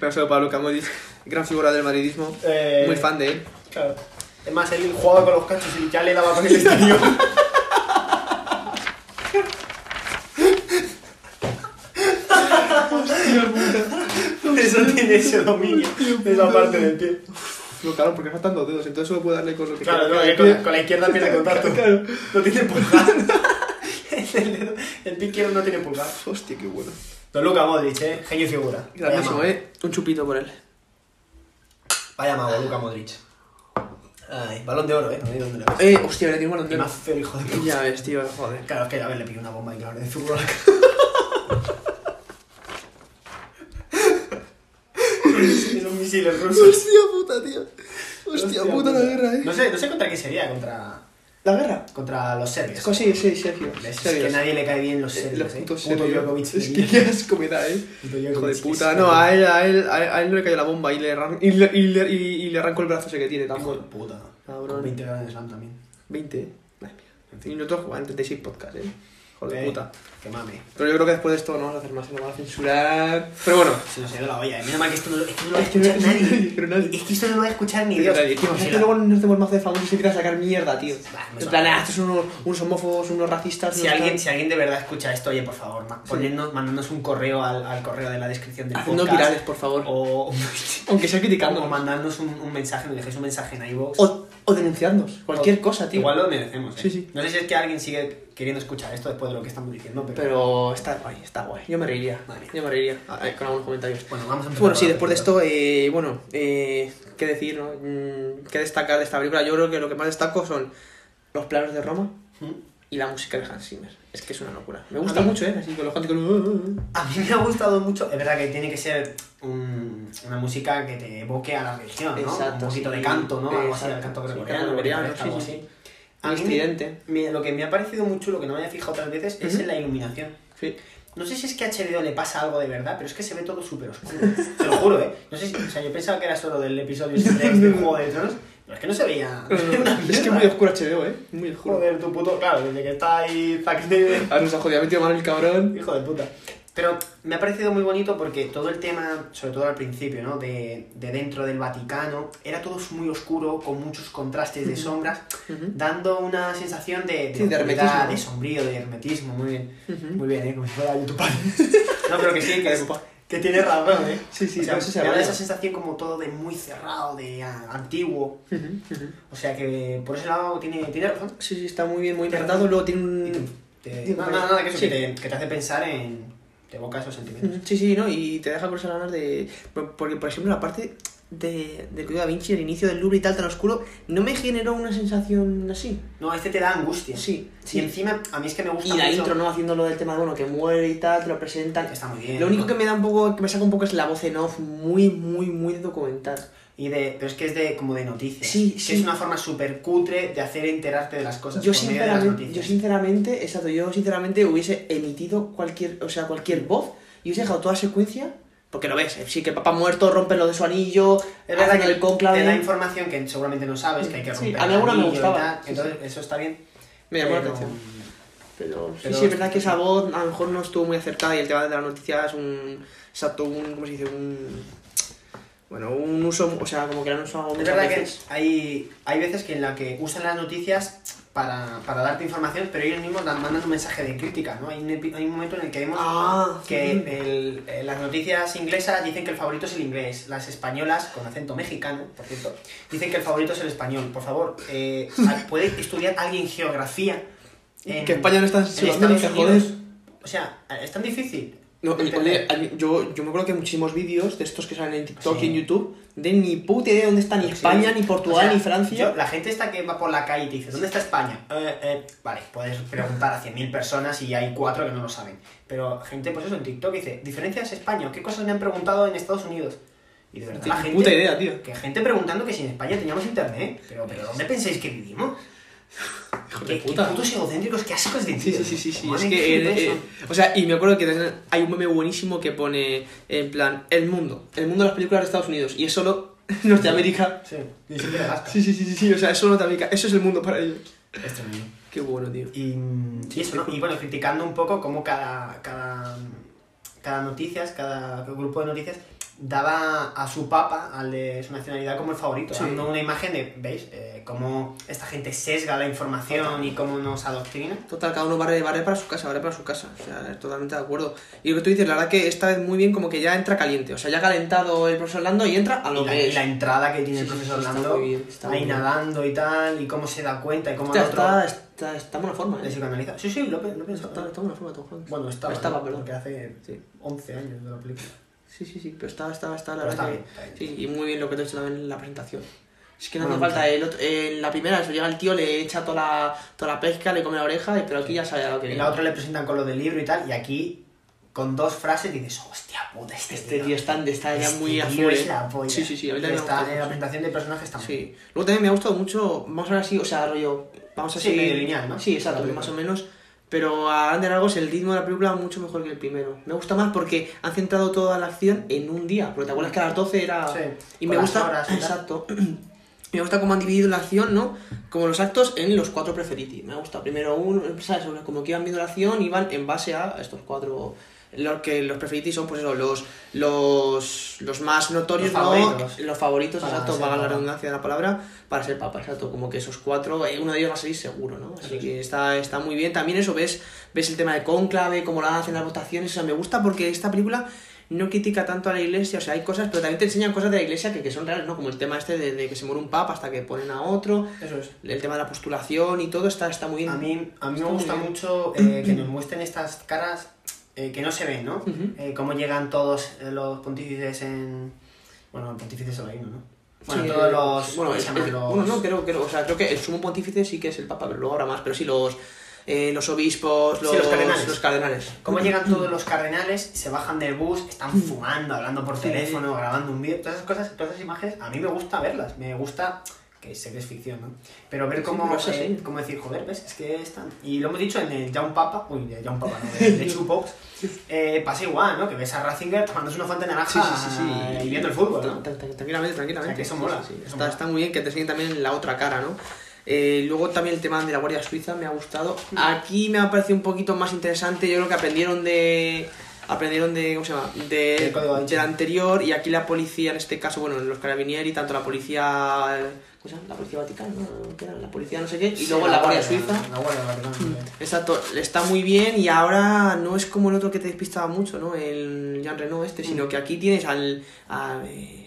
[SPEAKER 13] no, solo Pablo Camodis, gran figura del madridismo.
[SPEAKER 14] Eh,
[SPEAKER 13] Muy fan de él.
[SPEAKER 14] Claro. Es más, él jugaba con los cachos y ya le daba con el
[SPEAKER 13] <laughs>
[SPEAKER 14] exterior. Eso tiene ese dominio, esa parte del pie.
[SPEAKER 13] No, claro, porque faltan dos dedos, entonces solo puede darle con lo que
[SPEAKER 14] Claro,
[SPEAKER 13] quiera.
[SPEAKER 14] no,
[SPEAKER 13] el
[SPEAKER 14] eh, con,
[SPEAKER 13] pie-
[SPEAKER 14] con la izquierda pierde contacto.
[SPEAKER 13] Claro.
[SPEAKER 14] No tiene pulgar.
[SPEAKER 13] <laughs>
[SPEAKER 14] el, dedo- el pie izquierdo no tiene pulgar.
[SPEAKER 13] Hostia, qué bueno.
[SPEAKER 14] Don Luca Modric, eh. Genio y figura.
[SPEAKER 13] Grandísimo, eh. Un chupito por él.
[SPEAKER 14] Vaya mago, Luca Modric. Ay, balón de oro, eh. No hay dónde le ves.
[SPEAKER 13] Eh, hostia, le tiene un balón de
[SPEAKER 14] Y
[SPEAKER 13] oro.
[SPEAKER 14] más feo, hijo de puta.
[SPEAKER 13] Ya ves, tío, joder.
[SPEAKER 14] Claro, es que a ver, le pilló una bomba y claro, de
[SPEAKER 13] <laughs>
[SPEAKER 14] fútbol a la cara. Son misiles rusos.
[SPEAKER 13] Hostia puta, tío. Hostia, puta la guerra, eh.
[SPEAKER 14] No sé, no sé contra quién sería, contra.
[SPEAKER 13] ¿La guerra?
[SPEAKER 14] Contra los serbios.
[SPEAKER 13] Co- Sí, sí, Sergio.
[SPEAKER 14] Es
[SPEAKER 13] Serbios.
[SPEAKER 14] que nadie le cae bien los serbios.
[SPEAKER 13] Los
[SPEAKER 14] eh.
[SPEAKER 13] putos
[SPEAKER 14] Puto
[SPEAKER 13] serbios.
[SPEAKER 14] Djokovic.
[SPEAKER 13] Es que qué asco me da, eh.
[SPEAKER 14] Puto
[SPEAKER 13] Hijo de
[SPEAKER 14] Djokovic,
[SPEAKER 13] puta.
[SPEAKER 14] es-
[SPEAKER 13] No, a él, a él, a a él no le cayó la bomba y le, arran- y le, y le, y- y le arrancó el brazo ese que tiene tan
[SPEAKER 14] <laughs> Hijo
[SPEAKER 13] bueno.
[SPEAKER 14] de puta. Con
[SPEAKER 13] Cabrón.
[SPEAKER 14] 20 grados de slam también.
[SPEAKER 13] 20, eh. Madre mía. Y nosotros jugamos 36 podcasts, eh. Hijo de
[SPEAKER 14] Eh,
[SPEAKER 13] puta.
[SPEAKER 14] Que mame.
[SPEAKER 13] Pero yo creo que después de esto no vamos a hacer más, se nos van a censurar. Pero bueno.
[SPEAKER 14] Se nos ha ido la olla. eh. Menos mal que esto no lo, esto no lo va a
[SPEAKER 13] Es que no-
[SPEAKER 14] escuchar nadie.
[SPEAKER 13] pero nadie.
[SPEAKER 14] Es que esto no lo va a escuchar ni
[SPEAKER 13] Pero
[SPEAKER 14] Dios.
[SPEAKER 13] nadie, tío,
[SPEAKER 14] Ojalá.
[SPEAKER 13] es que luego nos hacemos mazo de famosos y se tiran a sacar mierda, tío. En
[SPEAKER 14] suena.
[SPEAKER 13] plan, ah, estos son unos, unos homófobos, unos racistas.
[SPEAKER 14] Si
[SPEAKER 13] unos
[SPEAKER 14] alguien,
[SPEAKER 13] tal.
[SPEAKER 14] si alguien de verdad escucha esto, oye, por favor, ma- ponednos- mandadnos un correo al, al correo de la descripción del
[SPEAKER 13] Hacednos
[SPEAKER 14] podcast.
[SPEAKER 13] virales, por favor.
[SPEAKER 14] O,
[SPEAKER 13] Aunque sea
[SPEAKER 14] o <laughs>
[SPEAKER 13] criticándonos.
[SPEAKER 14] mandadnos un, un mensaje, nos dejéis un mensaje en iVoox.
[SPEAKER 13] O, o denunciarnos. Cualquier
[SPEAKER 14] O-
[SPEAKER 13] cosa, tío.
[SPEAKER 14] Igual lo merecemos, ¿eh?
[SPEAKER 13] Sí, sí.
[SPEAKER 14] No sé si es que alguien sigue queriendo escuchar esto después de lo que estamos diciendo, pero...
[SPEAKER 13] Pero está guay, está guay. Yo me reiría. Yo me reiría ah, eh, con algunos comentarios.
[SPEAKER 14] Bueno, vamos a empezar
[SPEAKER 13] Bueno, sí,
[SPEAKER 14] con la
[SPEAKER 13] después de esto, eh, bueno, eh, ¿qué decir? no? Mm, ¿Qué destacar de esta película? Yo creo que lo que más destaco son los planos de Roma y la música de Hans Zimmer. Es que es una locura. Me gusta
[SPEAKER 14] Mm. A mí-
[SPEAKER 13] mucho, ¿eh? Así con los cánticos. uh.
[SPEAKER 14] A mí me ha gustado mucho. Es verdad que tiene que ser un- una música que te evoque a la religión, ¿no?
[SPEAKER 13] Exacto,
[SPEAKER 14] un poquito
[SPEAKER 13] sí.
[SPEAKER 14] de canto, ¿no? Algo así,
[SPEAKER 13] Exacto.
[SPEAKER 14] el canto
[SPEAKER 13] Sí,
[SPEAKER 14] gregoriano,
[SPEAKER 13] canto gregoriano,
[SPEAKER 14] me parece,
[SPEAKER 13] sí,
[SPEAKER 14] algo
[SPEAKER 13] sí,
[SPEAKER 14] así.
[SPEAKER 13] sí.
[SPEAKER 14] A
[SPEAKER 13] Un
[SPEAKER 14] mí
[SPEAKER 13] estridente.
[SPEAKER 14] me- lo que me ha parecido mucho, lo que no me había fijado otras veces, es
[SPEAKER 13] Ujú.
[SPEAKER 14] en la iluminación.
[SPEAKER 13] Sí.
[SPEAKER 14] No sé si es que a HBO le pasa algo de verdad, pero es que se ve todo súper oscuro. Te lo juro, ¿eh? No sé si, o sea, yo pensaba que era solo del episodio 6 de este Juego de Tronos, pero es que no se veía. una
[SPEAKER 13] <laughs> es que es
[SPEAKER 14] mierda.
[SPEAKER 13] muy oscuro HBO, ¿eh? Muy oscuro.
[SPEAKER 14] Joder, tu puto. Claro, desde que está ahí Zack Snyder.
[SPEAKER 13] Ah, nos ha jodido, ha metido mano el cabrón.
[SPEAKER 14] Hijo de puta. Pero me ha parecido muy bonito porque todo el tema, sobre todo al principio, ¿no? De, de dentro del Vaticano, era todo muy oscuro, con muchos contrastes de
[SPEAKER 13] Ujú.
[SPEAKER 14] sombras, dando una sensación de,
[SPEAKER 13] Sí, de
[SPEAKER 14] oscuridad,
[SPEAKER 13] hermetismo.
[SPEAKER 14] de sombrío, de hermetismo. Muy bien, muy bien, ¿eh? Como si fuera yo tu
[SPEAKER 13] <laughs>
[SPEAKER 14] padre. no, pero que sí, que, que tiene razón, ¿eh?
[SPEAKER 13] Sí, sí,
[SPEAKER 14] O sea,
[SPEAKER 13] no sé si
[SPEAKER 14] me da
[SPEAKER 13] habrá.
[SPEAKER 14] esa sensación como todo de muy cerrado, de ah, antiguo. O sea que por ese lado tiene, tiene razón.
[SPEAKER 13] Sí, sí, está muy bien, muy interpretado. Luego tiene un.
[SPEAKER 14] Te-
[SPEAKER 13] Digo,
[SPEAKER 14] nada, nada, nada, que eso
[SPEAKER 13] Mm, sí.
[SPEAKER 14] que, te, que te hace pensar en. te evoca esos sentimientos.
[SPEAKER 13] Sí, sí, ¿no? Y te deja con esas ganas de... por- Porque, por ejemplo, la parte de, del Código da Vinci, el inicio del Louvre y tal, tan oscuro, no me generó una sensación así.
[SPEAKER 14] No, este te da angustia.
[SPEAKER 13] Sí, sí.
[SPEAKER 14] Y encima, a mí es que me gusta
[SPEAKER 13] Y la
[SPEAKER 14] mucho-
[SPEAKER 13] intro, ¿no? Haciendo lo del tema de, bueno, que muere y tal, te lo presentan.
[SPEAKER 14] Está muy bien.
[SPEAKER 13] Lo único
[SPEAKER 14] ¿no?
[SPEAKER 13] que me da un poco, que me saca un poco es la voz en off, muy, muy, muy documental.
[SPEAKER 14] Y de... Pero es que es de como de noticias.
[SPEAKER 13] Sí,
[SPEAKER 14] Que
[SPEAKER 13] sí.
[SPEAKER 14] es una forma súper cutre de hacer enterarte de las cosas
[SPEAKER 13] Yo
[SPEAKER 14] por medio de las
[SPEAKER 13] sinceramente, yo
[SPEAKER 14] noticias.
[SPEAKER 13] sinceramente, exacto, yo sinceramente hubiese emitido cualquier, o sea, cualquier voz y hubiese dejado toda secuencia, porque lo ves, eh, sí que papá muerto, rompen lo de su anillo,
[SPEAKER 14] Es verdad
[SPEAKER 13] hacen
[SPEAKER 14] que
[SPEAKER 13] el conclave.
[SPEAKER 14] te da información que seguramente no sabes, que hay que
[SPEAKER 13] Sí,
[SPEAKER 14] romper.
[SPEAKER 13] a mí
[SPEAKER 14] el
[SPEAKER 13] alguna me
[SPEAKER 14] anillo y
[SPEAKER 13] gustaba.
[SPEAKER 14] tal,
[SPEAKER 13] Sí,
[SPEAKER 14] Entonces,
[SPEAKER 13] sí.
[SPEAKER 14] eso está bien.
[SPEAKER 13] Me llamó la
[SPEAKER 14] pero-
[SPEAKER 13] atención. Pero, sí,
[SPEAKER 14] pero-
[SPEAKER 13] sí, es verdad que esa voz a lo mejor no estuvo muy acertada y el tema de la noticia es un. Exacto, un. ¿Cómo se dice? Un. Bueno, un uso. O sea, como que la han usado
[SPEAKER 14] Es
[SPEAKER 13] muchas
[SPEAKER 14] verdad que
[SPEAKER 13] veces.
[SPEAKER 14] hay, hay veces que en la que usan las noticias para, para darte información, pero ellos mismos dan- mandan un mensaje de crítica, ¿no? Hay un, epi- hay un momento en el que vemos
[SPEAKER 13] Ah,
[SPEAKER 14] que
[SPEAKER 13] sí.
[SPEAKER 14] el- eh, las noticias inglesas dicen que el favorito es el inglés, las españolas, con acento mexicano, por cierto, dicen que el favorito es el español. Por favor, eh, al- ¿puede estudiar alguien geografía? en-
[SPEAKER 13] Que España no está en
[SPEAKER 14] Estados
[SPEAKER 13] Sudamérica, joder.
[SPEAKER 14] Unidos? O sea, es tan difícil.
[SPEAKER 13] No, oye,
[SPEAKER 14] entender.
[SPEAKER 13] oye, yo, yo me acuerdo que hay muchísimos vídeos de estos que salen en TikTok
[SPEAKER 14] Sí.
[SPEAKER 13] y en YouTube de ni puta idea de dónde está ni España,
[SPEAKER 14] Sí.
[SPEAKER 13] ni Portugal,
[SPEAKER 14] O sea,
[SPEAKER 13] ni Francia.
[SPEAKER 14] yo- la gente está que va por la calle y te dice, ¿dónde está España? Eh, eh, vale, puedes preguntar a 100.000 personas y hay cuatro que no lo saben. Pero gente, pues eso, en TikTok dice, ¿diferencias España? ¿Qué cosas me han preguntado en Estados Unidos? Y de verdad,
[SPEAKER 13] Ni
[SPEAKER 14] la gente,
[SPEAKER 13] puta idea, tío.
[SPEAKER 14] Que gente preguntando que si en España teníamos internet. Pero, pero ¿dónde pensáis que vivimos?
[SPEAKER 13] Hijo de puta.
[SPEAKER 14] Putos egocéntricos, qué ascos de
[SPEAKER 13] Sí,
[SPEAKER 14] tío.
[SPEAKER 13] sí, sí, sí, sí.
[SPEAKER 14] Madre,
[SPEAKER 13] Es que,
[SPEAKER 14] qué
[SPEAKER 13] eh,
[SPEAKER 14] grueso.
[SPEAKER 13] eh, o sea, y me acuerdo que hay un meme buenísimo que pone, en plan, el mundo, el mundo de las películas de Estados Unidos, y es solo <laughs> Norteamérica.
[SPEAKER 14] Sí, ni siquiera Alaska.
[SPEAKER 13] Sí, sí, sí, sí, sí, o sea, es solo Norteamérica, eso es el mundo para ellos.
[SPEAKER 14] Es tremendo.
[SPEAKER 13] Qué bueno, tío.
[SPEAKER 14] Y, y eso, ¿no? Y bueno, criticando un poco cómo cada, cada, cada noticias, cada grupo de noticias daba a su papa, al de su nacionalidad, como el favorito,
[SPEAKER 13] Sí.
[SPEAKER 14] dando una imagen de, ¿veis? Eh, cómo esta gente sesga la información y cómo nos adoctrina.
[SPEAKER 13] Total, cada uno barre, barre para su casa, barre para su casa. O sea, totalmente de acuerdo. Y lo que tú dices, la verdad que esta vez muy bien, como que ya entra caliente. O sea, ya ha calentado el profesor Lando y entra a lo
[SPEAKER 14] Y la,
[SPEAKER 13] que
[SPEAKER 14] y
[SPEAKER 13] es.
[SPEAKER 14] la entrada que tiene el
[SPEAKER 13] Sí, sí, sí,
[SPEAKER 14] profesor
[SPEAKER 13] está
[SPEAKER 14] Lando,
[SPEAKER 13] muy bien, está muy
[SPEAKER 14] ahí
[SPEAKER 13] bien.
[SPEAKER 14] nadando y tal, y cómo se da cuenta y cómo
[SPEAKER 13] Hostia,
[SPEAKER 14] al otro
[SPEAKER 13] está, está, está en buena forma,
[SPEAKER 14] le
[SPEAKER 13] ¿eh?
[SPEAKER 14] psicoanaliza. Sí, sí, lo, he- lo he pensado.
[SPEAKER 13] Está, está en buena forma, Tom Hanks.
[SPEAKER 14] Bueno, estaba,
[SPEAKER 13] Estaba,
[SPEAKER 14] ¿no?
[SPEAKER 13] perdón.
[SPEAKER 14] Porque hace
[SPEAKER 13] Sí.
[SPEAKER 14] 11 años de la película.
[SPEAKER 13] Sí, sí, sí, pero está, está, está, la
[SPEAKER 14] Pero está
[SPEAKER 13] verdad que-
[SPEAKER 14] bien, está bien.
[SPEAKER 13] Sí, y muy bien lo que te he hecho también en la presentación. Es que no
[SPEAKER 14] Bueno,
[SPEAKER 13] hace
[SPEAKER 14] mucho.
[SPEAKER 13] falta, eh, el otro- en la primera, eso llega el tío, le echa toda la, toda la pesca, le come la oreja, y- pero aquí ya sabe a lo que
[SPEAKER 14] En
[SPEAKER 13] viene.
[SPEAKER 14] la otra le presentan con lo del libro y tal, y aquí con dos frases dices, hostia puta, este,
[SPEAKER 13] Este tío está, está ya
[SPEAKER 14] este
[SPEAKER 13] muy
[SPEAKER 14] tío
[SPEAKER 13] azul.
[SPEAKER 14] es
[SPEAKER 13] ¿eh?
[SPEAKER 14] la polla.
[SPEAKER 13] Sí, sí, sí, a mí también me ha
[SPEAKER 14] está, en
[SPEAKER 13] gustado
[SPEAKER 14] la
[SPEAKER 13] mucho.
[SPEAKER 14] presentación de personajes está muy bien.
[SPEAKER 13] Sí. Luego también me ha gustado mucho, vamos a ver así, o sea, rollo, vamos a
[SPEAKER 14] Sí,
[SPEAKER 13] seguir...
[SPEAKER 14] medio lineal, ¿no?
[SPEAKER 13] Sí, exacto,
[SPEAKER 14] También.
[SPEAKER 13] más o menos. Pero a grandes rasgos el ritmo de la película mucho mejor que el primero. Me gusta más porque han centrado toda la acción en un día. Porque te acuerdas que a las 12 era...
[SPEAKER 14] Sí,
[SPEAKER 13] y
[SPEAKER 14] con
[SPEAKER 13] me
[SPEAKER 14] las
[SPEAKER 13] gusta...
[SPEAKER 14] horas y tal.
[SPEAKER 13] exacto. <clears throat> Me gusta cómo han dividido la acción, ¿no? Como los actos en los cuatro preferiti. Me gusta. Primero uno, ¿sabes? Como que iban viendo la acción, iban en base a estos cuatro... Los que los preferiti son, pues eso, los, los, los más notorios,
[SPEAKER 14] Los
[SPEAKER 13] ¿no?
[SPEAKER 14] favoritos.
[SPEAKER 13] Los favoritos,
[SPEAKER 14] Para
[SPEAKER 13] exacto,
[SPEAKER 14] ser
[SPEAKER 13] valga la
[SPEAKER 14] papa.
[SPEAKER 13] redundancia de la palabra, para ser papa, exacto. Como que esos cuatro, eh, uno de ellos va a salir seguro, ¿no? Así que está, está muy bien. También eso, ves, ves el tema de cónclave, cómo la hacen las votaciones. O sea, me gusta porque esta película no critica tanto a la iglesia, o sea, hay cosas, pero también te enseñan cosas de la iglesia que, que son reales, ¿no? Como el tema este de, de que se muere un papa hasta que ponen a otro,
[SPEAKER 14] Eso es.
[SPEAKER 13] el tema de la postulación y todo, está, está muy bien.
[SPEAKER 14] A mí, a mí me
[SPEAKER 13] Está muy
[SPEAKER 14] gusta
[SPEAKER 13] bien.
[SPEAKER 14] mucho eh, que nos muestren estas caras eh, que no se ven, ¿no? Eh, cómo llegan todos eh, los pontífices en... Bueno, el pontífice solo hay uno, ¿no? Bueno,
[SPEAKER 13] Sí, eh,
[SPEAKER 14] todos los...
[SPEAKER 13] Bueno,
[SPEAKER 14] ¿cómo
[SPEAKER 13] es-
[SPEAKER 14] se llaman?
[SPEAKER 13] es-
[SPEAKER 14] Los-
[SPEAKER 13] bueno, no, creo, creo, o sea, creo que el sumo pontífice sí que es el papa, pero luego habrá más, pero sí los, eh, los obispos,
[SPEAKER 14] Sí,
[SPEAKER 13] los,
[SPEAKER 14] los cardenales.
[SPEAKER 13] los cardenales.
[SPEAKER 14] Cómo llegan todos los cardenales, se bajan del bus, están
[SPEAKER 13] Mm.
[SPEAKER 14] fumando, hablando por teléfono, grabando un vídeo, todas esas cosas, todas esas imágenes, a mí me gusta verlas, me gusta, que sé que es ficción, ¿no? Pero ver
[SPEAKER 13] Sí,
[SPEAKER 14] cómo,
[SPEAKER 13] pero es así.
[SPEAKER 14] eh, cómo decir, joder, ves, es que están... Y lo hemos dicho en el Ya un Papa, uy, de Ya un Papa, no,
[SPEAKER 13] <laughs>
[SPEAKER 14] de, de Chupox, eh, pasa igual, ¿no? Que ves a Ratzinger tomándose una fuente de naranja
[SPEAKER 13] Sí, sí, sí, sí.
[SPEAKER 14] y viendo el fútbol,
[SPEAKER 13] Tra-
[SPEAKER 14] ¿no?
[SPEAKER 13] tra- tra- Tranquilamente,
[SPEAKER 14] O sea,
[SPEAKER 13] tranquilamente.
[SPEAKER 14] que eso
[SPEAKER 13] Sí,
[SPEAKER 14] mola,
[SPEAKER 13] sí, sí.
[SPEAKER 14] eso
[SPEAKER 13] Está,
[SPEAKER 14] mola.
[SPEAKER 13] está muy bien que te enseñen también la otra cara, ¿no? Eh, luego también el tema de la Guardia Suiza me ha gustado.
[SPEAKER 14] Hmm.
[SPEAKER 13] Aquí me ha parecido un poquito más interesante. Yo creo que aprendieron de. Aprendieron de. ¿Cómo se llama? De,
[SPEAKER 14] Del Código Da Vinci.
[SPEAKER 13] del anterior. Y aquí la policía, en este caso, bueno, los carabinieri, tanto la policía. ¿Cómo se llama? La policía vaticana, ¿no? ¿Qué era? La policía no sé qué. Y
[SPEAKER 14] Sí,
[SPEAKER 13] luego la, Guardia
[SPEAKER 14] guardia,
[SPEAKER 13] Suiza. Mm.
[SPEAKER 14] La guardia, eh. Vaticana, ¿no?
[SPEAKER 13] Exacto, está muy bien y ahora no es como el otro que te despistaba mucho, ¿no? El Jean Reno este,
[SPEAKER 14] Mm.
[SPEAKER 13] sino que aquí tienes al... a, eh,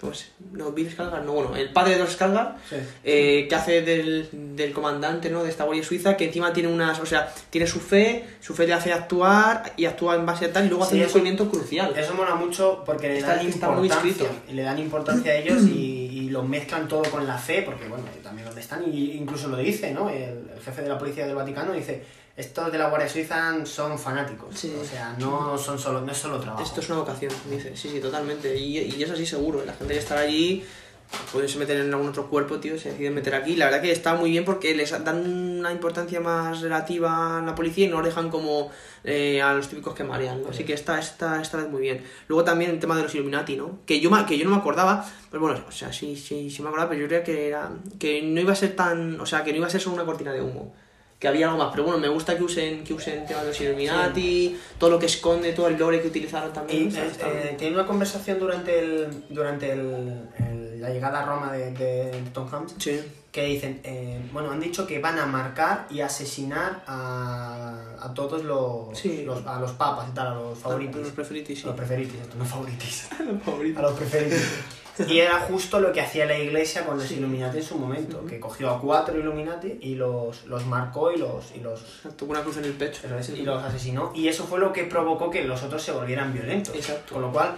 [SPEAKER 13] ¿Cómo es? No, Bill Skarsgård, no, bueno, el padre de los Skarsgård,
[SPEAKER 14] Sí.
[SPEAKER 13] eh, que hace del, del comandante, ¿no? De esta guardia suiza, que encima tiene unas... O sea, tiene su fe, su fe le hace actuar y actúa en base a tal y luego
[SPEAKER 14] Sí,
[SPEAKER 13] hace un
[SPEAKER 14] eso-
[SPEAKER 13] descubrimiento crucial.
[SPEAKER 14] Eso mola mucho porque le
[SPEAKER 13] Está-
[SPEAKER 14] dan
[SPEAKER 13] está muy
[SPEAKER 14] importancia.
[SPEAKER 13] escrito.
[SPEAKER 14] y le dan importancia a ellos y, y lo mezclan todo con la fe, porque bueno, también donde están, y incluso lo dice, ¿no? El, el jefe de la policía del Vaticano dice, estos de la Guardia Suiza son fanáticos.
[SPEAKER 13] Sí.
[SPEAKER 14] O sea, no son solo, no es solo trabajo.
[SPEAKER 13] Esto es una vocación, dice. Sí, sí, totalmente. Y, y es así seguro. La gente que estará allí, pueden meter en algún otro cuerpo, tío, se deciden meter aquí. La verdad que está muy bien porque les dan una importancia más relativa a la policía y no dejan como eh, a los típicos que marean. ¿no? Así que está, está, está muy bien. Luego también el tema de los Illuminati, ¿no? Que yo, ma- que yo no me acordaba, pero bueno, o sea, sí, sí, sí me acordaba, pero yo creía que, era, que no iba a ser tan. O sea, que no iba a ser solo una cortina de humo que había algo más, pero bueno, me gusta que usen, que usen temas de los Illuminati, todo lo que esconde, todo el lore que utilizaron
[SPEAKER 14] Y,
[SPEAKER 13] también.
[SPEAKER 14] eh,
[SPEAKER 13] o sea, está
[SPEAKER 14] eh, tiene una conversación durante el, durante el- el- la llegada a Roma de, de Tom Hanks
[SPEAKER 13] Sí.
[SPEAKER 14] que dicen, eh, bueno, han dicho que van a marcar y asesinar a, a todos los,
[SPEAKER 13] Sí.
[SPEAKER 14] los- a los papas y tal, a los favoritos.
[SPEAKER 13] Los preferitis, sí.
[SPEAKER 14] A los
[SPEAKER 13] <laughs>
[SPEAKER 14] preferitis, esto, no favoritis.
[SPEAKER 13] Los favoritos.
[SPEAKER 14] A los preferitis. Y era justo lo que hacía la iglesia con los Illuminati en su momento, que cogió a cuatro Illuminati y los, los marcó y los, y los
[SPEAKER 13] Tuvo una cruz en el pecho.
[SPEAKER 14] y los asesinó. Y eso fue lo que provocó que los otros se volvieran violentos.
[SPEAKER 13] Exacto.
[SPEAKER 14] Con lo cual,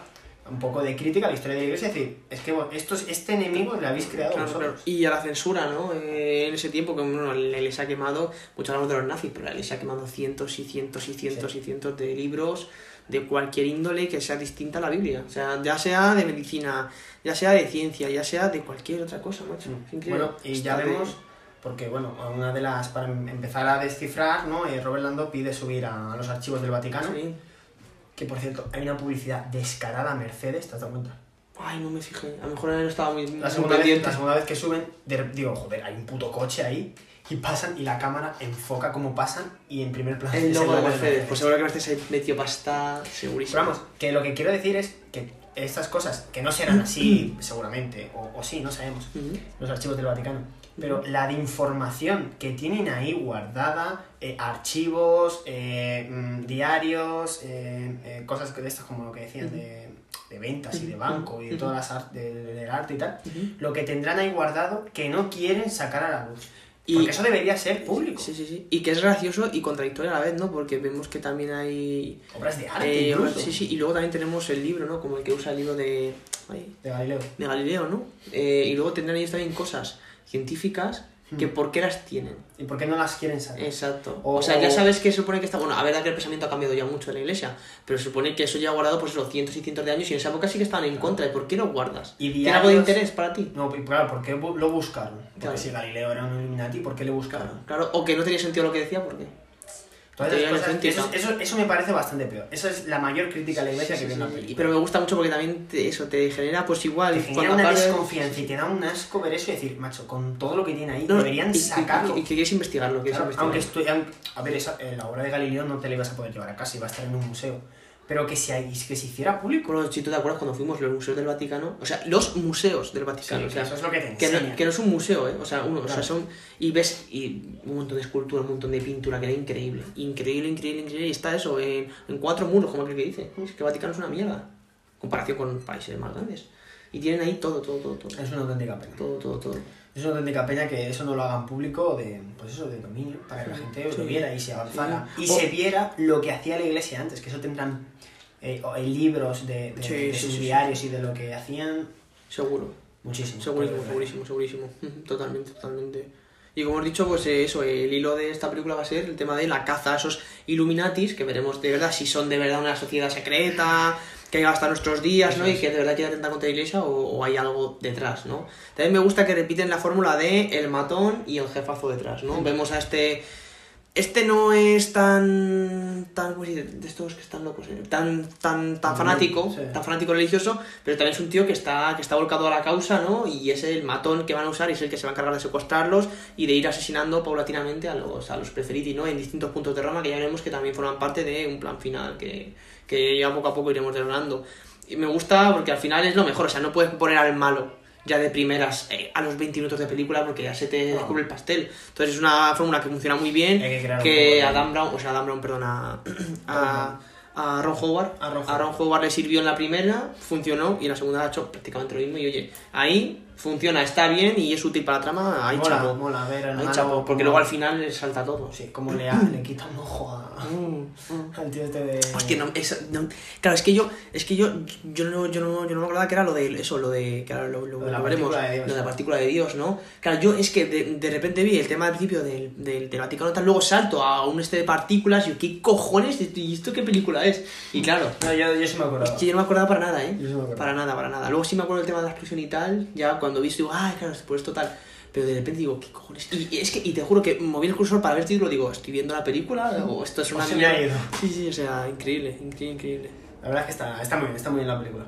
[SPEAKER 14] un poco de crítica a la historia de la iglesia, es decir, es que bueno, estos, este enemigo lo habéis creado
[SPEAKER 13] Claro,
[SPEAKER 14] vosotros.
[SPEAKER 13] claro. Y a la censura, ¿no? Eh, en ese tiempo que bueno, la iglesia ha quemado, mucho hablamos de los nazis, pero la iglesia ha quemado cientos y cientos y cientos y cientos de libros de cualquier índole que sea distinta a la Biblia. O sea, ya sea de medicina, ya sea de ciencia, ya sea de cualquier otra cosa, macho. Es increíble.
[SPEAKER 14] Mm. Bueno, y ya
[SPEAKER 13] Está de-
[SPEAKER 14] vemos porque bueno, una de las, para empezar a descifrar, ¿no? Eh, Robert Lando pide subir a, a los archivos del Vaticano. Sí. Que por cierto, hay una publicidad descarada a Mercedes, ¿te has dado cuenta? Ay, no me fijé. A lo mejor no estaba muy, la segunda muy vez, La segunda vez que suben, de- digo, joder, hay un puto coche ahí. Y pasan, y la cámara enfoca cómo pasan, y en primer plano...
[SPEAKER 20] El
[SPEAKER 14] es
[SPEAKER 20] logo de
[SPEAKER 14] de
[SPEAKER 20] Mercedes.
[SPEAKER 14] Pues seguro que
[SPEAKER 13] este
[SPEAKER 14] Mercedes ha metido pasta, segurísimo. Pero vamos, que lo que quiero decir es que estas cosas, que no serán así seguramente, o, o sí, no sabemos, los archivos del Vaticano, pero la de información que tienen ahí guardada, eh, archivos, eh, mm, diarios, eh, eh, cosas que de estas como lo que decían de de ventas y de banco y de todas las ar- de- de- del arte y tal, lo que tendrán ahí guardado que no quieren sacar a la luz.
[SPEAKER 13] Y-
[SPEAKER 14] Porque eso debería ser público.
[SPEAKER 13] Sí, sí, sí. Y que es gracioso y contradictorio a la vez, ¿no? Porque vemos que también hay...
[SPEAKER 14] Obras de arte
[SPEAKER 13] obras-
[SPEAKER 14] incluso.
[SPEAKER 13] Sí, sí. Y luego también tenemos el libro, ¿no? Como el que usa el libro de... ay,
[SPEAKER 14] De Galileo.
[SPEAKER 13] de Galileo, ¿no? Eh, y luego tendrán ellos también cosas científicas que
[SPEAKER 14] Hmm.
[SPEAKER 13] por qué las tienen.
[SPEAKER 14] ¿Y por qué no las quieren saber?
[SPEAKER 13] Exacto.
[SPEAKER 14] O-
[SPEAKER 13] O, sea, ya
[SPEAKER 14] o-
[SPEAKER 13] sabes que se supone que está... Bueno, a verdad que el pensamiento ha cambiado ya mucho en la iglesia, pero se supone que eso ya ha guardado pues los cientos y cientos de años y en esa época sí que estaban en contra. ¿Y por qué lo guardas?
[SPEAKER 14] ¿Y
[SPEAKER 13] ¿Tiene algo de
[SPEAKER 14] diarios?
[SPEAKER 13] interés para ti?
[SPEAKER 14] No, y claro, ¿por qué bu- lo buscaron? Porque
[SPEAKER 13] Claro.
[SPEAKER 14] si Galileo era un Illuminati, ¿por qué le buscaron?
[SPEAKER 13] Claro, o que no tenía sentido lo que decía, ¿por qué?
[SPEAKER 14] Todas esas
[SPEAKER 13] Tenía
[SPEAKER 14] cosas-
[SPEAKER 13] sentido.
[SPEAKER 14] eso, eso- eso me parece bastante peor. Eso es la mayor crítica a la iglesia
[SPEAKER 13] Sí,
[SPEAKER 14] que veo
[SPEAKER 13] sí,
[SPEAKER 14] en la
[SPEAKER 13] sí.
[SPEAKER 14] película.
[SPEAKER 13] Pero me gusta mucho porque también te- eso te genera pues igual
[SPEAKER 14] Te genera
[SPEAKER 13] cuando
[SPEAKER 14] una
[SPEAKER 13] acabes-
[SPEAKER 14] desconfianza y te da un asco ver eso y decir, macho, con todo lo que tiene ahí,
[SPEAKER 13] No,
[SPEAKER 14] deberían
[SPEAKER 13] y- y-
[SPEAKER 14] sacarlo.
[SPEAKER 13] Y, y que quieres investigarlo, quieres
[SPEAKER 14] Claro,
[SPEAKER 13] investigarlo.
[SPEAKER 14] aunque estu- aunque- a ver, esa- eh, la obra de Galileo no te la ibas a poder llevar a casa, iba a estar en un museo. Pero que si hay, que se hiciera público.
[SPEAKER 13] Bueno, si tú te acuerdas cuando fuimos los museos del Vaticano, o sea, los museos del Vaticano,
[SPEAKER 14] Sí,
[SPEAKER 13] o sea,
[SPEAKER 14] eso es lo que te enseñan.
[SPEAKER 13] no, que no es un museo, ¿eh? o sea, uno, o
[SPEAKER 14] Claro.
[SPEAKER 13] sea, son y ves y un montón de escultura, un montón de pintura que era increíble, increíble, increíble, increíble, y está eso en, en cuatro muros, como aquel que dice, es que el Vaticano es una mierda, en comparación con países más grandes, y tienen ahí todo, todo, todo, todo.
[SPEAKER 14] Es una auténtica pena.
[SPEAKER 13] Todo, todo, todo.
[SPEAKER 14] Es una auténtica pena que eso no lo hagan público de, pues eso, de dominio, para que la gente
[SPEAKER 13] Sí.
[SPEAKER 14] lo viera y se avanzara.
[SPEAKER 13] Sí.
[SPEAKER 14] Y
[SPEAKER 13] O-
[SPEAKER 14] se viera lo que hacía la iglesia antes, que eso tendrán eh, o- eh, libros de, de-
[SPEAKER 13] Sí,
[SPEAKER 14] de
[SPEAKER 13] sí,
[SPEAKER 14] sus
[SPEAKER 13] sí, sí.
[SPEAKER 14] diarios y de lo que hacían.
[SPEAKER 13] Seguro.
[SPEAKER 14] Muchísimo.
[SPEAKER 13] Segurísimo,
[SPEAKER 14] Pero-
[SPEAKER 13] segurísimo, segurísimo. Ujú, Totalmente, totalmente. Y como hemos dicho, pues eh, eso, eh, el hilo de esta película va a ser el tema de la caza a esos Illuminatis, que veremos de verdad si son de verdad una sociedad secreta, que llega hasta nuestros días, ¿no? Y que de verdad quiere atentar contra la iglesia o, o hay algo detrás, ¿no? También me gusta que repiten la fórmula de el matón y el jefazo detrás, ¿no?
[SPEAKER 14] Mm.
[SPEAKER 13] Vemos a este... Este no es tan... tan ¿cómo se dice? de estos que están locos, ¿eh? Tan, tan, tan fanático,
[SPEAKER 14] Sí.
[SPEAKER 13] tan fanático religioso, pero también es un tío que está, que está volcado a la causa, ¿no? Y es el matón que van a usar y es el que se va a encargar de secuestrarlos y de ir asesinando paulatinamente a los, a los preferiti, ¿no? En distintos puntos de Roma que ya veremos que también forman parte de un plan final que, que ya poco a poco iremos desgranando. Y me gusta porque al final es lo mejor, o sea, no puedes poner al malo ya de primeras eh, a los 20 minutos de película porque ya se te descubre el pastel. Entonces es una fórmula que funciona muy bien,
[SPEAKER 14] Hay que crear un poco
[SPEAKER 13] que
[SPEAKER 14] de-
[SPEAKER 13] Adam Brown, o sea, Adam Brown,
[SPEAKER 14] <coughs>
[SPEAKER 13] perdón, a- a a Ron Howard. A Ron Howard. le sirvió en la primera, funcionó, y en la segunda ha hecho prácticamente lo mismo. Y oye, ahí funciona, está bien y es útil para la trama. Ahí
[SPEAKER 14] mola,
[SPEAKER 13] chapo.
[SPEAKER 14] mola ver al
[SPEAKER 13] Ahí
[SPEAKER 14] malo
[SPEAKER 13] chapo, porque
[SPEAKER 14] como-
[SPEAKER 13] luego al final le salta todo. Mm.
[SPEAKER 14] Sí, como le, ha- le quita un ojo a- al tío este de...
[SPEAKER 13] Hostia, no, esa- no- claro, es que yo, es que yo, yo no, yo no, yo no me acordaba que era lo de eso, lo de, que ahora lo, lo-
[SPEAKER 14] Lo de la
[SPEAKER 13] lo veremos,
[SPEAKER 14] partícula de Dios.
[SPEAKER 13] lo de la partícula de Dios, ¿no? Claro, yo es que de, de repente vi el tema al principio del, del, del Vaticano, tal, luego salto a un este de partículas y yo, ¿qué cojones? ¿Y esto qué película es? Y claro,
[SPEAKER 14] No, yo, yo sí me acuerdo.
[SPEAKER 13] Es que yo no me acordaba para nada, ¿eh?
[SPEAKER 14] Yo sí me acordaba.
[SPEAKER 13] Para nada, para nada. Luego sí me acuerdo del tema de la explosión y tal, ya cuando vi esto digo, ah, claro, por esto tal. Pero de repente digo, ¿qué cojones? Y, y es que, y te juro que moví el cursor para ver el título, digo, ¿estoy viendo la película? O esto es
[SPEAKER 14] O
[SPEAKER 13] una
[SPEAKER 14] se me ha
[SPEAKER 13] mierda?
[SPEAKER 14] ido.
[SPEAKER 13] Sí, sí, o sea, increíble, increíble, increíble.
[SPEAKER 14] La verdad es que está, está muy bien, está muy bien la película.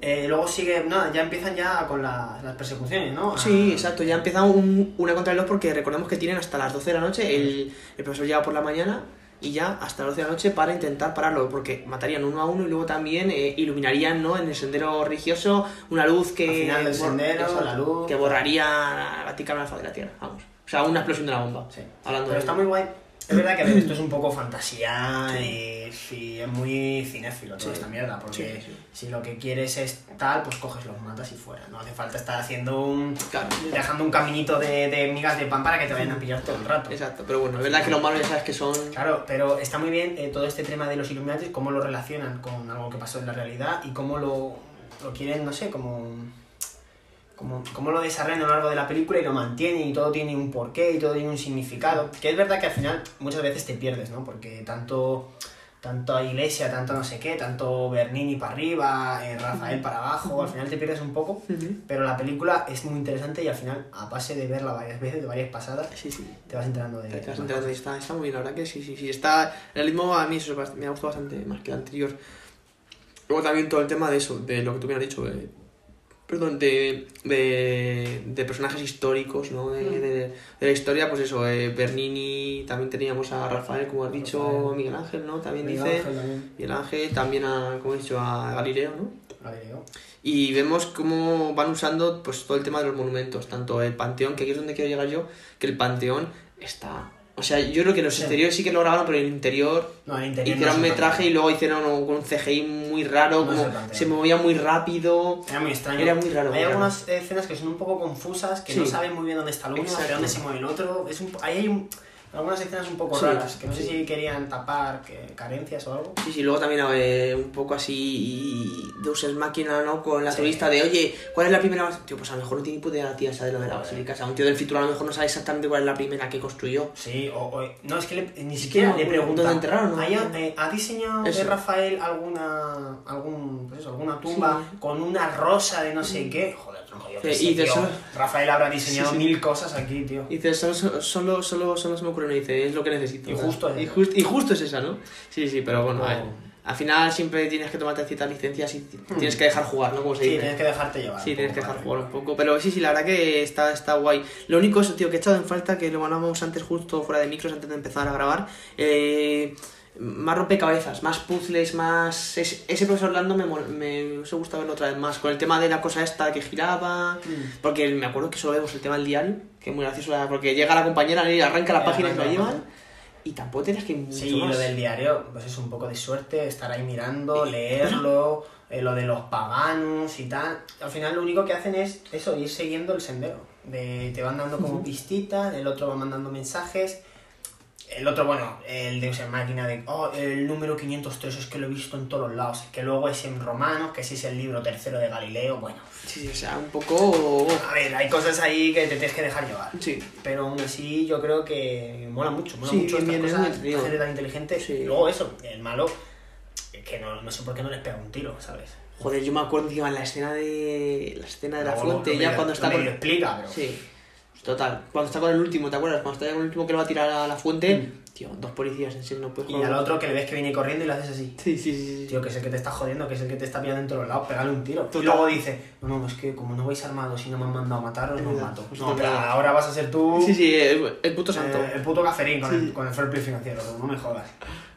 [SPEAKER 14] Eh, luego sigue, nada, ya empiezan ya con la- las persecuciones, ¿no? A-
[SPEAKER 13] Sí, exacto, ya empieza un, una contra el reloj porque recordemos que tienen hasta las 12 de la noche, el, el profesor llega por la mañana y ya hasta las 12 de la noche para intentar pararlo, porque matarían uno a uno y luego también eh, iluminarían ¿no? en el sendero religioso una luz que...
[SPEAKER 14] Al final del
[SPEAKER 13] bor-
[SPEAKER 14] sendero, la luz.
[SPEAKER 13] Que borraría el Vaticano de la faz de la Tierra, vamos. O sea, una explosión de la bomba. Hablando
[SPEAKER 14] Pero
[SPEAKER 13] de-
[SPEAKER 14] está muy guay. Es verdad que a ver, esto es un poco fantasía y, sí, es muy cinéfilo toda
[SPEAKER 13] Sí.
[SPEAKER 14] esta mierda, porque
[SPEAKER 13] Sí, sí.
[SPEAKER 14] si lo que quieres es tal, pues coges los matas y fuera. No hace falta estar haciendo un... dejando un caminito de, de migas de pan para que te vayan a pillar todo el rato.
[SPEAKER 13] Exacto, pero bueno, es verdad que los malos ya sabes que son...
[SPEAKER 14] Claro, pero está muy bien eh, todo este tema de los Illuminati, cómo lo relacionan con algo que pasó en la realidad y cómo lo, lo quieren, no sé, como, como, cómo lo desarrollan a lo largo de la película y lo mantienen y todo tiene un porqué y todo tiene un significado. Que es verdad que al final muchas veces te pierdes, ¿no? Porque tanto tanto Iglesia, tanto no sé qué, tanto Bernini para arriba, eh, Rafael para abajo, al final te pierdes un poco, pero la película es muy interesante y al final, a base de verla varias veces, de varias pasadas,
[SPEAKER 13] sí, sí.
[SPEAKER 14] te vas enterando de...
[SPEAKER 13] Te vas enterando y está, está muy bien, la verdad que sí, sí, sí, está, el ritmo a mí eso es bast- me ha gustado bastante más que el anterior. Luego también todo el tema de eso, de lo que tú me has dicho, de- perdón, de, de, de personajes históricos, ¿no?
[SPEAKER 14] Mm.
[SPEAKER 13] De, de- de la historia, pues eso, eh, Bernini, también teníamos a Rafael, como has dicho,
[SPEAKER 14] Rafael.
[SPEAKER 13] Miguel Ángel, ¿no? También
[SPEAKER 14] Miguel
[SPEAKER 13] dice,
[SPEAKER 14] Ángel también.
[SPEAKER 13] Miguel Ángel, también a, como he dicho, a Galileo, ¿no?
[SPEAKER 14] Galileo.
[SPEAKER 13] Y vemos cómo van usando pues todo el tema de los monumentos, tanto el panteón, que aquí es donde quiero llegar yo, que el panteón está... O sea, yo creo que los
[SPEAKER 14] Sí.
[SPEAKER 13] exteriores sí que lo grabaron, pero el interior,
[SPEAKER 14] No, el interior no
[SPEAKER 13] hicieron
[SPEAKER 14] es el
[SPEAKER 13] metraje
[SPEAKER 14] panteón.
[SPEAKER 13] y luego hicieron un, un CGI muy raro,
[SPEAKER 14] No es el
[SPEAKER 13] como
[SPEAKER 14] panteón.
[SPEAKER 13] se movía muy rápido.
[SPEAKER 14] Era muy extraño.
[SPEAKER 13] Era muy raro.
[SPEAKER 14] Hay
[SPEAKER 13] muy raro.
[SPEAKER 14] algunas escenas que son un poco confusas, que
[SPEAKER 13] Sí.
[SPEAKER 14] no saben muy bien dónde está el uno,
[SPEAKER 13] Exacto.
[SPEAKER 14] hacia dónde se mueve el otro. Es un, po- ahí hay un- algunas escenas un poco
[SPEAKER 13] Sí,
[SPEAKER 14] raras, que no sé
[SPEAKER 13] sí.
[SPEAKER 14] si querían tapar que- carencias o algo.
[SPEAKER 13] Sí, sí, luego también eh, un poco así y Deus Ex Máquina, ¿no? Con la
[SPEAKER 14] Sí.
[SPEAKER 13] turista de, oye, ¿cuál es la primera? bas-?" Tío, pues a lo mejor no tiene ni puta idea, tía, esa de lo de la basílica. O sea, un tío del futuro a lo mejor no sabe exactamente cuál es la primera que construyó.
[SPEAKER 14] Sí, o, o- no, es que le- ni siquiera
[SPEAKER 13] no,
[SPEAKER 14] le preguntan.
[SPEAKER 13] ¿dónde enterraron, no?
[SPEAKER 14] ¿Hay- eh, ¿Ha diseñado
[SPEAKER 13] Eso.
[SPEAKER 14] de Rafael alguna, algún, pues eso, alguna tumba con una rosa de no sé qué? Joder, tronco, yo qué
[SPEAKER 13] Sí,
[SPEAKER 14] sé,
[SPEAKER 13] y de
[SPEAKER 14] tío.
[SPEAKER 13] eso-
[SPEAKER 14] Rafael habrá diseñado
[SPEAKER 13] Sí, sí.
[SPEAKER 14] mil cosas aquí, tío.
[SPEAKER 13] Y dice, solo, solo, solo, solo se me ocurre una, y dice, es lo que necesito.
[SPEAKER 14] Y justo es
[SPEAKER 13] y,
[SPEAKER 14] esa.
[SPEAKER 13] jus- y justo es esa, ¿no? Sí, sí, pero bueno, a ver.
[SPEAKER 14] Wow.
[SPEAKER 13] Al final siempre tienes que tomarte ciertas licencias y ti-
[SPEAKER 14] Hmm.
[SPEAKER 13] tienes que dejar jugar, ¿no? Como se
[SPEAKER 14] Sí,
[SPEAKER 13] dice.
[SPEAKER 14] tienes que dejarte llevar
[SPEAKER 13] Sí,
[SPEAKER 14] un
[SPEAKER 13] tienes
[SPEAKER 14] poco,
[SPEAKER 13] que dejar
[SPEAKER 14] vale.
[SPEAKER 13] jugar un poco. Pero sí, sí, la verdad que está, está guay. Lo único eso, tío, que he echado en falta, que lo hablábamos antes justo fuera de micros, antes de empezar a grabar, eh, más rompecabezas, más puzzles, más... es- ese profesor Orlando me, mol- me hubiese gustado verlo otra vez más, con el tema de la cosa esta que giraba,
[SPEAKER 14] Mm.
[SPEAKER 13] porque me acuerdo que solo vemos el tema del dial, que es muy gracioso, la- porque llega la compañera y arranca la
[SPEAKER 14] Y
[SPEAKER 13] página y se la
[SPEAKER 14] arranca la
[SPEAKER 13] llevan, y tampoco tienes que... ir mucho
[SPEAKER 14] Sí, lo
[SPEAKER 13] más.
[SPEAKER 14] del diario, pues es un poco de suerte, estar ahí mirando, leerlo, eh, lo de los paganos y tal. Al final lo único que hacen es eso, ir siguiendo el sendero. De, te van dando como
[SPEAKER 13] Ujú.
[SPEAKER 14] pistitas, el otro va mandando mensajes. El otro, bueno, el de usar máquina de, oh, el número 503 es que lo he visto en todos los lados. Que luego es en romanos, que sí es el libro tercero de Galileo, bueno.
[SPEAKER 13] Sí, o sea, un poco... oh,
[SPEAKER 14] A ver, hay cosas ahí que te tienes que dejar llevar.
[SPEAKER 13] Sí.
[SPEAKER 14] Pero aún así yo creo que mola mucho, mola
[SPEAKER 13] Sí,
[SPEAKER 14] mucho estas
[SPEAKER 13] bien, bien,
[SPEAKER 14] cosas,
[SPEAKER 13] es muy entretenido.
[SPEAKER 14] gente tan inteligente. Y luego eso, el malo, que no, no sé por qué no les pega un tiro, ¿sabes?
[SPEAKER 13] Joder, yo me acuerdo encima en la escena de. La escena de la
[SPEAKER 14] Luego lo-
[SPEAKER 13] fuente,
[SPEAKER 14] lo
[SPEAKER 13] ya
[SPEAKER 14] medio-
[SPEAKER 13] cuando
[SPEAKER 14] lo
[SPEAKER 13] está
[SPEAKER 14] medio explica, pero-
[SPEAKER 13] Sí. Total. Cuando está con el último, ¿te acuerdas? Cuando está con el último que lo va a tirar a la fuente. Tío, dos policías en serio, no puedes
[SPEAKER 14] Mm. Y al otro que le ves que viene corriendo y le haces así.
[SPEAKER 13] <laughs> Sí, sí, sí. sí.
[SPEAKER 14] Tío, que es el que te está jodiendo, que es el que te está pillando en todos lados, pegale un tiro.
[SPEAKER 13] Total.
[SPEAKER 14] Y luego dice, no, no, es que como no vais armados y no me han mandado a mataros, no os
[SPEAKER 13] verdad.
[SPEAKER 14] mato.
[SPEAKER 13] Pues
[SPEAKER 14] No,
[SPEAKER 13] total.
[SPEAKER 14] pero ahora vas a ser tú...
[SPEAKER 13] Sí, sí, el, el puto santo.
[SPEAKER 14] eh, el puto cacerín con,
[SPEAKER 13] Sí.
[SPEAKER 14] el, con el fair play financiero, no me jodas.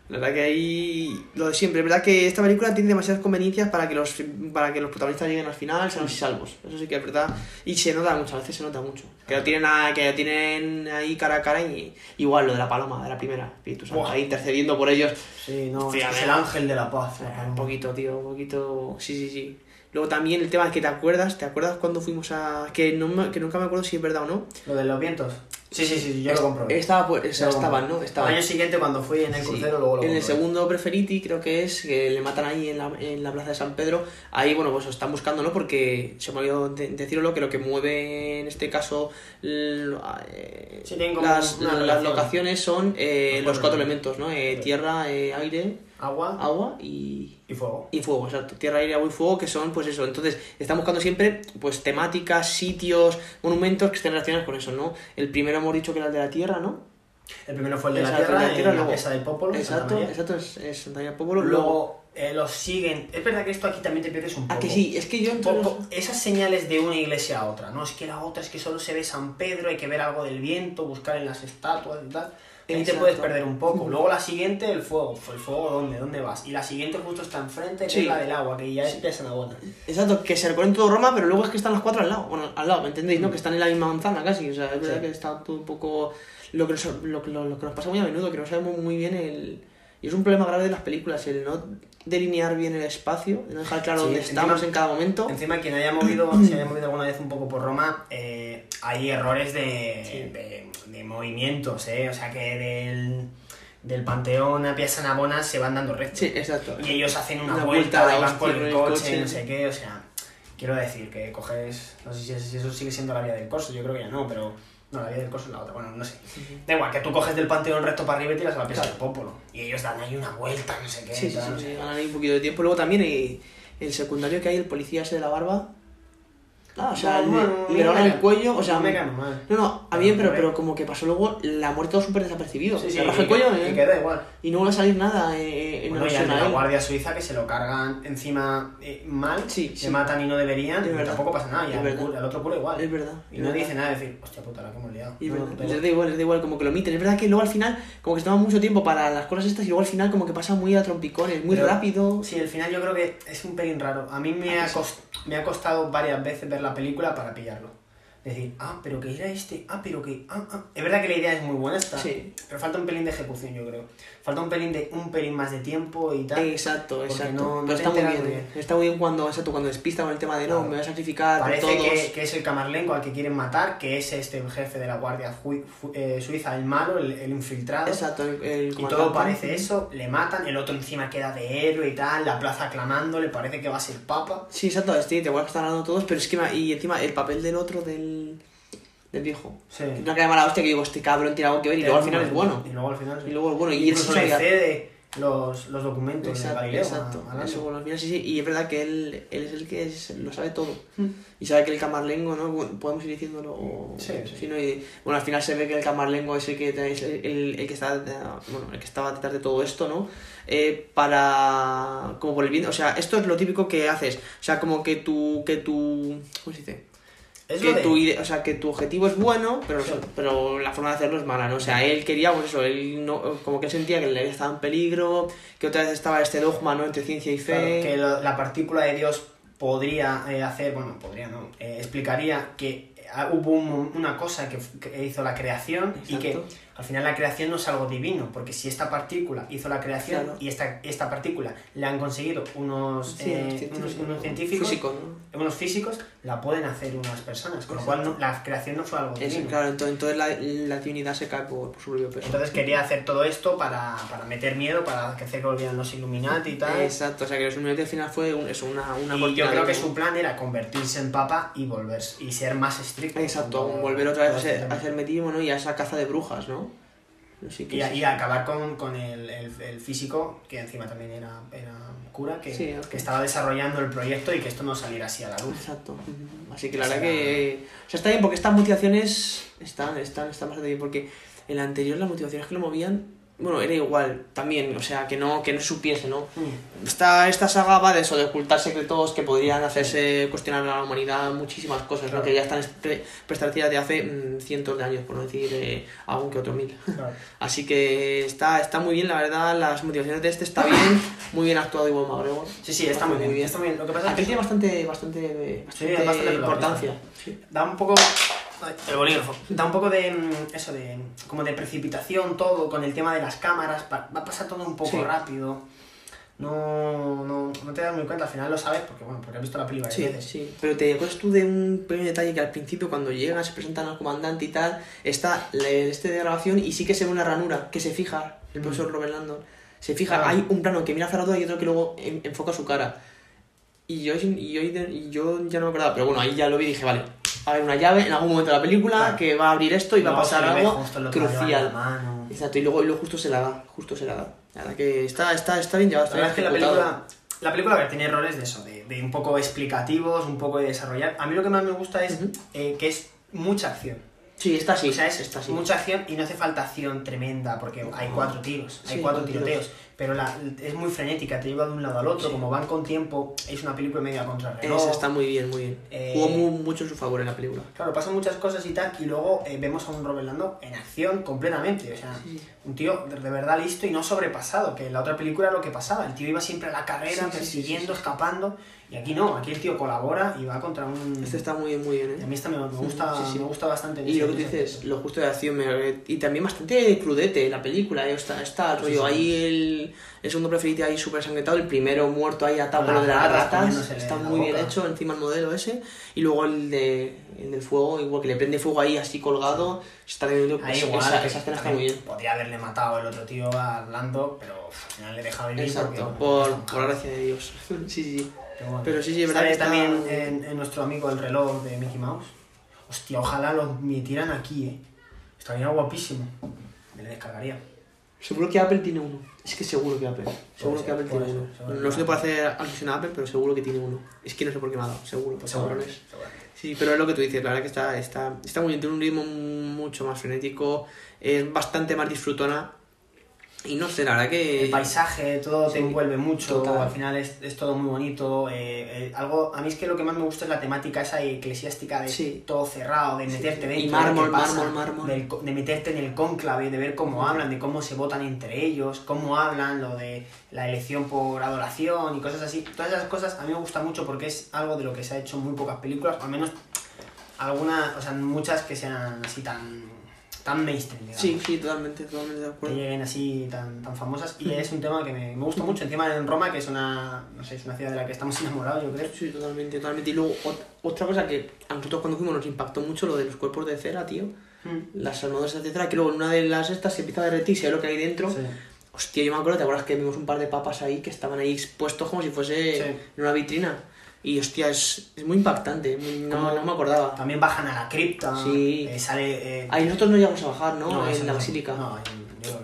[SPEAKER 13] La verdad que ahí. Lo de siempre. Es verdad que esta película tiene demasiadas conveniencias para que los, para que los protagonistas lleguen al final, sanos y salvos. Eso sí que es verdad. Y se nota mucho, a veces se nota mucho. Que lo tienen, a- que lo tienen ahí cara a cara y. Igual lo de la paloma, de la primera. Espíritu Santo,
[SPEAKER 14] Buah.
[SPEAKER 13] ahí intercediendo por ellos.
[SPEAKER 14] Sí, no,
[SPEAKER 13] Sí, a
[SPEAKER 14] es
[SPEAKER 13] ver.
[SPEAKER 14] el ángel de la paz. la
[SPEAKER 13] Eh,
[SPEAKER 14] paloma.
[SPEAKER 13] Un poquito, tío, un poquito. Sí, sí, sí. Luego también el tema que te acuerdas, ¿te acuerdas cuando fuimos a.? Que, no me- que nunca me acuerdo si es verdad o no.
[SPEAKER 14] Lo de los vientos. Sí, sí, sí, yo
[SPEAKER 13] Es-
[SPEAKER 14] lo comprobé.
[SPEAKER 13] Estaba, pues, o sea,
[SPEAKER 14] Yo lo
[SPEAKER 13] estaban,
[SPEAKER 14] comprobé.
[SPEAKER 13] ¿no? Estaban.
[SPEAKER 14] Al año siguiente, cuando fui en el
[SPEAKER 13] Sí.
[SPEAKER 14] crucero, luego lo
[SPEAKER 13] En el
[SPEAKER 14] comprobé.
[SPEAKER 13] segundo Preferiti, creo que es, que le matan ahí en la, en la plaza de San Pedro. Ahí, bueno, pues lo están buscando, ¿no? Porque se me olvidó de- decirlo, que lo que mueve en este caso l- eh,
[SPEAKER 14] Sí, tienen como
[SPEAKER 13] las,
[SPEAKER 14] una
[SPEAKER 13] las
[SPEAKER 14] relación.
[SPEAKER 13] locaciones son eh,
[SPEAKER 14] Los
[SPEAKER 13] los cuatro
[SPEAKER 14] cuatro
[SPEAKER 13] elementos, ¿no? Eh,
[SPEAKER 14] Sí.
[SPEAKER 13] Tierra, eh, aire,
[SPEAKER 14] Agua
[SPEAKER 13] agua y,
[SPEAKER 14] y fuego.
[SPEAKER 13] y fuego, exacto. Tierra, aire, agua y fuego, que son, pues eso. Entonces, están buscando siempre, pues, temáticas, sitios, monumentos que estén relacionados con eso, ¿no? El primero hemos dicho que era el de la tierra, ¿no?
[SPEAKER 14] El primero fue el de la
[SPEAKER 13] Exacto,
[SPEAKER 14] tierra,
[SPEAKER 13] el de la tierra,
[SPEAKER 14] en la
[SPEAKER 13] luego-
[SPEAKER 14] mesa del Popolo. en Santa
[SPEAKER 13] Exacto,
[SPEAKER 14] María.
[SPEAKER 13] exacto, es, es Santa María Popolo. Luego,
[SPEAKER 14] Luego eh, los siguen. Es verdad que esto aquí también te pierdes un poco.
[SPEAKER 13] Ah, que sí, es que yo entre
[SPEAKER 14] Un
[SPEAKER 13] los-
[SPEAKER 14] poco- Esas señales de una iglesia a otra, ¿no? Es que la otra es que solo se ve San Pedro, hay que ver algo del viento, buscar en las estatuas y tal. Ahí te
[SPEAKER 13] Exacto.
[SPEAKER 14] puedes perder un poco. Luego la siguiente, el fuego. ¿El fuego dónde? ¿Dónde vas? Y la siguiente justo está enfrente, que
[SPEAKER 13] Sí.
[SPEAKER 14] es la del agua, que ya es de San Agota.
[SPEAKER 13] exacto, que se recorren todo Roma, pero luego es que están las cuatro al lado. Bueno, al lado, ¿me entendéis? ¿No? Que están en la misma manzana casi. O sea, es
[SPEAKER 14] Mm.
[SPEAKER 13] verdad
[SPEAKER 14] Sí.
[SPEAKER 13] que está todo un poco. Lo que, nos, lo, lo- lo que nos pasa muy a menudo, que no sabemos muy bien el. Y es un problema grave de las películas, el no delinear bien el espacio, no dejar claro
[SPEAKER 14] Sí,
[SPEAKER 13] dónde
[SPEAKER 14] encima-
[SPEAKER 13] estamos en cada momento.
[SPEAKER 14] Encima, quien haya
[SPEAKER 13] <clears throat>
[SPEAKER 14] movido, se haya movido alguna vez un poco por Roma, eh, hay errores de, de- de movimientos, ¿eh? O sea, que del, del Panteón a Piazza Navona se van dando recto.
[SPEAKER 13] Sí, exacto.
[SPEAKER 14] Y ellos hacen una,
[SPEAKER 13] Una
[SPEAKER 14] vuelta,
[SPEAKER 13] vuelta,
[SPEAKER 14] y van con
[SPEAKER 13] hostia,
[SPEAKER 14] el
[SPEAKER 13] con el
[SPEAKER 14] coche,
[SPEAKER 13] coche.
[SPEAKER 14] no sé qué, o sea... Quiero decir que coges... No sé si, es- si eso sigue siendo la vía del corso, yo creo que ya no, pero No, la vía del corso es la otra, bueno, no sé. Da igual, que tú coges del panteón recto para arriba y tiras a la pieza del Popolo. Y ellos dan ahí una vuelta, no sé qué.
[SPEAKER 13] Sí, sí,
[SPEAKER 14] tal,
[SPEAKER 13] sí,
[SPEAKER 14] no
[SPEAKER 13] sí,
[SPEAKER 14] sé qué.
[SPEAKER 13] ganan ahí un poquito de tiempo. Luego también eh, el secundario que hay, el policía ese de la barba. Ah, o sea,
[SPEAKER 14] Bueno,
[SPEAKER 13] el
[SPEAKER 14] bueno,
[SPEAKER 13] de- le
[SPEAKER 14] no
[SPEAKER 13] dan
[SPEAKER 14] me
[SPEAKER 13] el
[SPEAKER 14] ca-
[SPEAKER 13] cuello, o sea...
[SPEAKER 14] no me cae mal.
[SPEAKER 13] No, no, a mí pero, pero como que pasó luego la muerte todo súper desapercibido.
[SPEAKER 14] Sí, sí,
[SPEAKER 13] Se raja el
[SPEAKER 14] y-
[SPEAKER 13] cuello
[SPEAKER 14] y
[SPEAKER 13] eh,
[SPEAKER 14] queda igual.
[SPEAKER 13] Y no vuelve a salir nada eh, eh, en
[SPEAKER 14] Bueno, y al
[SPEAKER 13] alusión
[SPEAKER 14] de
[SPEAKER 13] a
[SPEAKER 14] la
[SPEAKER 13] él.
[SPEAKER 14] Guardia Suiza que se lo cargan encima eh, mal, se
[SPEAKER 13] sí.
[SPEAKER 14] matan y no deberían, y
[SPEAKER 13] verdad.
[SPEAKER 14] tampoco pasa nada. Y
[SPEAKER 13] Es
[SPEAKER 14] al,
[SPEAKER 13] verdad.
[SPEAKER 14] cura- al otro cura igual.
[SPEAKER 13] Es verdad.
[SPEAKER 14] Y
[SPEAKER 13] es
[SPEAKER 14] no
[SPEAKER 13] verdad.
[SPEAKER 14] dice nada, decir, hostia puta, la que hemos liado.
[SPEAKER 13] Y es
[SPEAKER 14] No,
[SPEAKER 13] verdad,
[SPEAKER 14] no, pero-
[SPEAKER 13] les da igual, les da igual, como que lo omiten. Es verdad que luego al final, como que se toma mucho tiempo para las cosas estas y luego al final como que pasa muy a trompicones, muy
[SPEAKER 14] Pero-
[SPEAKER 13] rápido.
[SPEAKER 14] Sí, el final yo creo que es un pelín raro. A mí
[SPEAKER 13] Ah,
[SPEAKER 14] me ha, cost- me ha costado varias veces ver la película para pillarlo. Decir, ah, pero que era este, ah, pero que. Ah, ah. Es verdad que la idea es muy buena esta.
[SPEAKER 13] Sí.
[SPEAKER 14] Pero falta un pelín de ejecución, yo creo. Falta un pelín de un pelín más de tiempo y tal.
[SPEAKER 13] Exacto,
[SPEAKER 14] porque
[SPEAKER 13] exacto.
[SPEAKER 14] no- no
[SPEAKER 13] Pero
[SPEAKER 14] te
[SPEAKER 13] está muy
[SPEAKER 14] enteras muy
[SPEAKER 13] bien, eh.
[SPEAKER 14] bien.
[SPEAKER 13] Está muy bien cuando, exacto, cuando despista con el tema de no, me voy a sacrificar por
[SPEAKER 14] Parece
[SPEAKER 13] todos.
[SPEAKER 14] que, que es el camarlengo al que quieren matar, que es este el jefe de la Guardia ju- fu- eh, Suiza, el malo, el, el infiltrado.
[SPEAKER 13] Exacto, el, el
[SPEAKER 14] Y todo
[SPEAKER 13] comandante.
[SPEAKER 14] parece eso, le matan, el otro encima queda de héroe y tal, la plaza aclamándole, parece que va a ser papa.
[SPEAKER 13] Sí, exacto, este, te igual que están hablando todos, pero es que me- y encima el papel del otro del, del viejo.
[SPEAKER 14] Sí.
[SPEAKER 13] Una cara de mala hostia que digo, este cabrón tiene algo que ver y luego al final es bueno.
[SPEAKER 14] Y luego al final sí.
[SPEAKER 13] Y luego es bueno. Y,
[SPEAKER 14] Incluso
[SPEAKER 13] eso
[SPEAKER 14] le
[SPEAKER 13] es la-
[SPEAKER 14] cede los, los documentos de
[SPEAKER 13] Exacto,
[SPEAKER 14] Galileo. a-
[SPEAKER 13] exacto.
[SPEAKER 14] a Lando.
[SPEAKER 13] Eso, bueno, al final sí, sí. Y es verdad que él, él es el que es- lo sabe todo.
[SPEAKER 14] Hmm.
[SPEAKER 13] Y sabe que el camarlengo, ¿no? Bueno, Podemos ir diciéndolo. o-
[SPEAKER 14] Sí, sí.
[SPEAKER 13] si no, y- bueno, al final se ve que el camarlengo es el que, es el, el- el que, está, bueno, el que estaba detrás de todo esto, ¿no? Eh, para. Como por el bien. O sea, esto es lo típico que haces. O sea, como que tu. Que tu ¿Cómo se dice?
[SPEAKER 14] Es
[SPEAKER 13] que
[SPEAKER 14] lo de-
[SPEAKER 13] tu ide- o sea que tu objetivo es bueno pero pero la forma de hacerlo es mala no o sea él quería pues eso él no como que él sentía que la vida estaba en peligro que otra vez estaba este dogma no entre ciencia y fe
[SPEAKER 14] Claro, que lo- la partícula de Dios podría eh, hacer, bueno, podría no, eh, explicaría que ah, hubo un- una cosa que, f- que hizo la creación y que
[SPEAKER 13] Exacto.
[SPEAKER 14] al final la creación no es algo divino, porque si esta partícula hizo la creación
[SPEAKER 13] Claro.
[SPEAKER 14] y esta, esta partícula la han conseguido unos,
[SPEAKER 13] Sí,
[SPEAKER 14] eh, unos-
[SPEAKER 13] unos científicos,
[SPEAKER 14] unos
[SPEAKER 13] ¿no?
[SPEAKER 14] científicos,
[SPEAKER 13] Físicos, ¿no?
[SPEAKER 14] unos físicos, la pueden hacer unas personas, con lo cual no- la creación no fue algo
[SPEAKER 13] Eso,
[SPEAKER 14] divino.
[SPEAKER 13] claro entonces, entonces la, la divinidad se cae por, por su propio peso
[SPEAKER 14] Entonces quería hacer todo esto para, para meter miedo, para que se volvieran los Illuminati y tal.
[SPEAKER 13] exacto o sea que los Illuminati al final fue un- eso, una una
[SPEAKER 14] Y
[SPEAKER 13] cortina
[SPEAKER 14] yo creo
[SPEAKER 13] de
[SPEAKER 14] que
[SPEAKER 13] humo.
[SPEAKER 14] su plan era convertirse en papa y volver y ser más estricto.
[SPEAKER 13] exacto
[SPEAKER 14] Con todo-
[SPEAKER 13] volver otra vez
[SPEAKER 14] todo
[SPEAKER 13] a
[SPEAKER 14] este
[SPEAKER 13] ser,
[SPEAKER 14] tema.
[SPEAKER 13] a ser metismo no y a esa caza de brujas no Así que
[SPEAKER 14] Y, a-
[SPEAKER 13] sí,
[SPEAKER 14] y
[SPEAKER 13] sí.
[SPEAKER 14] acabar con, con el, el- el físico, que encima también era, era cura, que,
[SPEAKER 13] Sí,
[SPEAKER 14] que estaba desarrollando el proyecto y que esto no saliera así a la
[SPEAKER 13] <laughs>
[SPEAKER 14] luz.
[SPEAKER 13] Exacto. Así que la verdad
[SPEAKER 14] Será-
[SPEAKER 13] que. O sea, está bien porque estas motivaciones están, están, están bastante bien. Porque en la anterior las motivaciones que lo movían. Bueno, era igual también, o sea, que no, que no supiese, ¿no? Esta, esta saga va de eso, de ocultar secretos que podrían hacerse cuestionar a la humanidad muchísimas cosas, ¿no? Que ya están pre- preestablecidas de hace mm, cientos de años, por no decir eh, algún que otro mil. <laughs>
[SPEAKER 14] Claro.
[SPEAKER 13] Así que está, está muy bien, la verdad, las motivaciones de este está bien, muy bien actuado Iván Magrego.
[SPEAKER 14] Sí, sí, está muy bien, está muy bien. Lo que pasa es
[SPEAKER 13] Aquí
[SPEAKER 14] que-
[SPEAKER 13] tiene bastante, bastante,
[SPEAKER 14] Sí,
[SPEAKER 13] bastante,
[SPEAKER 14] es bastante
[SPEAKER 13] importancia.
[SPEAKER 14] Da un poco. ay, El bolígrafo. Da un poco de. mm, Eso, de. Como de precipitación todo con el tema de las cámaras. pa- Va a pasar todo un poco
[SPEAKER 13] Sí.
[SPEAKER 14] rápido. No, no, no te das muy cuenta, al final lo sabes porque, bueno, porque has visto la película
[SPEAKER 13] Sí, sí. Pero te acuerdas tú de un pequeño detalle que al principio cuando llegan, se presentan al comandante y tal, está la- este de grabación y sí que se ve una ranura, que se fija el profesor Robert Landon. Se fija,
[SPEAKER 14] Mm. Ah.
[SPEAKER 13] hay un plano que mira cerrado y otro que luego en- enfoca su cara. Y yo, y yo, y yo ya no me acordaba, pero bueno, ahí ya lo vi y dije, vale, va a haber una llave en algún momento de la película que va a abrir esto y va a
[SPEAKER 14] Luego
[SPEAKER 13] pasar
[SPEAKER 14] se le ve
[SPEAKER 13] algo
[SPEAKER 14] justo lo que va a llevar en la
[SPEAKER 13] crucial. Exacto, y luego, y luego justo se la da, justo se la da. La verdad que está, está, está bien llevado,
[SPEAKER 14] La
[SPEAKER 13] está
[SPEAKER 14] verdad es que
[SPEAKER 13] bien
[SPEAKER 14] la
[SPEAKER 13] ejecutado.
[SPEAKER 14] película, la película a ver, tiene errores de eso, de, de un poco explicativos, un poco de desarrollar. A mí lo que más me gusta es eh, que es mucha acción.
[SPEAKER 13] Sí, está así,
[SPEAKER 14] O sea, es
[SPEAKER 13] está así.
[SPEAKER 14] mucha acción y no hace falta acción tremenda porque hay cuatro tiros, hay
[SPEAKER 13] Sí,
[SPEAKER 14] cuatro
[SPEAKER 13] cuatro
[SPEAKER 14] tiroteos.
[SPEAKER 13] tiros.
[SPEAKER 14] Pero la, es muy frenética, te lleva de un lado al otro.
[SPEAKER 13] Sí.
[SPEAKER 14] Como van con tiempo, es una película media contra
[SPEAKER 13] Esa está muy bien, muy bien.
[SPEAKER 14] Eh,
[SPEAKER 13] Jugó mu- mucho en su favor en la película.
[SPEAKER 14] Claro, pasan muchas cosas y tal, y luego eh, vemos a un Robert Lando en acción completamente. O sea, un tío de, de verdad listo y no sobrepasado, que en la otra película era lo que pasaba. El tío iba siempre a la carrera,
[SPEAKER 13] Sí, sí,
[SPEAKER 14] persiguiendo, escapando, y aquí no, aquí el tío colabora y va contra un.
[SPEAKER 13] Este está muy bien, muy bien, ¿eh?
[SPEAKER 14] A mí esta me, me gusta,
[SPEAKER 13] Sí, sí.
[SPEAKER 14] me gusta bastante. en
[SPEAKER 13] Y
[SPEAKER 14] ese-
[SPEAKER 13] lo que tú
[SPEAKER 14] en ese
[SPEAKER 13] dices, lo justo de acción, me- y también bastante crudete la película, ¿eh? está, está el
[SPEAKER 14] Sí,
[SPEAKER 13] rollo
[SPEAKER 14] sí.
[SPEAKER 13] ahí, el, el segundo preferido ahí súper sanguetado, el primero muerto ahí atado por lo de
[SPEAKER 14] Las
[SPEAKER 13] las
[SPEAKER 14] ratas
[SPEAKER 13] ratas,
[SPEAKER 14] comiéndosele
[SPEAKER 13] está
[SPEAKER 14] la
[SPEAKER 13] muy bien
[SPEAKER 14] boca.
[SPEAKER 13] hecho encima el modelo ese, y luego el, de, el del fuego, igual que le prende fuego ahí así colgado, está bien,
[SPEAKER 14] Ahí
[SPEAKER 13] esa-
[SPEAKER 14] Ah, igual,
[SPEAKER 13] esa,
[SPEAKER 14] que
[SPEAKER 13] esa escena está
[SPEAKER 14] también
[SPEAKER 13] muy bien.
[SPEAKER 14] Podría haberle matado el otro tío a Lando, pero uf, al final le dejaba vivir. porque,
[SPEAKER 13] Exacto,
[SPEAKER 14] bueno,
[SPEAKER 13] por, por la gracia de Dios. <laughs> sí, sí, sí.
[SPEAKER 14] Pero, bueno.
[SPEAKER 13] Pero sí, sí, es verdad
[SPEAKER 14] Sale eh,
[SPEAKER 13] que está-
[SPEAKER 14] también en, en nuestro amigo el reloj de Mickey Mouse. Hostia, ojalá lo metieran aquí, eh. Estaría guapísimo. Me lo descargaría.
[SPEAKER 13] Seguro que Apple tiene uno. Es que seguro que Apple. Seguro que Apple tiene uno. No sé por hacer alusión a Apple, pero seguro que tiene uno. Es que no sé por qué me ha dado. Seguro, pues
[SPEAKER 14] seguro,
[SPEAKER 13] cabrones. Sí, pero es lo que tú dices, la verdad que está, está, está muy bien, tiene un ritmo mucho más frenético, es bastante más disfrutona. Y no sé, la verdad que.
[SPEAKER 14] El paisaje, todo te
[SPEAKER 13] Sí,
[SPEAKER 14] envuelve mucho,
[SPEAKER 13] total.
[SPEAKER 14] al final es, es todo muy bonito. eh, eh, algo, a mí es que lo que más me gusta es la temática esa eclesiástica de todo cerrado, de
[SPEAKER 13] Sí,
[SPEAKER 14] meterte
[SPEAKER 13] sí. Y
[SPEAKER 14] dentro.
[SPEAKER 13] mármol,
[SPEAKER 14] de qué pasa,
[SPEAKER 13] mármol, mármol.
[SPEAKER 14] del co- de meterte en el cónclave, de ver cómo
[SPEAKER 13] Ujú.
[SPEAKER 14] hablan, de cómo se votan entre ellos, cómo hablan, lo de la elección por adoración y cosas así. Todas esas cosas a mí me gusta mucho porque es algo de lo que se ha hecho en muy pocas películas, o al menos algunas, o sea, muchas que sean así tan, tan mainstream, digamos
[SPEAKER 13] Sí, sí, totalmente, totalmente de
[SPEAKER 14] que
[SPEAKER 13] acuerdo.
[SPEAKER 14] lleguen así tan, tan famosas y
[SPEAKER 13] Ujú.
[SPEAKER 14] es un tema que me, me gusta mucho encima en Roma que es una no sé es una ciudad de la que estamos enamorados yo creo
[SPEAKER 13] Sí, totalmente, totalmente. Y luego ot- otra cosa que a nosotros cuando fuimos nos impactó mucho lo de los cuerpos de cera, tío.
[SPEAKER 14] Hmm.
[SPEAKER 13] Las armaduras de cera, que luego en una de las estas se empieza a derretir, se ve lo que hay dentro. Hostia, yo me acuerdo, ¿te acuerdas que vimos un par de papas ahí que estaban ahí expuestos como si fuese en una vitrina? Y hostia, es, es muy impactante, muy- no,
[SPEAKER 14] Como
[SPEAKER 13] no me acordaba.
[SPEAKER 14] También bajan a la cripta,
[SPEAKER 13] sí.
[SPEAKER 14] eh, sale eh,
[SPEAKER 13] Ahí nosotros no llegamos a bajar, ¿no?
[SPEAKER 14] No, eso
[SPEAKER 13] en la
[SPEAKER 14] no.
[SPEAKER 13] basílica.
[SPEAKER 14] No, yo creo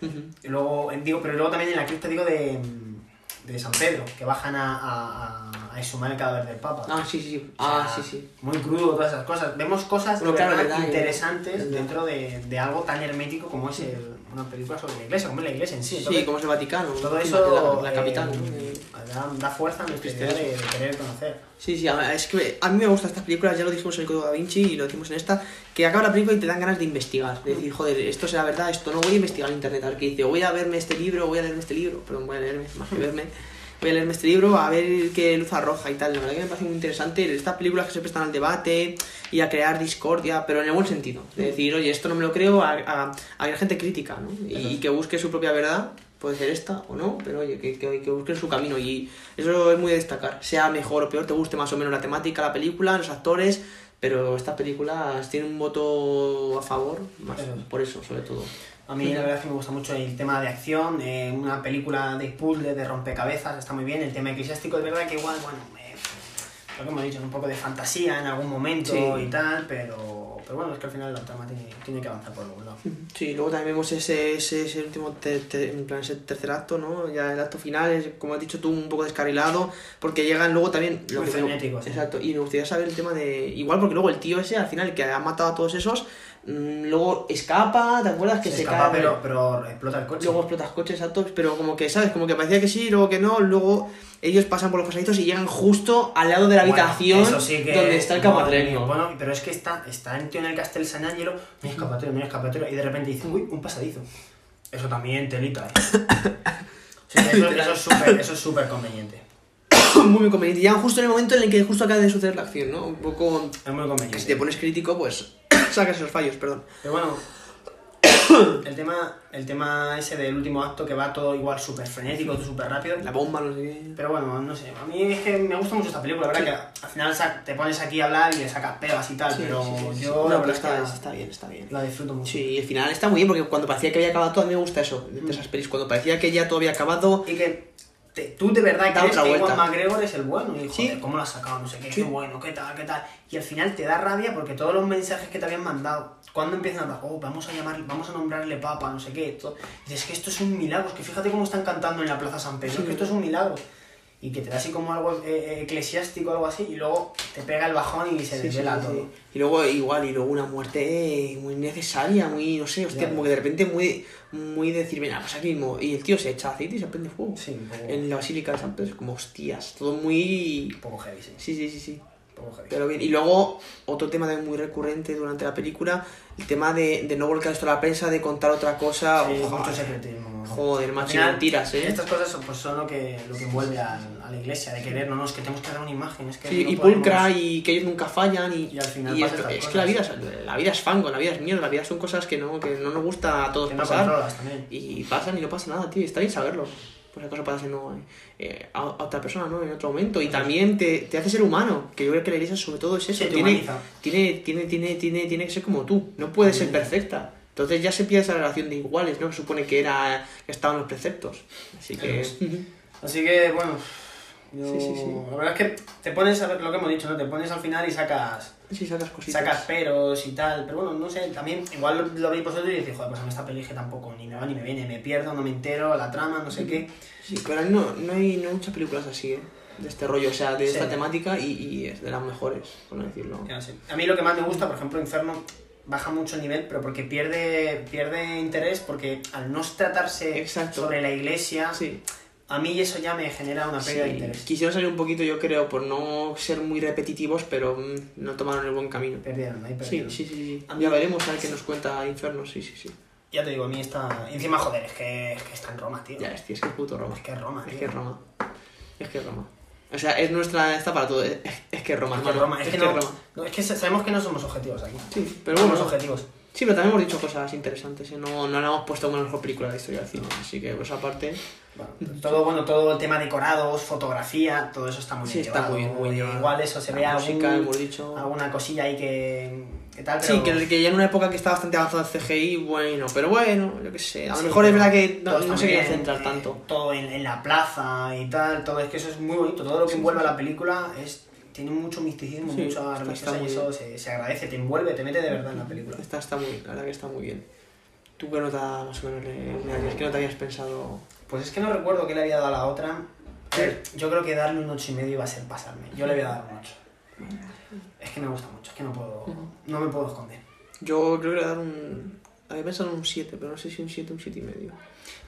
[SPEAKER 14] que no. Y luego eh, digo pero luego también en la cripta digo de, mm, de San Pedro que bajan a, a, a- a exhumar el cadáver del Papa
[SPEAKER 13] Ah, sí, sí, sí.
[SPEAKER 14] O sea,
[SPEAKER 13] Ah, sí, sí.
[SPEAKER 14] muy crudo todas esas cosas vemos cosas de
[SPEAKER 13] Bueno, claro,
[SPEAKER 14] verdad
[SPEAKER 13] verdad,
[SPEAKER 14] interesantes
[SPEAKER 13] verdad.
[SPEAKER 14] dentro de, de algo tan hermético como es el- una película sobre la Iglesia como es la Iglesia en sí
[SPEAKER 13] Sí,
[SPEAKER 14] Entonces,
[SPEAKER 13] como es el Vaticano.
[SPEAKER 14] todo
[SPEAKER 13] encima,
[SPEAKER 14] eso
[SPEAKER 13] que la,
[SPEAKER 14] eh,
[SPEAKER 13] la capital. ¿no?
[SPEAKER 14] da, da fuerza a nuestra idea de, de querer conocer
[SPEAKER 13] Sí, sí, a- es que a mí me gustan estas películas, ya lo dijimos en el Código Da Vinci y lo decimos en esta, que acaba la película y te dan ganas de investigar, de decir, joder, esto será verdad, esto no voy a investigar en internet, a ver qué dice, voy a verme este libro, voy a leerme este libro, perdón, voy a leerme, <laughs> más que verme, voy a leerme este libro, a ver qué luz arroja y tal, la verdad que me parece muy interesante estas películas que se prestan al debate y a crear discordia, pero en el buen sentido, de decir, oye, esto no me lo creo, a, a, a que la gente crítica, ¿no? Y, que busque su propia verdad, puede ser esta o no, pero oye, que, que, que busquen su camino y eso es muy de destacar, sea mejor o peor, te guste más o menos la temática, la película, los actores, pero estas películas tienen un voto a favor, más
[SPEAKER 14] Eso es.
[SPEAKER 13] por eso sobre todo.
[SPEAKER 14] A mí la verdad es que me gusta mucho el tema de acción, eh, una película de puzzle, de rompecabezas, está muy bien. El tema eclesiástico, de verdad que igual, bueno, eh, lo que hemos dicho, es un poco de fantasía en algún momento
[SPEAKER 13] Sí.
[SPEAKER 14] y tal, pero, pero bueno, es que al final la trama tiene, tiene que avanzar por algún lado.
[SPEAKER 13] Sí, luego también vemos ese, ese, ese último te- te- en plan, ese tercer acto, ¿no? Ya el acto final, es, como has dicho tú, un poco descarrilado, porque llegan luego también...
[SPEAKER 14] Muy
[SPEAKER 13] que me-
[SPEAKER 14] frenético, sí.
[SPEAKER 13] Exacto, y me gustaría saber el tema de... Igual porque luego el tío ese, al final, el que ha matado a todos esos, mm, luego escapa, ¿te acuerdas? Que
[SPEAKER 14] Se
[SPEAKER 13] se,
[SPEAKER 14] escapa,
[SPEAKER 13] cae- eh.
[SPEAKER 14] pero, pero explota el coche.
[SPEAKER 13] Luego explotas coches a todos, pero como que, ¿sabes? Como que parecía que sí, luego que no, luego ellos pasan por los pasaditos y llegan justo al lado de la
[SPEAKER 14] Bueno,
[SPEAKER 13] habitación
[SPEAKER 14] eso sí que-
[SPEAKER 13] donde está el
[SPEAKER 14] madre
[SPEAKER 13] camatrenio. <clears throat>
[SPEAKER 14] mía, Bueno, pero es que está, está el tío en el Castel San Angelo, mira escapatoria, mira escapatoria, y de repente dice, uy, un pasadizo. Eso también, telita,
[SPEAKER 13] <laughs>
[SPEAKER 14] eh. Sí, eso, eso es súper- eso es súper conveniente.
[SPEAKER 13] muy, muy conveniente. Llegan justo en el momento en el que justo acaba de suceder la acción, ¿no? Un poco...
[SPEAKER 14] Es muy conveniente.
[SPEAKER 13] Que si te pones crítico, pues <clears throat> sacas esos fallos, perdón.
[SPEAKER 14] Pero bueno, el tema, el tema ese del último acto que va todo igual súper frenético, todo súper rápido.
[SPEAKER 13] La bomba, no sé qué.
[SPEAKER 14] Pero bueno, no sé, a mí es que me gusta mucho esta película, la verdad que al final sa- te pones aquí a hablar y le sacas pegas y tal,
[SPEAKER 13] Sí,
[SPEAKER 14] pero
[SPEAKER 13] sí, sí, sí.
[SPEAKER 14] yo
[SPEAKER 13] No,
[SPEAKER 14] la
[SPEAKER 13] pero
[SPEAKER 14] verdad es que
[SPEAKER 13] está,
[SPEAKER 14] la,
[SPEAKER 13] está bien, está bien.
[SPEAKER 14] la disfruto mucho.
[SPEAKER 13] Sí, y el final está muy bien porque cuando parecía que había acabado todo, a mí me gusta eso,
[SPEAKER 14] Mm.
[SPEAKER 13] de esas pelis. Cuando parecía que ya todo había acabado...
[SPEAKER 14] Y que tú de verdad
[SPEAKER 13] Da
[SPEAKER 14] crees
[SPEAKER 13] otra
[SPEAKER 14] que Iwan
[SPEAKER 13] vuelta.
[SPEAKER 14] McGregor es el bueno y joder, cómo lo has sacado, no sé qué, qué bueno, qué tal, qué tal. Y al final te da rabia porque todos los mensajes que te habían mandado, cuando empiezan a hablar, oh, vamos a llamar, vamos a nombrarle papa, no sé qué, todo. Y dices que esto es un milagro, es que fíjate cómo están cantando en la Plaza San Pedro,
[SPEAKER 13] Sí.
[SPEAKER 14] es que esto es un milagro. Y que te da así como algo eh, eh, eclesiástico, algo así, y luego te pega el bajón y se
[SPEAKER 13] Sí, sí,
[SPEAKER 14] desvela
[SPEAKER 13] sí,
[SPEAKER 14] todo.
[SPEAKER 13] sí. Y luego igual, y luego una muerte eh, muy necesaria, muy, no sé, hostia,
[SPEAKER 14] Ya,
[SPEAKER 13] como
[SPEAKER 14] ya.
[SPEAKER 13] que de repente muy, muy decir, venga, pues aquí mismo. Y el tío se echa aceite y se prende fuego. En la Basílica de San Pedro, es como hostias, todo muy...
[SPEAKER 14] Un poco heavy, sí.
[SPEAKER 13] Sí, sí, sí, sí.
[SPEAKER 14] un poco heavy.
[SPEAKER 13] Pero bien, y luego otro tema también muy recurrente durante la película, el tema de, de no volcar esto a la prensa, de contar otra cosa.
[SPEAKER 14] Sí,
[SPEAKER 13] Ojo, eh.
[SPEAKER 14] mucho secretismo.
[SPEAKER 13] Joder, macho,
[SPEAKER 14] Al final,
[SPEAKER 13] mentiras, ¿eh?
[SPEAKER 14] Estas cosas son, pues, son lo que, lo que envuelve al- a, la iglesia, de querer, no, no, es que tenemos que dar una imagen, es que
[SPEAKER 13] Sí,
[SPEAKER 14] no
[SPEAKER 13] y
[SPEAKER 14] podemos-
[SPEAKER 13] pulcra y que ellos nunca fallan y,
[SPEAKER 14] Y al final
[SPEAKER 13] y
[SPEAKER 14] pasan
[SPEAKER 13] esto-
[SPEAKER 14] estas
[SPEAKER 13] es que la vida,
[SPEAKER 14] cosas.
[SPEAKER 13] es- la vida es fango, la vida es mierda, la vida son cosas que no, que no nos gusta a todos
[SPEAKER 14] Que no
[SPEAKER 13] pasar
[SPEAKER 14] controlas también.
[SPEAKER 13] y pasan y no pasa nada, tío, y está bien saberlo. Pues la cosa pasa no, eh, a, a otra persona, ¿no? En otro momento. Y también te, te hace ser humano, que yo creo que la iglesia sobre todo es eso.
[SPEAKER 14] Sí, te
[SPEAKER 13] tiene,
[SPEAKER 14] humaniza. Mm.
[SPEAKER 13] tiene, tiene, tiene, tiene, tiene que ser como tú, no puede ser perfecta. Entonces ya se pierde esa relación de iguales, ¿no? Que supone que era que estaban los preceptos. Así que...
[SPEAKER 14] Eso es. Así que, bueno, Yo- La verdad es que te pones a ver lo que hemos dicho, ¿no? Te pones al final y sacas.
[SPEAKER 13] <laughs> Sí, sacas cositas.
[SPEAKER 14] Sacas peros y tal. Pero bueno, no sé, también. Igual lo, lo veis vosotros y decís, joder, pues a mí esta peli que tampoco ni me va ni me viene, me pierdo, no me entero, la trama, no sé qué.
[SPEAKER 13] Sí, pero no, no, hay, no hay muchas películas así, ¿eh? De este rollo, o sea, de
[SPEAKER 14] Sí.
[SPEAKER 13] esta temática y, y es de las mejores, por no decirlo.
[SPEAKER 14] A mí lo que más me gusta, por ejemplo, Inferno baja mucho el nivel, pero porque pierde, pierde interés, porque al no tratarse sobre la iglesia, a mí eso ya me genera una pérdida de
[SPEAKER 13] Ah, Sí,
[SPEAKER 14] Ah, interés.
[SPEAKER 13] Quisieron salir un poquito, yo creo, por no ser muy repetitivos, pero mm, no tomaron el buen camino.
[SPEAKER 14] Perdieron, ahí
[SPEAKER 13] Sí,
[SPEAKER 14] perdieron.
[SPEAKER 13] sí, sí. sí. Ya veremos a ver qué nos cuenta Inferno, sí, sí, sí.
[SPEAKER 14] Ya te digo, a mí está... Encima, joder, es que, es que está en Roma, tío.
[SPEAKER 13] Ya, es, tío, es que es puto Roma.
[SPEAKER 14] Es que es Roma,
[SPEAKER 13] Es
[SPEAKER 14] tío.
[SPEAKER 13] que es Roma. Es que es Roma. O sea, es nuestra esta para todo. Es, es que es Roma,
[SPEAKER 14] Es que
[SPEAKER 13] hermano.
[SPEAKER 14] Roma, es que no-
[SPEAKER 13] Roma.
[SPEAKER 14] no, es que sa- sabemos que no somos objetivos aquí.
[SPEAKER 13] Sí, pero
[SPEAKER 14] Somos
[SPEAKER 13] bueno.
[SPEAKER 14] objetivos.
[SPEAKER 13] Sí, pero también hemos dicho cosas interesantes. ¿eh? No, no la hemos puesto como la mejor película de la historia del cine. Así que, pues aparte.
[SPEAKER 14] Todo, bueno, todo el tema decorados, fotografía, todo eso está muy
[SPEAKER 13] Sí,
[SPEAKER 14] bien
[SPEAKER 13] está
[SPEAKER 14] llevado.
[SPEAKER 13] muy bien, muy bien.
[SPEAKER 14] Igual eso, se
[SPEAKER 13] La
[SPEAKER 14] ve algún-
[SPEAKER 13] música, hemos dicho.
[SPEAKER 14] alguna cosilla ahí que, que tal, pero...
[SPEAKER 13] Sí, que, que ya en una época que está bastante avanzado el CGI, bueno, pero bueno, yo qué sé. A lo
[SPEAKER 14] Sí,
[SPEAKER 13] mejor es
[SPEAKER 14] pero
[SPEAKER 13] verdad que
[SPEAKER 14] todo
[SPEAKER 13] no,
[SPEAKER 14] está
[SPEAKER 13] no se
[SPEAKER 14] muy
[SPEAKER 13] quería
[SPEAKER 14] bien,
[SPEAKER 13] centrar
[SPEAKER 14] eh,
[SPEAKER 13] tanto.
[SPEAKER 14] todo en, en la plaza y tal, todo es que eso es muy bonito, todo lo que
[SPEAKER 13] Sí,
[SPEAKER 14] envuelve
[SPEAKER 13] sí,
[SPEAKER 14] a la película es tiene mucho misticismo,
[SPEAKER 13] Sí,
[SPEAKER 14] mucha
[SPEAKER 13] está- está
[SPEAKER 14] religiosa y
[SPEAKER 13] muy
[SPEAKER 14] eso
[SPEAKER 13] bien.
[SPEAKER 14] se, se agradece, te envuelve, te mete de verdad en la película.
[SPEAKER 13] Está, está muy bien, la verdad que está muy bien. ¿Tú qué nota más o menos le, le darías? ¿Qué nota habías pensado?
[SPEAKER 14] Pues es que no recuerdo qué le había dado a la otra. Yo creo que darle un 8 y medio iba a ser pasarme. Yo le voy a dar un 8. Es que me gusta mucho, es que no puedo no me puedo esconder.
[SPEAKER 13] Yo creo que le voy a dar un. Había pensado en un 7, pero no sé si un 7 o un 7 y medio.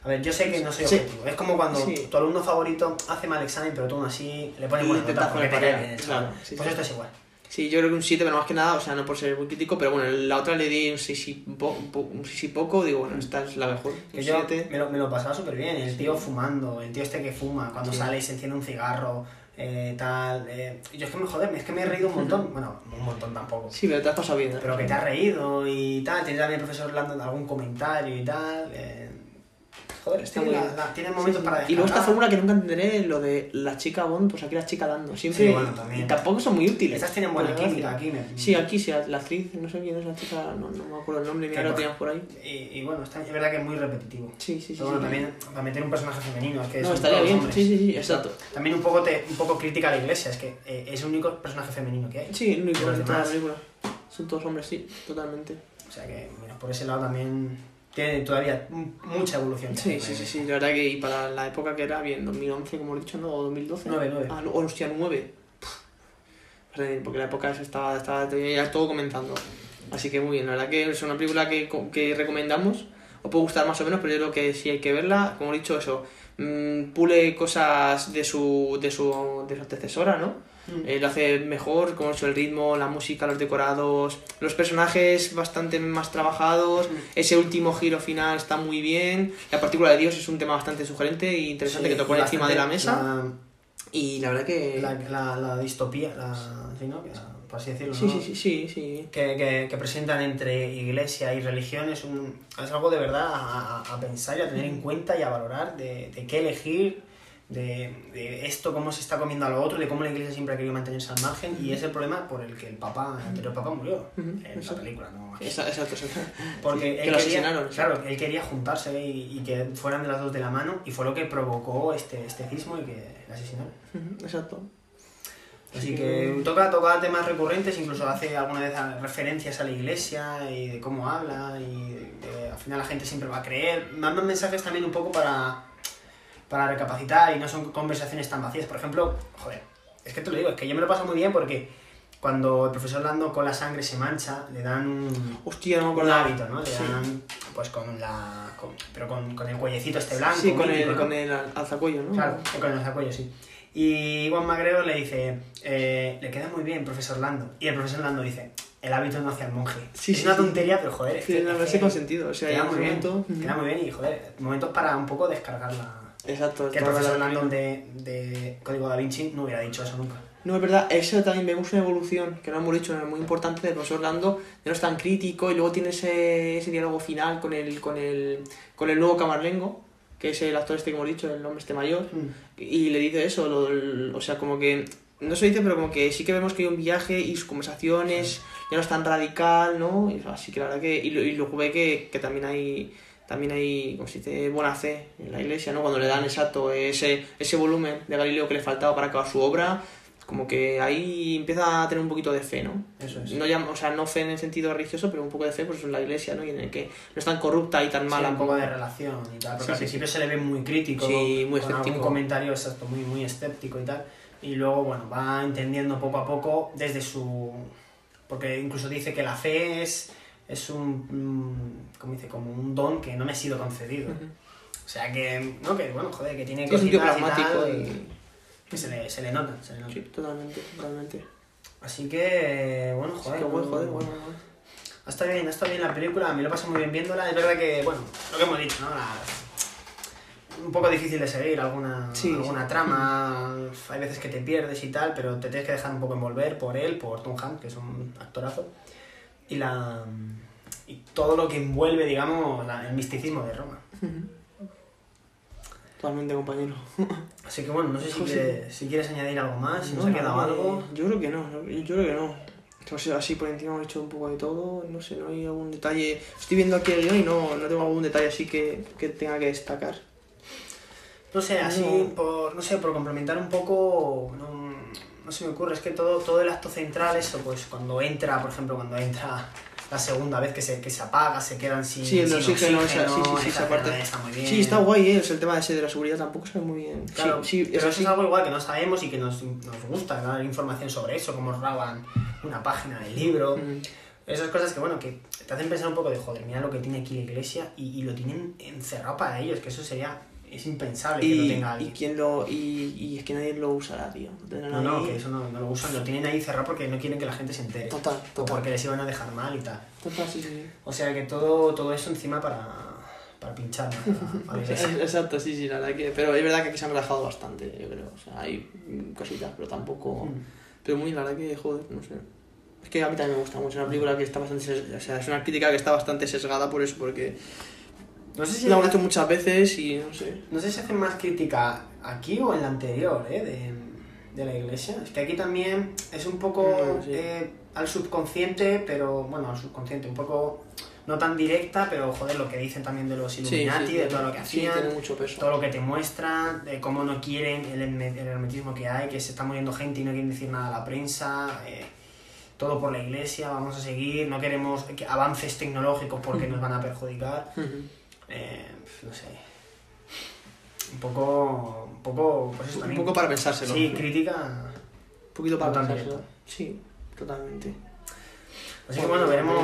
[SPEAKER 14] A ver, yo sé que no soy
[SPEAKER 13] Sí.
[SPEAKER 14] objetivo. Es como cuando
[SPEAKER 13] Sí.
[SPEAKER 14] tu alumno favorito hace mal examen, pero tú aún así le pones
[SPEAKER 13] Y
[SPEAKER 14] buena
[SPEAKER 13] te
[SPEAKER 14] nota
[SPEAKER 13] tapas
[SPEAKER 14] porque
[SPEAKER 13] la
[SPEAKER 14] te
[SPEAKER 13] tarea,
[SPEAKER 14] cae bien,
[SPEAKER 13] claro,
[SPEAKER 14] chaval.
[SPEAKER 13] sí,
[SPEAKER 14] Pues
[SPEAKER 13] sí.
[SPEAKER 14] esto es igual.
[SPEAKER 13] Sí, yo creo que un 7, pero más que nada, o sea, no por ser muy crítico, pero bueno, la otra le di un 6 y, po- un po- un 6 y poco, digo, bueno, esta es la mejor.
[SPEAKER 14] Que
[SPEAKER 13] un
[SPEAKER 14] yo
[SPEAKER 13] 7.
[SPEAKER 14] me lo, me lo pasaba súper bien, el
[SPEAKER 13] Sí.
[SPEAKER 14] tío fumando, el tío este que fuma, cuando
[SPEAKER 13] Sí.
[SPEAKER 14] sale y se enciende un cigarro, eh, tal. eh, Yo es que me joder, es que me he reído un
[SPEAKER 13] <laughs>
[SPEAKER 14] montón. Bueno, un montón tampoco.
[SPEAKER 13] Sí, pero te has pasado bien. ¿eh?
[SPEAKER 14] Pero que te has reído y tal, tienes también el profesor Orlando en algún comentario y tal. eh, joder,
[SPEAKER 13] Está
[SPEAKER 14] tiene,
[SPEAKER 13] muy
[SPEAKER 14] la-
[SPEAKER 13] bien.
[SPEAKER 14] la- tiene momentos
[SPEAKER 13] Sí, sí.
[SPEAKER 14] para
[SPEAKER 13] Y luego esta
[SPEAKER 14] descargar.
[SPEAKER 13] fórmula que nunca entenderé, lo de la chica Bond, pues aquí la chica dando. Siempre.
[SPEAKER 14] Sí, bueno, también.
[SPEAKER 13] y tampoco son muy útiles.
[SPEAKER 14] Estas tienen buena
[SPEAKER 13] Por desgracia.
[SPEAKER 14] química, aquí me-
[SPEAKER 13] Sí, aquí sí, la actriz, no sé quién es la chica, no, no me acuerdo el nombre,
[SPEAKER 14] Qué
[SPEAKER 13] mira, lo
[SPEAKER 14] cosa.
[SPEAKER 13] tenías por ahí.
[SPEAKER 14] Y, y bueno, está, es verdad que es muy repetitivo.
[SPEAKER 13] Sí, sí, sí.
[SPEAKER 14] Pero bueno,
[SPEAKER 13] sí.
[SPEAKER 14] también para meter un personaje femenino, es que
[SPEAKER 13] No,
[SPEAKER 14] son
[SPEAKER 13] estaría
[SPEAKER 14] todos
[SPEAKER 13] bien,
[SPEAKER 14] hombres.
[SPEAKER 13] sí, sí, sí, exacto.
[SPEAKER 14] También un poco, te, un poco crítica a la iglesia, es que eh, es el único personaje femenino que hay.
[SPEAKER 13] Sí, el único
[SPEAKER 14] De los
[SPEAKER 13] de toda la
[SPEAKER 14] demás.
[SPEAKER 13] película. Son todos hombres, sí, totalmente.
[SPEAKER 14] O sea que, bueno, por ese lado también tiene todavía m- mucha evolución. ¿eh?
[SPEAKER 13] Sí, sí, sí, sí, la verdad que y para la época que era, bien, 2011, como he dicho, ¿no? O 2012.
[SPEAKER 14] Nueve, nueve.
[SPEAKER 13] Ah, no, hostia, 9. Porque la época esa estaba, estaba ya todo comenzando. Así que muy bien, la verdad que es una película que, co- que recomendamos. Os puede gustar más o menos, pero yo creo que sí hay que verla. Como he dicho, eso, mm, pule cosas de su, de su, de su antecesora, ¿no?
[SPEAKER 14] Mm.
[SPEAKER 13] Eh, lo hace mejor, como he dicho, el ritmo, la música, los decorados, los personajes bastante más trabajados,
[SPEAKER 14] Mm.
[SPEAKER 13] ese último giro final está muy bien, la partícula de Dios es un tema bastante sugerente e interesante
[SPEAKER 14] Sí,
[SPEAKER 13] que te pone
[SPEAKER 14] bastante-
[SPEAKER 13] encima de la mesa.
[SPEAKER 14] la-
[SPEAKER 13] y la verdad que...
[SPEAKER 14] La, la- la distopía, la, sí, ¿no? Que, por así decirlo.
[SPEAKER 13] Sí,
[SPEAKER 14] ¿no?
[SPEAKER 13] sí, sí, sí, sí.
[SPEAKER 14] Que, que- que presentan entre iglesia y religión es, un, es algo de verdad a, a- a pensar y a tener en cuenta y a valorar de, de qué elegir, de, de esto, cómo se está comiendo a lo otro, de cómo la iglesia siempre ha querido mantenerse al margen y es el problema por el que el papa, el anterior papa murió en la película. ¿no? Aquí.
[SPEAKER 13] Esa- Exacto, exacto. Sí,
[SPEAKER 14] Porque
[SPEAKER 13] que
[SPEAKER 14] él quería,
[SPEAKER 13] lo asesinaron.
[SPEAKER 14] claro, él quería juntarse y, y que fueran de las dos de la mano y fue lo que provocó este, este cismo y que le asesinaron.
[SPEAKER 13] Ujú, Exacto.
[SPEAKER 14] Así que toca, toca temas recurrentes, incluso hace alguna vez a- referencias a la iglesia y de cómo habla y de- al final la gente siempre va a creer. Mandan mensajes también un poco para, para recapacitar y no son conversaciones tan vacías. Por ejemplo, joder, es que te lo digo, es que yo me lo paso muy bien porque cuando el profesor Lando con la sangre se mancha, le dan un,
[SPEAKER 13] Hostia, no me
[SPEAKER 14] un
[SPEAKER 13] acuerdo.
[SPEAKER 14] hábito, ¿no? Le
[SPEAKER 13] Sí.
[SPEAKER 14] dan pues con la... con- pero con, con el cuellecito este blanco.
[SPEAKER 13] Sí, con
[SPEAKER 14] mítico,
[SPEAKER 13] el,
[SPEAKER 14] ¿no?
[SPEAKER 13] con el al- alzacuello, ¿no?
[SPEAKER 14] Claro, con el sacuello, sí. Y Juan Magreo le dice, eh, le queda muy bien, profesor Lando. Y el profesor Lando dice, el hábito no hace al monje.
[SPEAKER 13] Sí,
[SPEAKER 14] es
[SPEAKER 13] sí,
[SPEAKER 14] una
[SPEAKER 13] sí.
[SPEAKER 14] tontería, pero joder. es
[SPEAKER 13] Sí,
[SPEAKER 14] que-
[SPEAKER 13] la
[SPEAKER 14] es
[SPEAKER 13] verdad
[SPEAKER 14] que
[SPEAKER 13] sí con sentido, o sea,
[SPEAKER 14] queda
[SPEAKER 13] en
[SPEAKER 14] muy
[SPEAKER 13] ese
[SPEAKER 14] bien,
[SPEAKER 13] momento,
[SPEAKER 14] queda
[SPEAKER 13] ujú.
[SPEAKER 14] muy bien y joder, momentos para un poco descargar la...
[SPEAKER 13] Exacto.
[SPEAKER 14] Que el
[SPEAKER 13] estaba
[SPEAKER 14] profesor
[SPEAKER 13] la-
[SPEAKER 14] Lando de, de Código Da Vinci no hubiera dicho eso nunca.
[SPEAKER 13] No, es verdad, eso también vemos una evolución, que no hemos dicho, es muy importante del profesor Lando, de no es tan crítico, y luego tiene ese, ese diálogo final con el, con el, con el nuevo camarlengo, que es el actor este que hemos dicho, el hombre este mayor,
[SPEAKER 14] Mm.
[SPEAKER 13] y le dice eso, lo del- o sea, como que, no se dice, pero como que sí que vemos que hay un viaje y sus conversaciones ya no es tan radical, ¿no? Y, así que la verdad que, y, lo- y luego ve que, que también hay... tam- también hay, como se dice, buena fe en la iglesia, ¿no? Cuando le dan exacto ese, ese volumen de Galileo que le faltaba para acabar su obra, como que ahí empieza a tener un poquito de fe, ¿no?
[SPEAKER 14] Eso es.
[SPEAKER 13] No ya, o sea, no fe en el sentido religioso, pero un poco de fe pues en la iglesia, ¿no? Y en el que no es tan corrupta y tan mala.
[SPEAKER 14] un poco de relación y tal, porque
[SPEAKER 13] Sí,
[SPEAKER 14] al
[SPEAKER 13] sí,
[SPEAKER 14] principio
[SPEAKER 13] sí.
[SPEAKER 14] se le ve muy crítico,
[SPEAKER 13] Sí, muy
[SPEAKER 14] con algún
[SPEAKER 13] escéptico.
[SPEAKER 14] comentario exacto, muy, muy escéptico y tal. Y luego, bueno, va entendiendo poco a poco desde su... Porque incluso dice que la fe es, es un, mm, ¿cómo dice? Como un don que no me ha sido concedido. O sea que, no, que bueno, joder, que tiene
[SPEAKER 13] Sí, es un tío
[SPEAKER 14] cositas y tal,
[SPEAKER 13] pragmático
[SPEAKER 14] y-
[SPEAKER 13] y-
[SPEAKER 14] que se le, se le nota, se le nota.
[SPEAKER 13] Sí, totalmente, totalmente.
[SPEAKER 14] Así que, bueno, joder.
[SPEAKER 13] que bueno, joder, bueno,
[SPEAKER 14] Ha estado bien, ha estado bien la película, me lo paso muy bien viéndola. Es verdad que, bueno, lo que hemos dicho, ¿no? La- Un poco difícil de seguir alguna, alguna trama, hay veces que te pierdes y tal, pero te tienes que dejar un poco envolver por él, por Tom Hanks, que es un actorazo, y la y todo lo que envuelve, digamos, la- el misticismo de Roma.
[SPEAKER 13] Totalmente, compañero.
[SPEAKER 14] Así que bueno, no sé si,
[SPEAKER 13] José.
[SPEAKER 14] quiere- si quieres añadir algo más, Ah, si nos ha
[SPEAKER 13] Pues No,
[SPEAKER 14] quedado
[SPEAKER 13] no,
[SPEAKER 14] algo.
[SPEAKER 13] eh, Yo creo que no, no, yo creo que no. Entonces, así por encima hemos hecho un poco de todo, no sé, no hay algún detalle. Estoy viendo aquí el guión y no, no tengo algún detalle así que, que tenga que destacar.
[SPEAKER 14] No sé, así
[SPEAKER 13] No.
[SPEAKER 14] por, no sé, por complementar un poco, no, no se me ocurre, es que todo, todo el acto central, eso, pues cuando entra, por ejemplo, cuando entra la segunda vez que se, que se apaga, se quedan sin,
[SPEAKER 13] Sí, el
[SPEAKER 14] sin
[SPEAKER 13] de oxígeno, esa, sí, sí,
[SPEAKER 14] esa
[SPEAKER 13] sí, esa parte.
[SPEAKER 14] escena está muy bien.
[SPEAKER 13] Sí, está guay, eh, o sea, el tema ese de la seguridad tampoco se ve muy bien.
[SPEAKER 14] Claro,
[SPEAKER 13] sí, sí,
[SPEAKER 14] pero
[SPEAKER 13] es
[SPEAKER 14] eso
[SPEAKER 13] así.
[SPEAKER 14] es algo igual que no sabemos y que nos, nos gusta dar información sobre eso, cómo roban una página del libro.
[SPEAKER 13] Mm.
[SPEAKER 14] Esas cosas que, bueno, que te hacen pensar un poco de, joder, mira lo que tiene aquí la iglesia y, y lo tienen encerrado para ellos, que eso sería, es impensable que lo
[SPEAKER 13] Y,
[SPEAKER 14] tenga alguien.
[SPEAKER 13] y quién lo, y, y es que nadie lo usará, tío. No, tendrá
[SPEAKER 14] No, no,
[SPEAKER 13] nadie.
[SPEAKER 14] que eso no, no lo usan, lo tienen ahí cerrado porque no quieren que la gente se entere.
[SPEAKER 13] Total,
[SPEAKER 14] O porque les iban a dejar mal y tal.
[SPEAKER 13] Total, sí, sí, sí.
[SPEAKER 14] O sea que todo, todo eso encima para, para pinchar.
[SPEAKER 13] <laughs>
[SPEAKER 14] ¿no? Para- para
[SPEAKER 13] Sí,
[SPEAKER 14] iglesia.
[SPEAKER 13] Exacto, sí, sí, la verdad que. Pero es verdad que aquí se han relajado bastante, yo creo. O sea, hay mm, cositas, pero tampoco.
[SPEAKER 14] Mm.
[SPEAKER 13] Pero muy, la verdad que, joder, no sé. Es que a mí también me gusta mucho. Es una película que está bastante. ses- O sea, es una crítica que está bastante sesgada por eso, porque.
[SPEAKER 14] No sé si-
[SPEAKER 13] La han hecho muchas veces y no sé.
[SPEAKER 14] no sé si hacen más crítica aquí o en la anterior, ¿eh? De, de la iglesia. Es que aquí también es un poco
[SPEAKER 13] Mm, sí.
[SPEAKER 14] eh, al subconsciente, pero bueno, al subconsciente, un poco no tan directa, pero joder, lo que dicen también de los
[SPEAKER 13] Sí,
[SPEAKER 14] Illuminati,
[SPEAKER 13] sí,
[SPEAKER 14] de
[SPEAKER 13] tiene-
[SPEAKER 14] todo lo que
[SPEAKER 13] sí,
[SPEAKER 14] hacían,
[SPEAKER 13] tiene mucho peso.
[SPEAKER 14] todo
[SPEAKER 13] <laughs>
[SPEAKER 14] lo que te muestran, de cómo no quieren el, herme- el hermetismo que hay, que se está muriendo gente y no quieren decir nada a la prensa. eh, todo por la iglesia, vamos a seguir, no queremos que- avances tecnológicos porque nos van a perjudicar.
[SPEAKER 13] <laughs>
[SPEAKER 14] Eh, no sé. Un poco. Un poco. Pues eso
[SPEAKER 13] Un
[SPEAKER 14] también.
[SPEAKER 13] poco para pensárselo.
[SPEAKER 14] Sí, crítica.
[SPEAKER 13] Un poquito para
[SPEAKER 14] No tan
[SPEAKER 13] pensárselo. Sí, totalmente.
[SPEAKER 14] Así que bueno, veremos.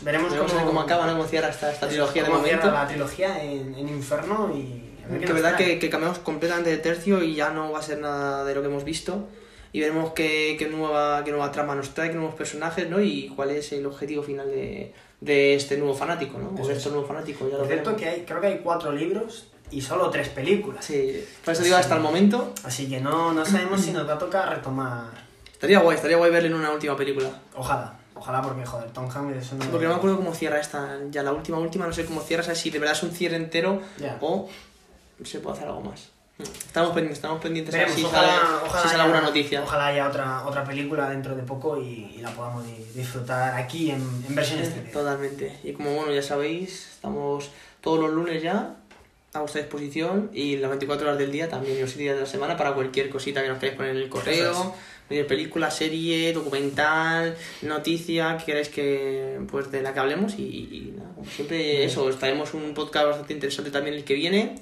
[SPEAKER 14] Veremos,
[SPEAKER 13] Veremos a ver cómo acaba, ¿no? Cómo cierra esta- esta trilogía de
[SPEAKER 14] cómo cierra
[SPEAKER 13] momento.
[SPEAKER 14] la trilogía en, en Inferno y. a ver qué
[SPEAKER 13] Que
[SPEAKER 14] nos
[SPEAKER 13] verdad
[SPEAKER 14] trae.
[SPEAKER 13] que, que cambiamos completamente de tercio y ya no va a ser nada de lo que hemos visto. Y veremos qué, qué nueva, qué nueva trama nos trae, qué nuevos personajes, ¿no? Y cuál es el objetivo final de, de este nuevo fanático, ¿no? O
[SPEAKER 14] Eso
[SPEAKER 13] de
[SPEAKER 14] es.
[SPEAKER 13] estos nuevos fanáticos, ya lo
[SPEAKER 14] Por cierto,
[SPEAKER 13] veremos.
[SPEAKER 14] que hay, creo que hay cuatro libros y solo tres películas.
[SPEAKER 13] Sí, por eso digo hasta el momento.
[SPEAKER 14] Así que no, no sabemos si nos va a tocar retomar.
[SPEAKER 13] Estaría guay, estaría guay verle en una última película.
[SPEAKER 14] Ojalá, ojalá, porque joder, Tom Hanks es uno
[SPEAKER 13] Sí,
[SPEAKER 14] de-
[SPEAKER 13] porque no me acuerdo cómo cierra esta, ya la última, última, no sé cómo cierra, o sea, si de verdad es un cierre entero
[SPEAKER 14] Ya.
[SPEAKER 13] o se puede hacer algo más. Estamos pendientes, estamos pendientes a ver
[SPEAKER 14] Veremos,
[SPEAKER 13] si
[SPEAKER 14] ojalá,
[SPEAKER 13] sale,
[SPEAKER 14] ojalá
[SPEAKER 13] si sale
[SPEAKER 14] haya-
[SPEAKER 13] alguna noticia.
[SPEAKER 14] Ojalá haya otra, otra película dentro de poco y, y la podamos di- disfrutar aquí en, en versión extendida.
[SPEAKER 13] Totalmente. Y como bueno, ya sabéis, estamos todos los lunes ya a vuestra disposición y las 24 horas del día también y los 7 días de la semana para cualquier cosita que nos queráis poner en el correo, de película, serie, documental, noticia que queráis que pues de la que hablemos y, y nada, como siempre eso, estaremos un podcast bastante interesante también el que viene.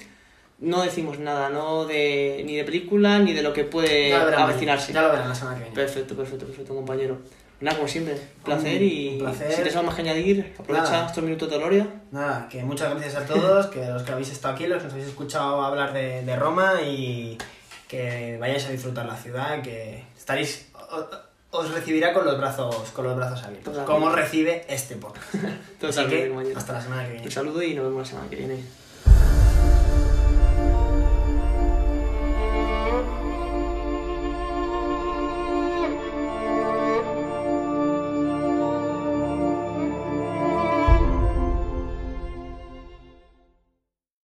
[SPEAKER 13] No decimos nada, no de ni de película ni de lo que puede
[SPEAKER 14] Ya lo verán,
[SPEAKER 13] avecinarse.
[SPEAKER 14] ya lo verán la semana que viene.
[SPEAKER 13] Perfecto, perfecto, perfecto, compañero. Nada, como siempre, un placer
[SPEAKER 14] Un
[SPEAKER 13] y
[SPEAKER 14] placer.
[SPEAKER 13] si te algo más que añadir, aprovecha
[SPEAKER 14] Nada.
[SPEAKER 13] estos minutos de gloria.
[SPEAKER 14] Nada, que muchas gracias a todos, que los que habéis estado aquí, los que nos habéis escuchado hablar de, de Roma y que vayáis a disfrutar la ciudad, que estaréis o- os recibirá con los brazos con los brazos abiertos,
[SPEAKER 13] Totalmente.
[SPEAKER 14] como recibe este podcast. Así
[SPEAKER 13] <laughs> Totalmente,
[SPEAKER 14] que,
[SPEAKER 13] compañero.
[SPEAKER 14] hasta la semana que viene.
[SPEAKER 13] Un saludo y nos vemos la semana que viene.